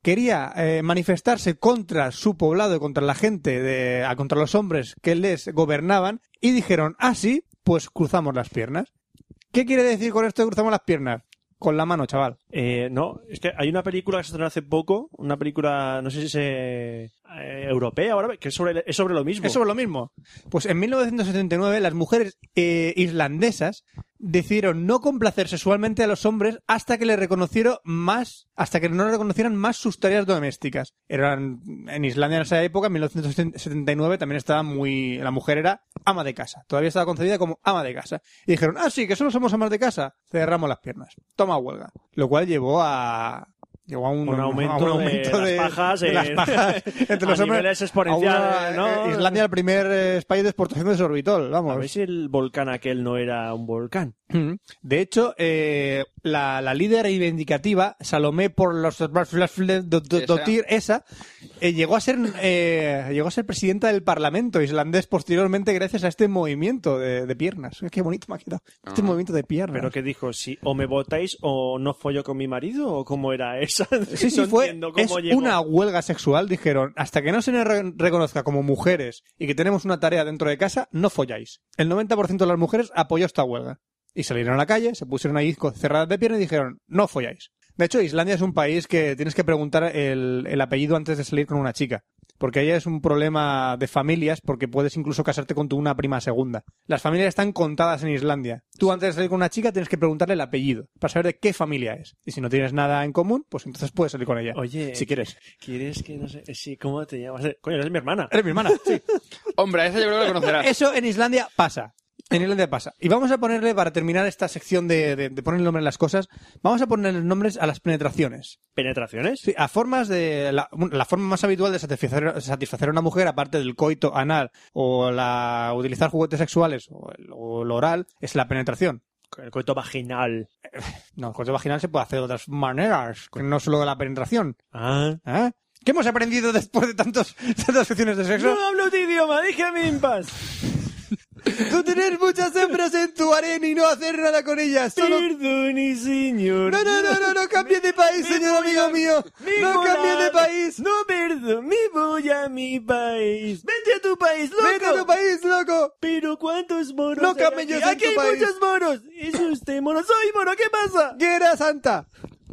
quería eh, manifestarse contra su poblado, contra la gente, de, a- contra los hombres que les gobernaban, y dijeron, ah, sí, pues cruzamos las piernas. ¿Qué quiere decir con esto de cruzamos las piernas? Con la mano, chaval.
Eh, no, es que hay una película que se estrenó hace poco, una película, no sé si es eh, eh, europea ahora, que es sobre, es sobre lo mismo.
Es sobre lo mismo. Pues en 1979 las mujeres eh, islandesas decidieron no complacer sexualmente a los hombres hasta que les reconocieron más, hasta que no reconocieran más sus tareas domésticas. Eran en Islandia en esa época, en 1979 también estaba muy, la mujer era ama de casa. Todavía estaba concebida como ama de casa. Y dijeron, ah sí, que solo somos amas de casa. Cerramos las piernas. Toma huelga. Lo cual llevó a Llegó a un,
Un
a
aumento de las pajas,
de
eh,
las pajas entre
<laughs> a
los hombres.
niveles exponenciales,
A
¿no?
eh, Islandia, el primer eh, país de exportación de sorbitol,
A
vamos.
ver si el volcán aquel no era un volcán.
Mm. De hecho, eh, la, la líder reivindicativa, Salomé por los Dotir, esa, eh, llegó a ser eh, llegó a ser presidenta del Parlamento islandés posteriormente gracias a este movimiento de, de piernas. Qué bonito me ha quedado. Este
Ah.
movimiento de piernas.
Pero que dijo, si o me votáis o no follo con mi marido, o cómo era esa. <laughs>
Sí, sí,
No
fue
entiendo
es
cómo llegó.
una huelga sexual. Dijeron, hasta que no se nos re- reconozca como mujeres y que tenemos una tarea dentro de casa, no folláis. El 90% de las mujeres apoyó esta huelga. Y salieron a la calle, se pusieron ahí co- cerradas de pierna y dijeron, no folláis. De hecho, Islandia es un país que tienes que preguntar el, el apellido antes de salir con una chica. Porque ahí es un problema de familias, porque puedes incluso casarte con tu una prima segunda. Las familias están contadas en Islandia. Tú antes de salir con una chica tienes que preguntarle el apellido para saber de qué familia es. Y si no tienes nada en común, pues entonces puedes salir con ella.
Oye,
si quieres.
¿Quieres que no sé? Sí, ¿cómo te llamas? Coño, eres mi hermana.
Eres mi hermana. Sí.
Hombre, a esa yo creo que la conocerás.
Eso en Islandia pasa. En Islandia pasa. Y vamos a ponerle, para terminar esta sección de, de- de poner el nombre a las cosas, vamos a poner nombres a las penetraciones.
¿Penetraciones?
Sí, a formas de. La, la forma más habitual de satisfacer, satisfacer a una mujer, aparte del coito anal o la utilizar juguetes sexuales o el, o el oral, es la penetración.
Con El coito vaginal.
No, el coito vaginal se puede hacer de otras maneras, que no solo la penetración.
Ah.
¿eh? ¿Qué hemos aprendido después de tantos, tantas secciones de sexo?
No hablo tu idioma, déjame en paz.
<laughs> Tú tener muchas hembras en tu arena y no hacer nada con ellas. Solo...
Perdone, señor.
No, no, no, no, no cambie de país,
Me
señor
voy
amigo
a-
mío.
me
No
voy a-
cambie de país.
No, perdón, me voy a mi país. Vete a tu país, loco.
Vete a tu país, loco.
Pero ¿cuántos moros?
No
hay
camellos
aquí?
en
Aquí
tu
hay
país.
muchos moros. Es usted moro. Soy moro, ¿qué pasa?
Guerra Santa. <laughs>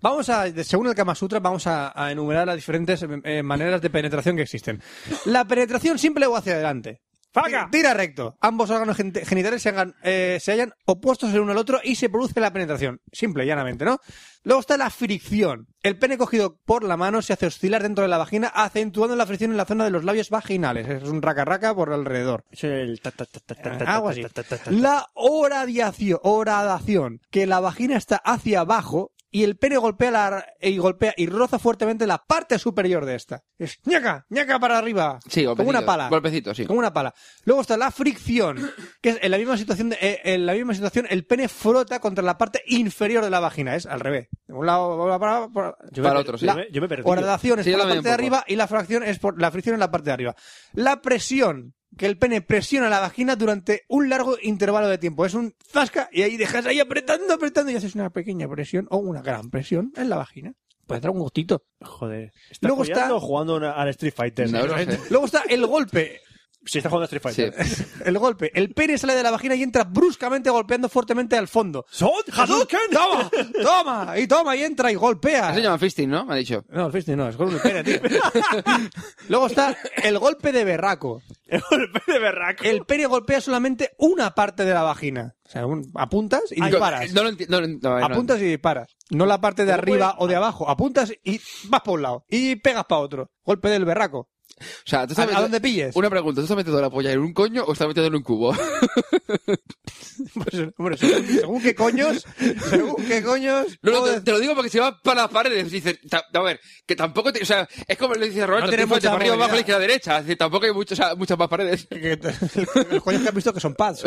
Vamos a, según el Kama Sutra, vamos a, a enumerar las diferentes eh, maneras de penetración que existen. La penetración simple o hacia adelante.
¡Faca!
Ti- Tira recto. Ambos órganos gen- genitales se, hagan, eh, se hallan opuestos el uno al otro y se produce la penetración. Simple, y llanamente, ¿no? Luego está la fricción. El pene cogido por la mano se hace oscilar dentro de la vagina, acentuando la fricción en la zona de los labios vaginales. Es un raca-raca por alrededor.
Es el ta, ta, ta, ta, ta, ta,
Algo
ta,
así.
ta, ta, ta.
La oradiación, oradación, que la vagina está hacia abajo y el pene golpea la, y golpea y roza fuertemente la parte superior de esta. Es ñaca, ñaca para arriba.
Sí,
como
golpecito,
una pala.
golpecito, sí.
Como una pala. Luego está la fricción, que es en la misma situación, de- eh, en la misma situación el pene frota contra la parte inferior de la vagina, es al revés. De un lado para, para, para-
Yo
Para
me-
otro, sí.
yo me- Yo me perdí.
Horadación es
Sí, yo
por la
también
parte de
un poco.
arriba y la fracción es por la fricción en la parte de arriba. La presión, que el pene presiona la vagina durante un largo intervalo de tiempo. Es un zasca y ahí dejas ahí apretando, apretando y haces una pequeña presión o una gran presión en la vagina. Puede dar un gustito.
Joder. ¿Está
Luego
Luego
está-
está jugando una- al Street Fighter.
No, Pues no sé.
Luego está el golpe.
Sí, está jugando a Street
Sí.
Fighter.
<laughs> El golpe. El pene sale de la vagina y entra bruscamente golpeando fuertemente al fondo.
¡Son Hadouken!
¡Toma! ¡Toma! Y toma y entra y golpea.
Así llaman fisting, ¿no? Me ha dicho.
No, el fisting no, es golpe, tío. <laughs> Luego está el golpe de berraco.
El golpe de berraco.
El pene golpea solamente una parte de la vagina. O sea, un- apuntas y
Yo-
disparas.
No lo entiendo.
apuntas y disparas. No la parte de
¿Cómo
arriba
puede-
o de abajo. Apuntas y vas para un lado. Y pegas para otro. Golpe del berraco. <laughs>
O sea, ¿tú
¿A,
sabes-
a dónde pilles?
Una pregunta, ¿tú estás metiendo la polla en un coño o estás metiendo en un cubo? <laughs>
Pues, hombre, según, según qué coños. Según qué coños.
No, no,
puedo
te,
decir-
te lo digo porque se va para las paredes. Dice, ta- a ver, que tampoco te- O sea, es como le dice Roberto,
No tiene
tú fuiste
mucha
para
movilidad.
arriba, abajo, la izquierda, derecha. Es decir, tampoco hay mucho- o sea, muchas más paredes. <laughs>
que- <laughs> que- Los coños que has visto que son pads. <laughs>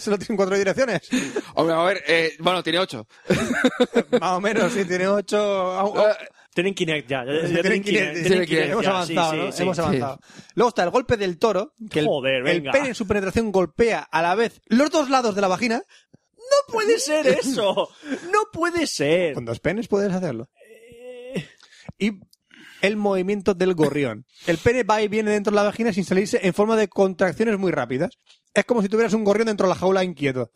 Solo tienen cuatro direcciones.
Hombre, a ver, eh, bueno, tiene ocho.
Más o menos, sí, tiene ocho. ah, oh. au- au-
Tienen Kinect ya. Eh, ya, ya
Sí,
tienen
tienen
Kinect.
Kinect,
tienen
sí,
Kinect
Hemos
ya,
avanzado,
sí,
¿no?
sí,
Hemos
sí.
avanzado. Luego está el golpe del toro, que el,
Joder,
el
venga.
pene en su penetración golpea a la vez los dos lados de la vagina.
No <laughs>
<laughs>
puede ser eso. No puede ser.
Con dos penes puedes hacerlo.
Eh,
Y el movimiento del gorrión. El pene va y viene dentro de la vagina sin salirse en forma de contracciones muy rápidas. Es como si tuvieras un gorrión dentro de la jaula inquieto.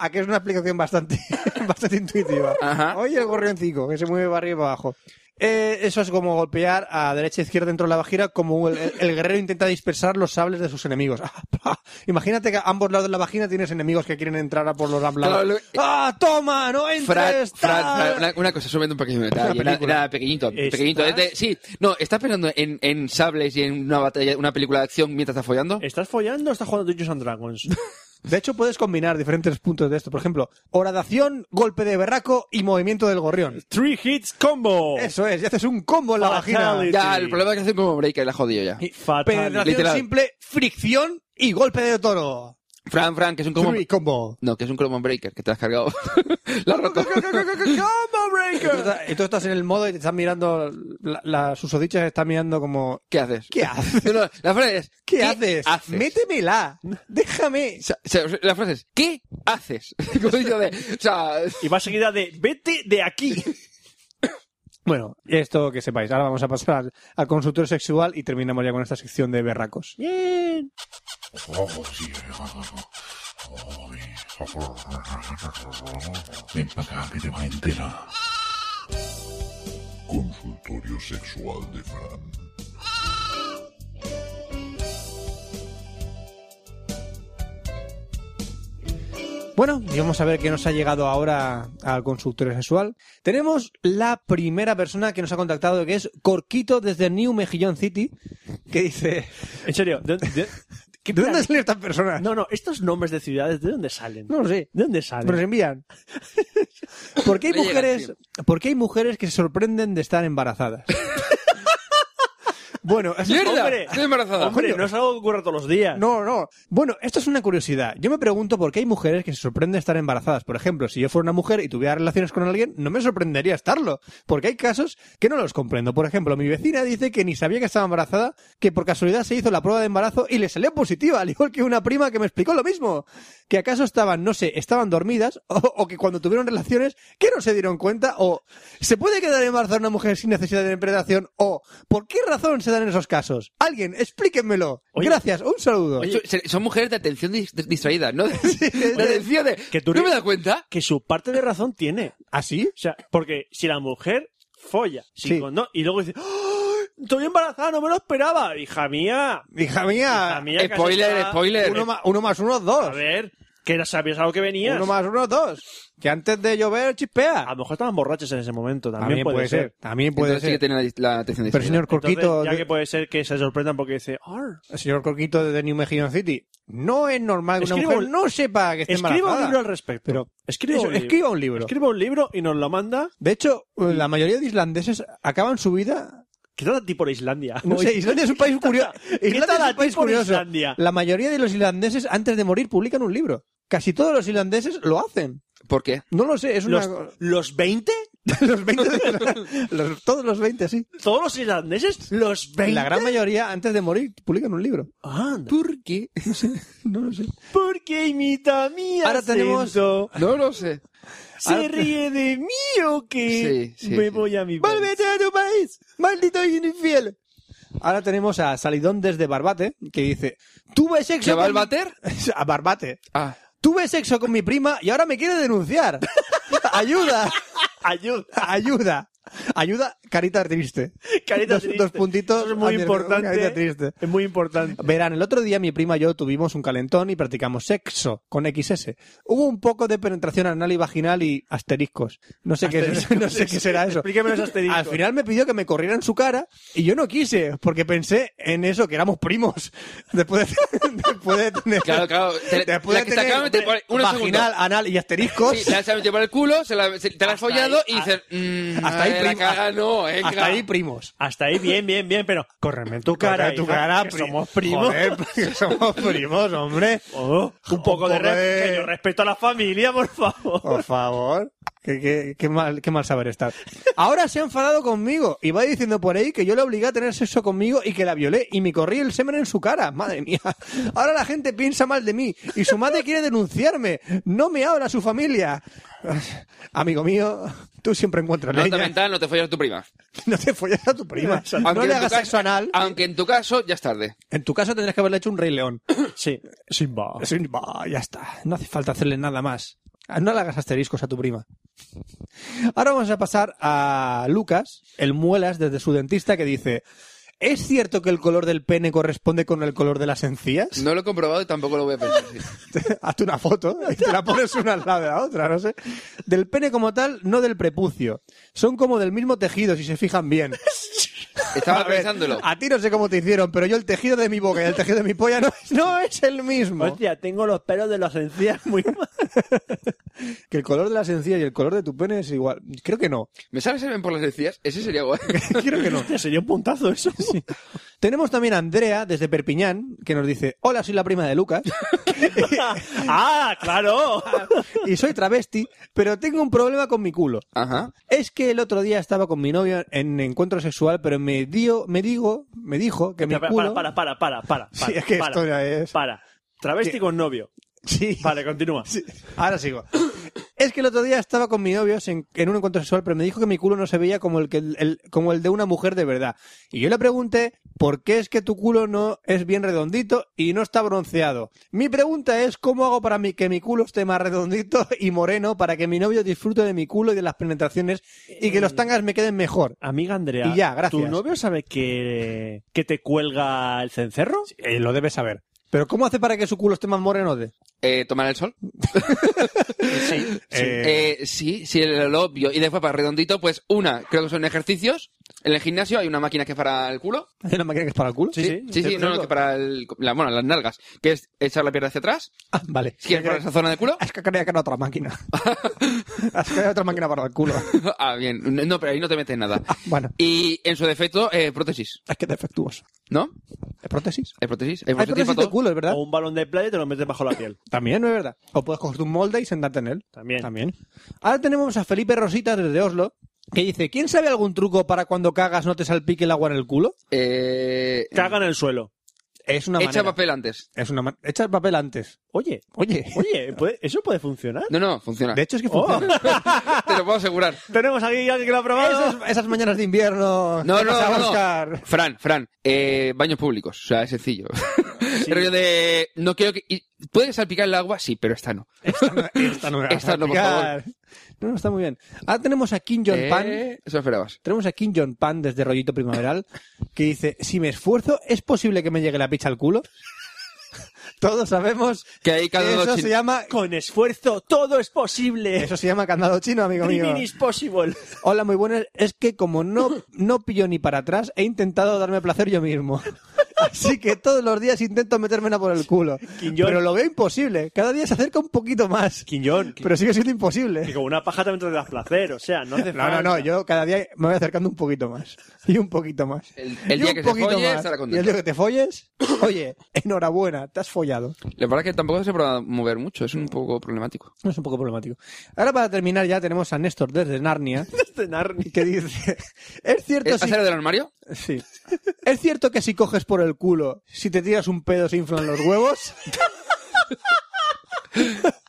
Aquí es una explicación bastante, <laughs> bastante intuitiva.
Ajá.
Oye, el gorrioncico, que se mueve para arriba y para abajo. Eh, eso es como golpear a derecha e izquierda dentro de la vagina, como el, el- el guerrero intenta dispersar los sables de sus enemigos. <laughs> Ah, Imagínate que a ambos lados de la vagina tienes enemigos que quieren entrar a por los lados.
Claro, lo-
¡Ah, toma! ¡No
Fran,
entres!
Fran,
tal!
Fran, una, una cosa, solamente un pequeño detalle.
película.
Nada, nada, pequeñito, pequeñito.
¿Estás?
Desde- sí, no, ¿estás pensando en, en sables y en una batalla, una película de acción mientras estás follando?
Eh,
¿Estás follando o estás jugando Dungeons
<laughs>
and Dragons?
De hecho, puedes combinar diferentes puntos de esto. Por ejemplo, horadación, golpe de berraco y movimiento del gorrión.
Three hits combo.
Eso es, y haces un combo en la vagina.
Fatality.
ya, el problema es que hacen como break, la jodido ya.
Y
Fatal.
Penetración
Literal.
simple, fricción y golpe de toro.
Fran, Fran, que es un como...
Three combo.
No, que es un Chrome Breaker, que te has cargado. <laughs> la has roto.
¡Combo breaker! Y tú estás- Y tú estás en el modo y te están mirando, la, la susodicha se está mirando como...
¿Qué haces?
¿Qué haces?
<laughs> No, no, la frase es...
¿Qué, haces? Métemela. Déjame.
O sea, o sea, la frase es... ¿Qué haces? <laughs> Como dicho de... O sea...
Y va seguida de vete
<laughs>
de aquí.
Bueno, esto que sepáis. Ahora vamos a pasar al, al consultorio sexual y terminamos ya con esta sección de berracos.
Bien.
Ven para acá que te va entera. Consultorio Consultorio sexual de Fran.
Bueno, y vamos a ver qué nos ha llegado ahora al consultorio sexual. Tenemos la primera persona que nos ha contactado, que es Corquito desde New Mejillón City, que dice...
En serio, ¿de, de- qué
¿De dónde
plan-
salió esta persona?
No, no, estos nombres de ciudades, ¿de dónde salen?
No lo sé.
¿De dónde salen?
Nos envían. ¿Por qué hay
Le llega,
mujeres, por qué hay mujeres que se sorprenden de estar embarazadas? <laughs> bueno, eso es-
¡Mierda!
hombre.
Estoy embarazada.
Hombre,
Coño.
no es algo que ocurra todos los días.
No, no. Bueno, esto es una curiosidad. Yo me pregunto por qué hay mujeres que se sorprenden de estar embarazadas. Por ejemplo, si yo fuera una mujer y tuviera relaciones con alguien, no me sorprendería estarlo. Porque hay casos que no los comprendo. Por ejemplo, mi vecina dice que ni sabía que estaba embarazada, que por casualidad se hizo la prueba de embarazo y le salió positiva, al igual que una prima que me explicó lo mismo. Que acaso estaban, no sé, estaban dormidas o, o que cuando tuvieron relaciones que no se dieron cuenta o se puede quedar embarazada una mujer sin necesidad de depredación o por qué razón se dan esos casos. Alguien, explíquenmelo.
Oye.
Gracias, un saludo.
Son- Son mujeres de atención dis- distraída, ¿no? <laughs> De, de atención de...
Que tú
¿No
re-
me das cuenta?
Que su parte de razón tiene.
¿Así?
O sea, porque si la mujer folla sin
Sí.
condón y luego dice, "¡Ah! estoy embarazada, no me lo esperaba, hija mía.
Hija mía.
Hija mía, que has
Spoiler,
estado-
spoiler.
Uno más, uno más uno,
A
dos.
ver, que no sabías a lo que venías.
Uno más uno, dos. Que antes de llover
A
chispea.
lo mejor estaban borrachos en ese momento, también, puede, ser.
También puede
Entonces sí
ser.
que tienen la, dis- la atención
Pero
distraída.
señor Corquito,
Entonces, ya que puede ser que se sorprendan porque dice, "Ar".
señor Corquito de New Mexico City, no es normal que
Escriba
una mujer
un-
no sepa que esté
escriba un
embarazada.
libro al respecto.
Pero-
escriba,
Eso,
un libro.
escriba un libro.
Escriba un libro y nos lo manda.
De hecho, la mayoría de islandeses acaban su vida...
¿Qué tal a ti por Islandia?
No sé, Islandia es un país curioso.
<laughs> ¿Qué
Islandia
tal
es
a
un
ti
país
por
curioso.
Islandia?
La mayoría de los islandeses, antes de morir, publican un libro. Casi todos los islandeses lo hacen.
¿Por qué?
No lo sé, es una...
¿Los, los 20?
<laughs> los 20 de- los- todos los 20, sí.
¿Todos los islandeses? ¿Los 20?
La gran mayoría, antes de morir, publican un libro.
Anda.
¿Por qué?
No lo sé.
Porque imita mi
Ahora
acento?
No lo sé.
¿Se
ahora-
ríe de mí o qué?
Sí, sí,
Me
sí.
voy a mi país.
¡Vuélvete a tu país! ¡Maldito infiel! Ahora tenemos a Salidón desde Barbate, que dice... Tuve sexo
¿Se va
con-
al bater?
<laughs> a Barbate.
Ah.
Tuve sexo con mi prima y ahora me quiere
<laughs>
denunciar. ¡Ayuda!
Ayuda.
¡Ayuda! Ayuda, carita triste.
Carita
dos,
triste.
dos puntitos.
Eso es muy
Ángel,
importante.
Carita triste.
Es muy importante.
Verán, el otro día mi prima y yo tuvimos un calentón y practicamos sexo con XS. Hubo un poco de penetración anal y vaginal y asteriscos. No sé, qué,
Asteriscos.
no sé qué será eso.
Explíqueme los asteriscos.
Al final me pidió que me corriera en su cara y yo no quise, porque pensé en eso, que éramos primos. <laughs> Después de, después de tener...
Claro, claro. Te-
Después
la
de
que se acaba de
tener
meter por ahí, unos
vaginal,
segundos.
anal y asteriscos...
Sí, te la has metido por el culo, se la- se- te la has
Hasta
follado
ahí,
y dices... mm,
hasta ahí,
la
primo.
cara no, eh,
hasta ahí primos.
Hasta ahí, bien, bien, bien, pero córreme en tu cara.
tu
hija,
cara,
que
pri-
somos primos.
Joder, <laughs> que somos primos, hombre.
Oh,
<laughs>
un poco de, respeto. Que yo respeto a la familia, por favor.
Por favor. Qué, qué- qué mal, qué mal saber estar. Ahora se ha enfadado conmigo y va diciendo por ahí que yo le obligué a tener sexo conmigo y que la violé y me corrí el semen en su cara. Madre mía. Ahora la gente piensa mal de mí y su madre quiere denunciarme. No me habla su familia. Amigo mío, tú siempre encuentras
Nota
leña.
mental, no te follas a tu prima.
No te follas a tu prima. No
Aunque
le
en tu
hagas
ca-
sexo anal.
Aunque en tu caso ya es tarde.
En tu caso tendrías que haberle hecho un rey <coughs> león.
Sí. Simba.
Sí, bah, ya está. No hace falta hacerle nada más. Ah, No le hagas asteriscos a tu prima. Ahora vamos a pasar a Lucas, el muelas desde su dentista, que dice: ¿Es cierto que el color del pene corresponde con el color de las encías?
No lo he comprobado y tampoco lo voy a pensar. sí.
<laughs> Hazte una foto y te la pones una al lado de la otra, no sé. Del pene como tal, no del prepucio. Son como del mismo tejido, si se fijan bien.
Estaba
ver,
pensándolo.
a ti no sé cómo te hicieron, pero yo el tejido de mi boca y el tejido de mi polla no es, no es el mismo.
Hostia, tengo los pelos de las encías <laughs> muy mal.
<laughs> Que el color de las encías y el color de tu pene es igual. Creo que no.
¿Me sabes semen por las encías? Ese
<laughs>
sería guay.
Creo que no.
Hostia, sería un puntazo eso.
Tenemos también a Andrea desde Perpiñán que nos dice, hola, soy la prima de Lucas <laughs>
¡Ah, claro!
y soy travesti, pero tengo un problema con mi culo.
Ajá.
Es que el otro día estaba con mi novio en encuentro sexual, pero me dio, me digo, me dijo que mi
para,
culo...
para, para, para, para, para.
Sí, es que
para,
esto ya es-
Para. Travesti
¿Qué?
con novio.
Sí.
Vale, continúa.
Sí. Ahora sigo. Es que el otro día estaba con mi novio en, en un encuentro sexual, pero me dijo que mi culo no se veía como el, que el- el- como el de una mujer de verdad. Y yo le pregunté, ¿por qué es que tu culo no es bien redondito y no está bronceado? Mi pregunta es, ¿cómo hago para mi- que mi culo esté más redondito y moreno para que mi novio disfrute de mi culo y de las penetraciones y que los tangas me queden mejor?
Amiga Andrea,
Y ya, gracias.
¿tu novio sabe que, que te cuelga el cencerro?
Eh, lo debes saber. ¿Pero cómo hace para que su culo esté más moreno? de-
Eh, tomar el sol.
Sí.
Eh, sí, sí, lo obvio. Y después para redondito, pues una, creo que son ejercicios. En el gimnasio hay una máquina que es para el culo.
¿Hay una máquina que es para el culo?
Sí, sí.
Sí, sí, no, no, que para el, la- bueno, las nalgas, que es echar la pierna hacia atrás,
Ah, vale.
si quieres para esa zona de
<laughs>
culo.
Es que creía que era otra
<laughs>
máquina. Has creado otra máquina para el culo.
Ah, bien, no, pero ahí no te metes nada.
Bueno,
Y en su defecto, eh, prótesis,
es que defectuoso.
¿no?
¿Es prótesis?
Hay prótesis, hay
Hay
prótesis para
prótesis de
todo.
culo, es verdad.
O un balón de playa y te lo metes bajo la
<coughs>
piel.
También, no es verdad. O puedes cogerte un molde y sentarte en él.
También.
También. Ahora tenemos a Felipe Rosita desde Oslo, que dice, ¿quién sabe algún truco para cuando cagas no te salpique el agua en el culo?
Eh,
Caga en el suelo.
Es una
echa
manera.
papel antes.
Es una ma- Echa el papel antes.
<laughs> Oye,
Oye.
oye, ¿puede- ¿eso puede funcionar?
No, no, funciona.
De hecho, es que
Oh.
funciona.
Te lo puedo asegurar.
Tenemos aquí alguien que lo ha probado.
Esas, esas mañanas de invierno.
No,
que
no,
pasa
no, no.
Oscar.
Fran, Fran, eh, baños públicos, o sea,
<laughs>
es sencillo. Rollo de, no quiero que, y- puede salpicar el agua, sí, pero esta no.
Esta no, esta no me vas
Esta
a
no, por
salpicar. No, no, está muy bien. Ahora tenemos a Kim Jong
Eh,
Pan.
Eso esperabas.
Tenemos a Kim Jong Pan desde Rollito Primaveral que dice, si me esfuerzo, ¿es posible que me llegue la picha al culo? <laughs> Todos sabemos
Que ahí cada
que
uno
eso
chin-
se llama
Con esfuerzo, todo es <laughs> posible.
eso se llama candado chino, amigo mío.
Dreaming is possible.
Hola, muy buenas. Es que como no, no pillo ni para atrás, he intentado darme placer yo mismo. <laughs> Así que todos los días intento metérmela por el culo.
Kim Jong.
Pero lo veo imposible. Cada día se acerca un poquito más.
Quiñón, que-
Pero sigue siendo
que
imposible.
con una paja también te das placer, o sea, no hace
No, no,
falta.
no. Yo cada día me voy acercando un poquito más. <laughs> Y un poquito más.
El, el
Y
día
un
que se
poquito
folle,
más.
estará
Y el
contento.
día que te folles, <coughs> oye, enhorabuena, te has follado.
La verdad es que tampoco se puede mover mucho, es un poco problemático.
No es un poco problemático. Ahora para terminar ya tenemos a Néstor desde Narnia
Este Narnia.
que dice, es cierto
¿Es
si...
Eh, hacer del armario?
sí. ¿Es cierto que si coges por el culo, si te tiras un pedo se inflan los
<laughs>
huevos? <laughs>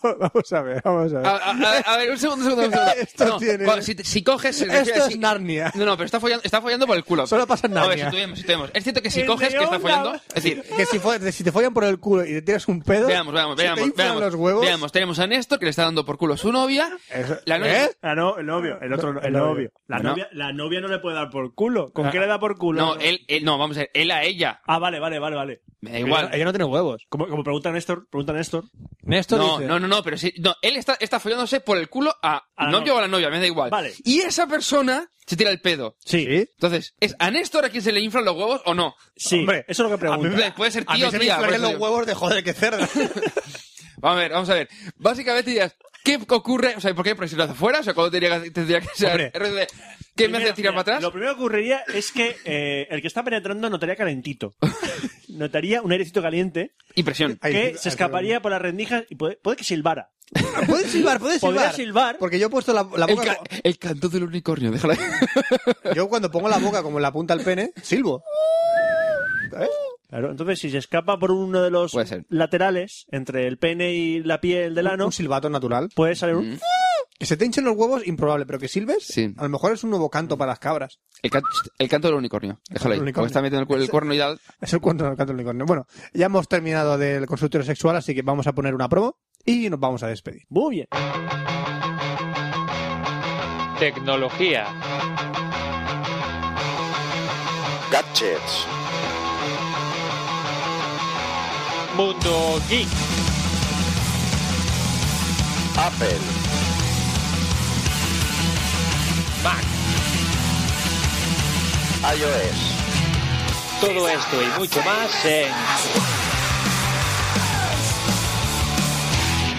vamos a ver, vamos a ver.
A, a- a- a ver, un segundo, un segundo. un segundo.
<laughs> Esto
No,
tiene-
cuando- si, si coges. se refiere
Esto
así-
es Narnia.
No, no, pero está follando, está follando por el culo.
Solo pasa en
A ver,
Narnia.
si tuvimos, si tuvimos. Es cierto que si
El
coges que está
león
follando.
la-
<laughs>
Es decir,
Que si, fue- si te follan por el culo y te tiras un pedo,
veamos, veamos,
se te
veamos.
inflan
Veamos,
los huevos.
veamos, tenemos a Néstor que le está dando por culo a su novia. La novia.
¿Eh?
Ah, no, el novio, el otro, no- el
El novio. Ah,
novio. La,
Bueno.
novia, la novia no le puede dar por culo. ¿Con qué le da por culo?
No, él, él- no, vamos a ver, él a ella.
Ah, vale, vale, vale, vale.
Me da igual.
Ella, ella no tiene huevos.
Como, como pregunta Néstor, pregunta Néstor.
Néstor
No,
dice, Ah,
no, no, no, pero sí. No, él está, está follándose por el culo a,
A la
novio
novia.
o a la novia, me da igual.
Vale.
Y esa persona se tira el pedo.
Sí, sí.
Entonces, ¿es a Néstor a quien se le inflan los huevos o no?
Hombre,
eso es lo que
a mí
pregunta.
me-
Puede ser
a mí
tío o
se me
tía, por
inflarían
eso
los
digo.
huevos de joder, qué
<laughs>
cerda.
Vamos a ver, vamos a ver. Básicamente dirás, ¿qué ocurre? O sea, ¿por qué? Porque si lo haces fuera, o sea, ¿cuándo tendría que, tendría que ser?
Hombre.
RD? ¿Qué me hace
Primero,
tirar
mira,
para atrás?
Lo primero que ocurriría es que eh, el que está penetrando notaría
<laughs>
calentito. notaría un airecito caliente
Impresión.
Ay,
que
ay,
se escaparía por las rendijas y puede, puede que silbara.
Puedes silbar, puedes
Podría
silbar.
silbar.
Porque yo he puesto la, la
El,
boca.
ca- el canto del unicornio, déjala.
Yo cuando pongo la boca como en la punta al pene, silbo. ¿Sabes?
Claro, entonces si se escapa por uno de los
Puede ser.
laterales, entre el pene y la piel del ano,
Un silbato natural.
puede salir un...
Que se te hinchen los huevos, improbable, pero que silbes,
Sí.
a lo mejor es un nuevo canto para las cabras.
<laughs>
<laughs>
El, can- el canto del unicornio, déjalo ahí.
El unicornio.
Porque está metiendo el, cu- el cuerno y tal.
Es el cuento del canto del unicornio. Bueno, ya hemos terminado del consultorio sexual, así que vamos a poner una promo y nos vamos a despedir.
Muy bien.
Tecnología.
Gadgets.
Mundo Geek.
Apple.
Mac.
iOS.
Todo esto y mucho más en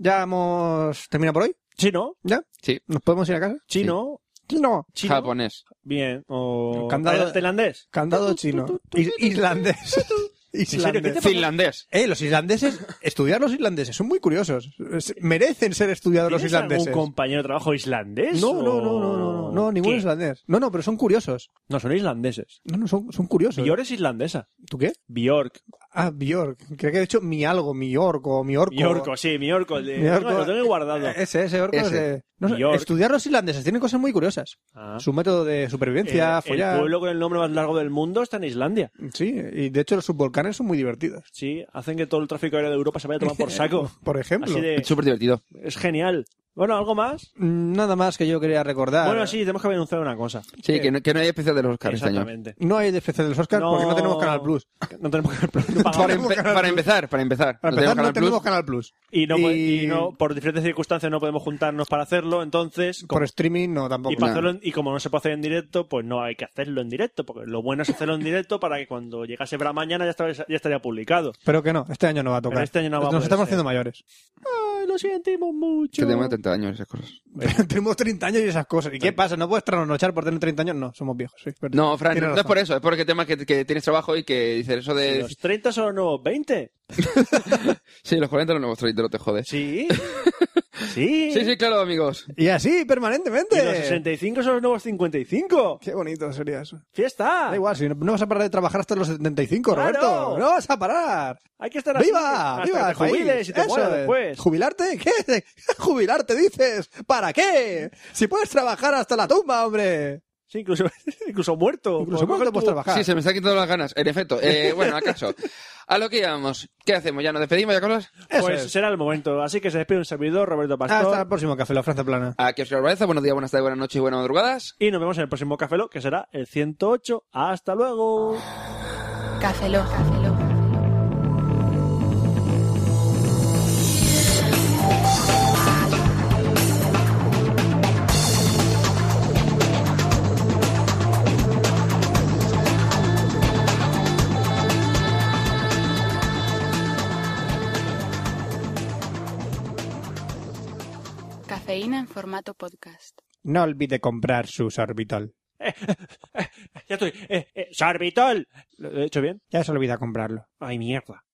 Ya hemos terminado por hoy.
¿Chino?
¿Ya?
Sí.
¿Nos podemos ir a casa?
¿Chino?
Chino.
¿Chino?
Japonés.
Bien. ¿O
Candado-
tailandés?
Candado chino. Is- Islandés. Islandés.
Finlandés.
Eh, los islandeses, estudiar los islandeses, son muy curiosos. Es- Merecen ser estudiados los
¿Tienes
islandeses.
algún compañero de trabajo islandés?
No, no,
o-
no, no, no, no, no, ningún
¿Qué?
islandés. No, no, pero son curiosos.
No, son islandeses.
No, no, son, son curiosos.
Bjork es islandesa.
¿Tú qué?
Bjork.
Ah, Bjork. Creo que he dicho mi algo, mi orco, mi orco.
Bjorko, sí, Bjorko. el de-
Mi orco.
No, lo tengo guardado.
Ese, ese orco es
Ese.
de- no sé,
Bjork.
estudiar los islandeses, tienen cosas muy curiosas.
Ah.
Su método de supervivencia,
Eh,
follar.
El pueblo con el nombre más largo del mundo está en Islandia.
Sí, y de hecho los subvolcanes son muy divertidos.
Sí, hacen que todo el tráfico aéreo de Europa se vaya a tomar
<laughs>
por saco.
Por ejemplo.
Oh, Así de-
Es súper divertido.
Es genial. Bueno, ¿algo más?
Nada más que yo quería recordar.
Bueno, sí, tenemos que denunciar una cosa.
Sí, que no, que no hay especial de los Oscars este año.
Exactamente.
No hay especial de los Oscars porque no tenemos Canal Plus.
No tenemos Canal
<laughs>
Plus. No pagamos.
Para, empe- para empezar, para empezar.
Para
No
empezar,
tenemos
no
Canal Plus.
tenemos Canal Plus.
y, no, po-
y-
y no- por diferentes circunstancias no podemos juntarnos para hacerlo, entonces...
Por streaming no, tampoco.
Y, para hacerlo en- y como no se puede hacer en directo, pues no hay que hacerlo en directo, porque lo bueno es hacerlo en directo para que cuando llegase para mañana ya estaría, ya estaría publicado.
Pero que no, este año no va a tocar.
Pero este año no va a
Nos
poder
estamos
ser.
haciendo mayores.
Ay, lo sentimos mucho.
Que tenemos 30 años, esas cosas.
<laughs> Tenemos 30 años y esas cosas. ¿Y qué pasa? ¿No puedes trasnochar por tener 30 años? No, somos viejos. sí, es verdad.
No, Fran,
Tienes
no es
razón.
por eso, es porque el tema que, que tienes trabajo y que dices eso de.
Los 30 son los nuevos 20.
Sí, los 40 los nuevos 30 no te jodes.
<laughs> Sí. sí.
Sí, sí, claro, amigos.
Y así,
Y los
permanentemente.
65 son los nuevos 55.
Qué bonito sería eso.
¡Fiesta!
Da igual, si no, no vas a parar de trabajar hasta los 75,
Ah. ¡Claro!
Roberto. No vas a parar.
Hay que estar así
¡Viva!
hasta
¡Viva!
que
el
te jubiles
país!
y te
Eso
mueras
es.
después.
¿Jubilarte? ¿Qué? <laughs> ¿Jubilarte dices? ¿Para qué? Si puedes trabajar hasta la tumba, hombre.
Sí, incluso, <laughs> incluso muerto. Pues,
Incluso
Por
cuando
coger
puedes
tu-
trabajar.
Sí, se me está quitando las ganas. En efecto, eh, bueno, acaso. A lo que íbamos. ¿Qué hacemos? ¿Ya nos despedimos? ¿Ya cosas?
Eso
Pues
es.
será el momento. Así que se despide un servidor, Roberto Pastor.
Hasta el próximo café, la Franza plana.
Aquí Oscar Baeza. Buenos días, buenas tardes, buenas noches y buenas madrugadas.
Y nos vemos en el próximo Café Lock, que será el 108. ¡Hasta luego!
Café Lock. Café Lock. Cafeína en formato podcast.
No olvide comprar su Sorbital.
Ya estoy. Eh, eh, ¡Sorbitol! ¿Lo he hecho bien?
Ya se olvida comprarlo.
¡Ay, mierda!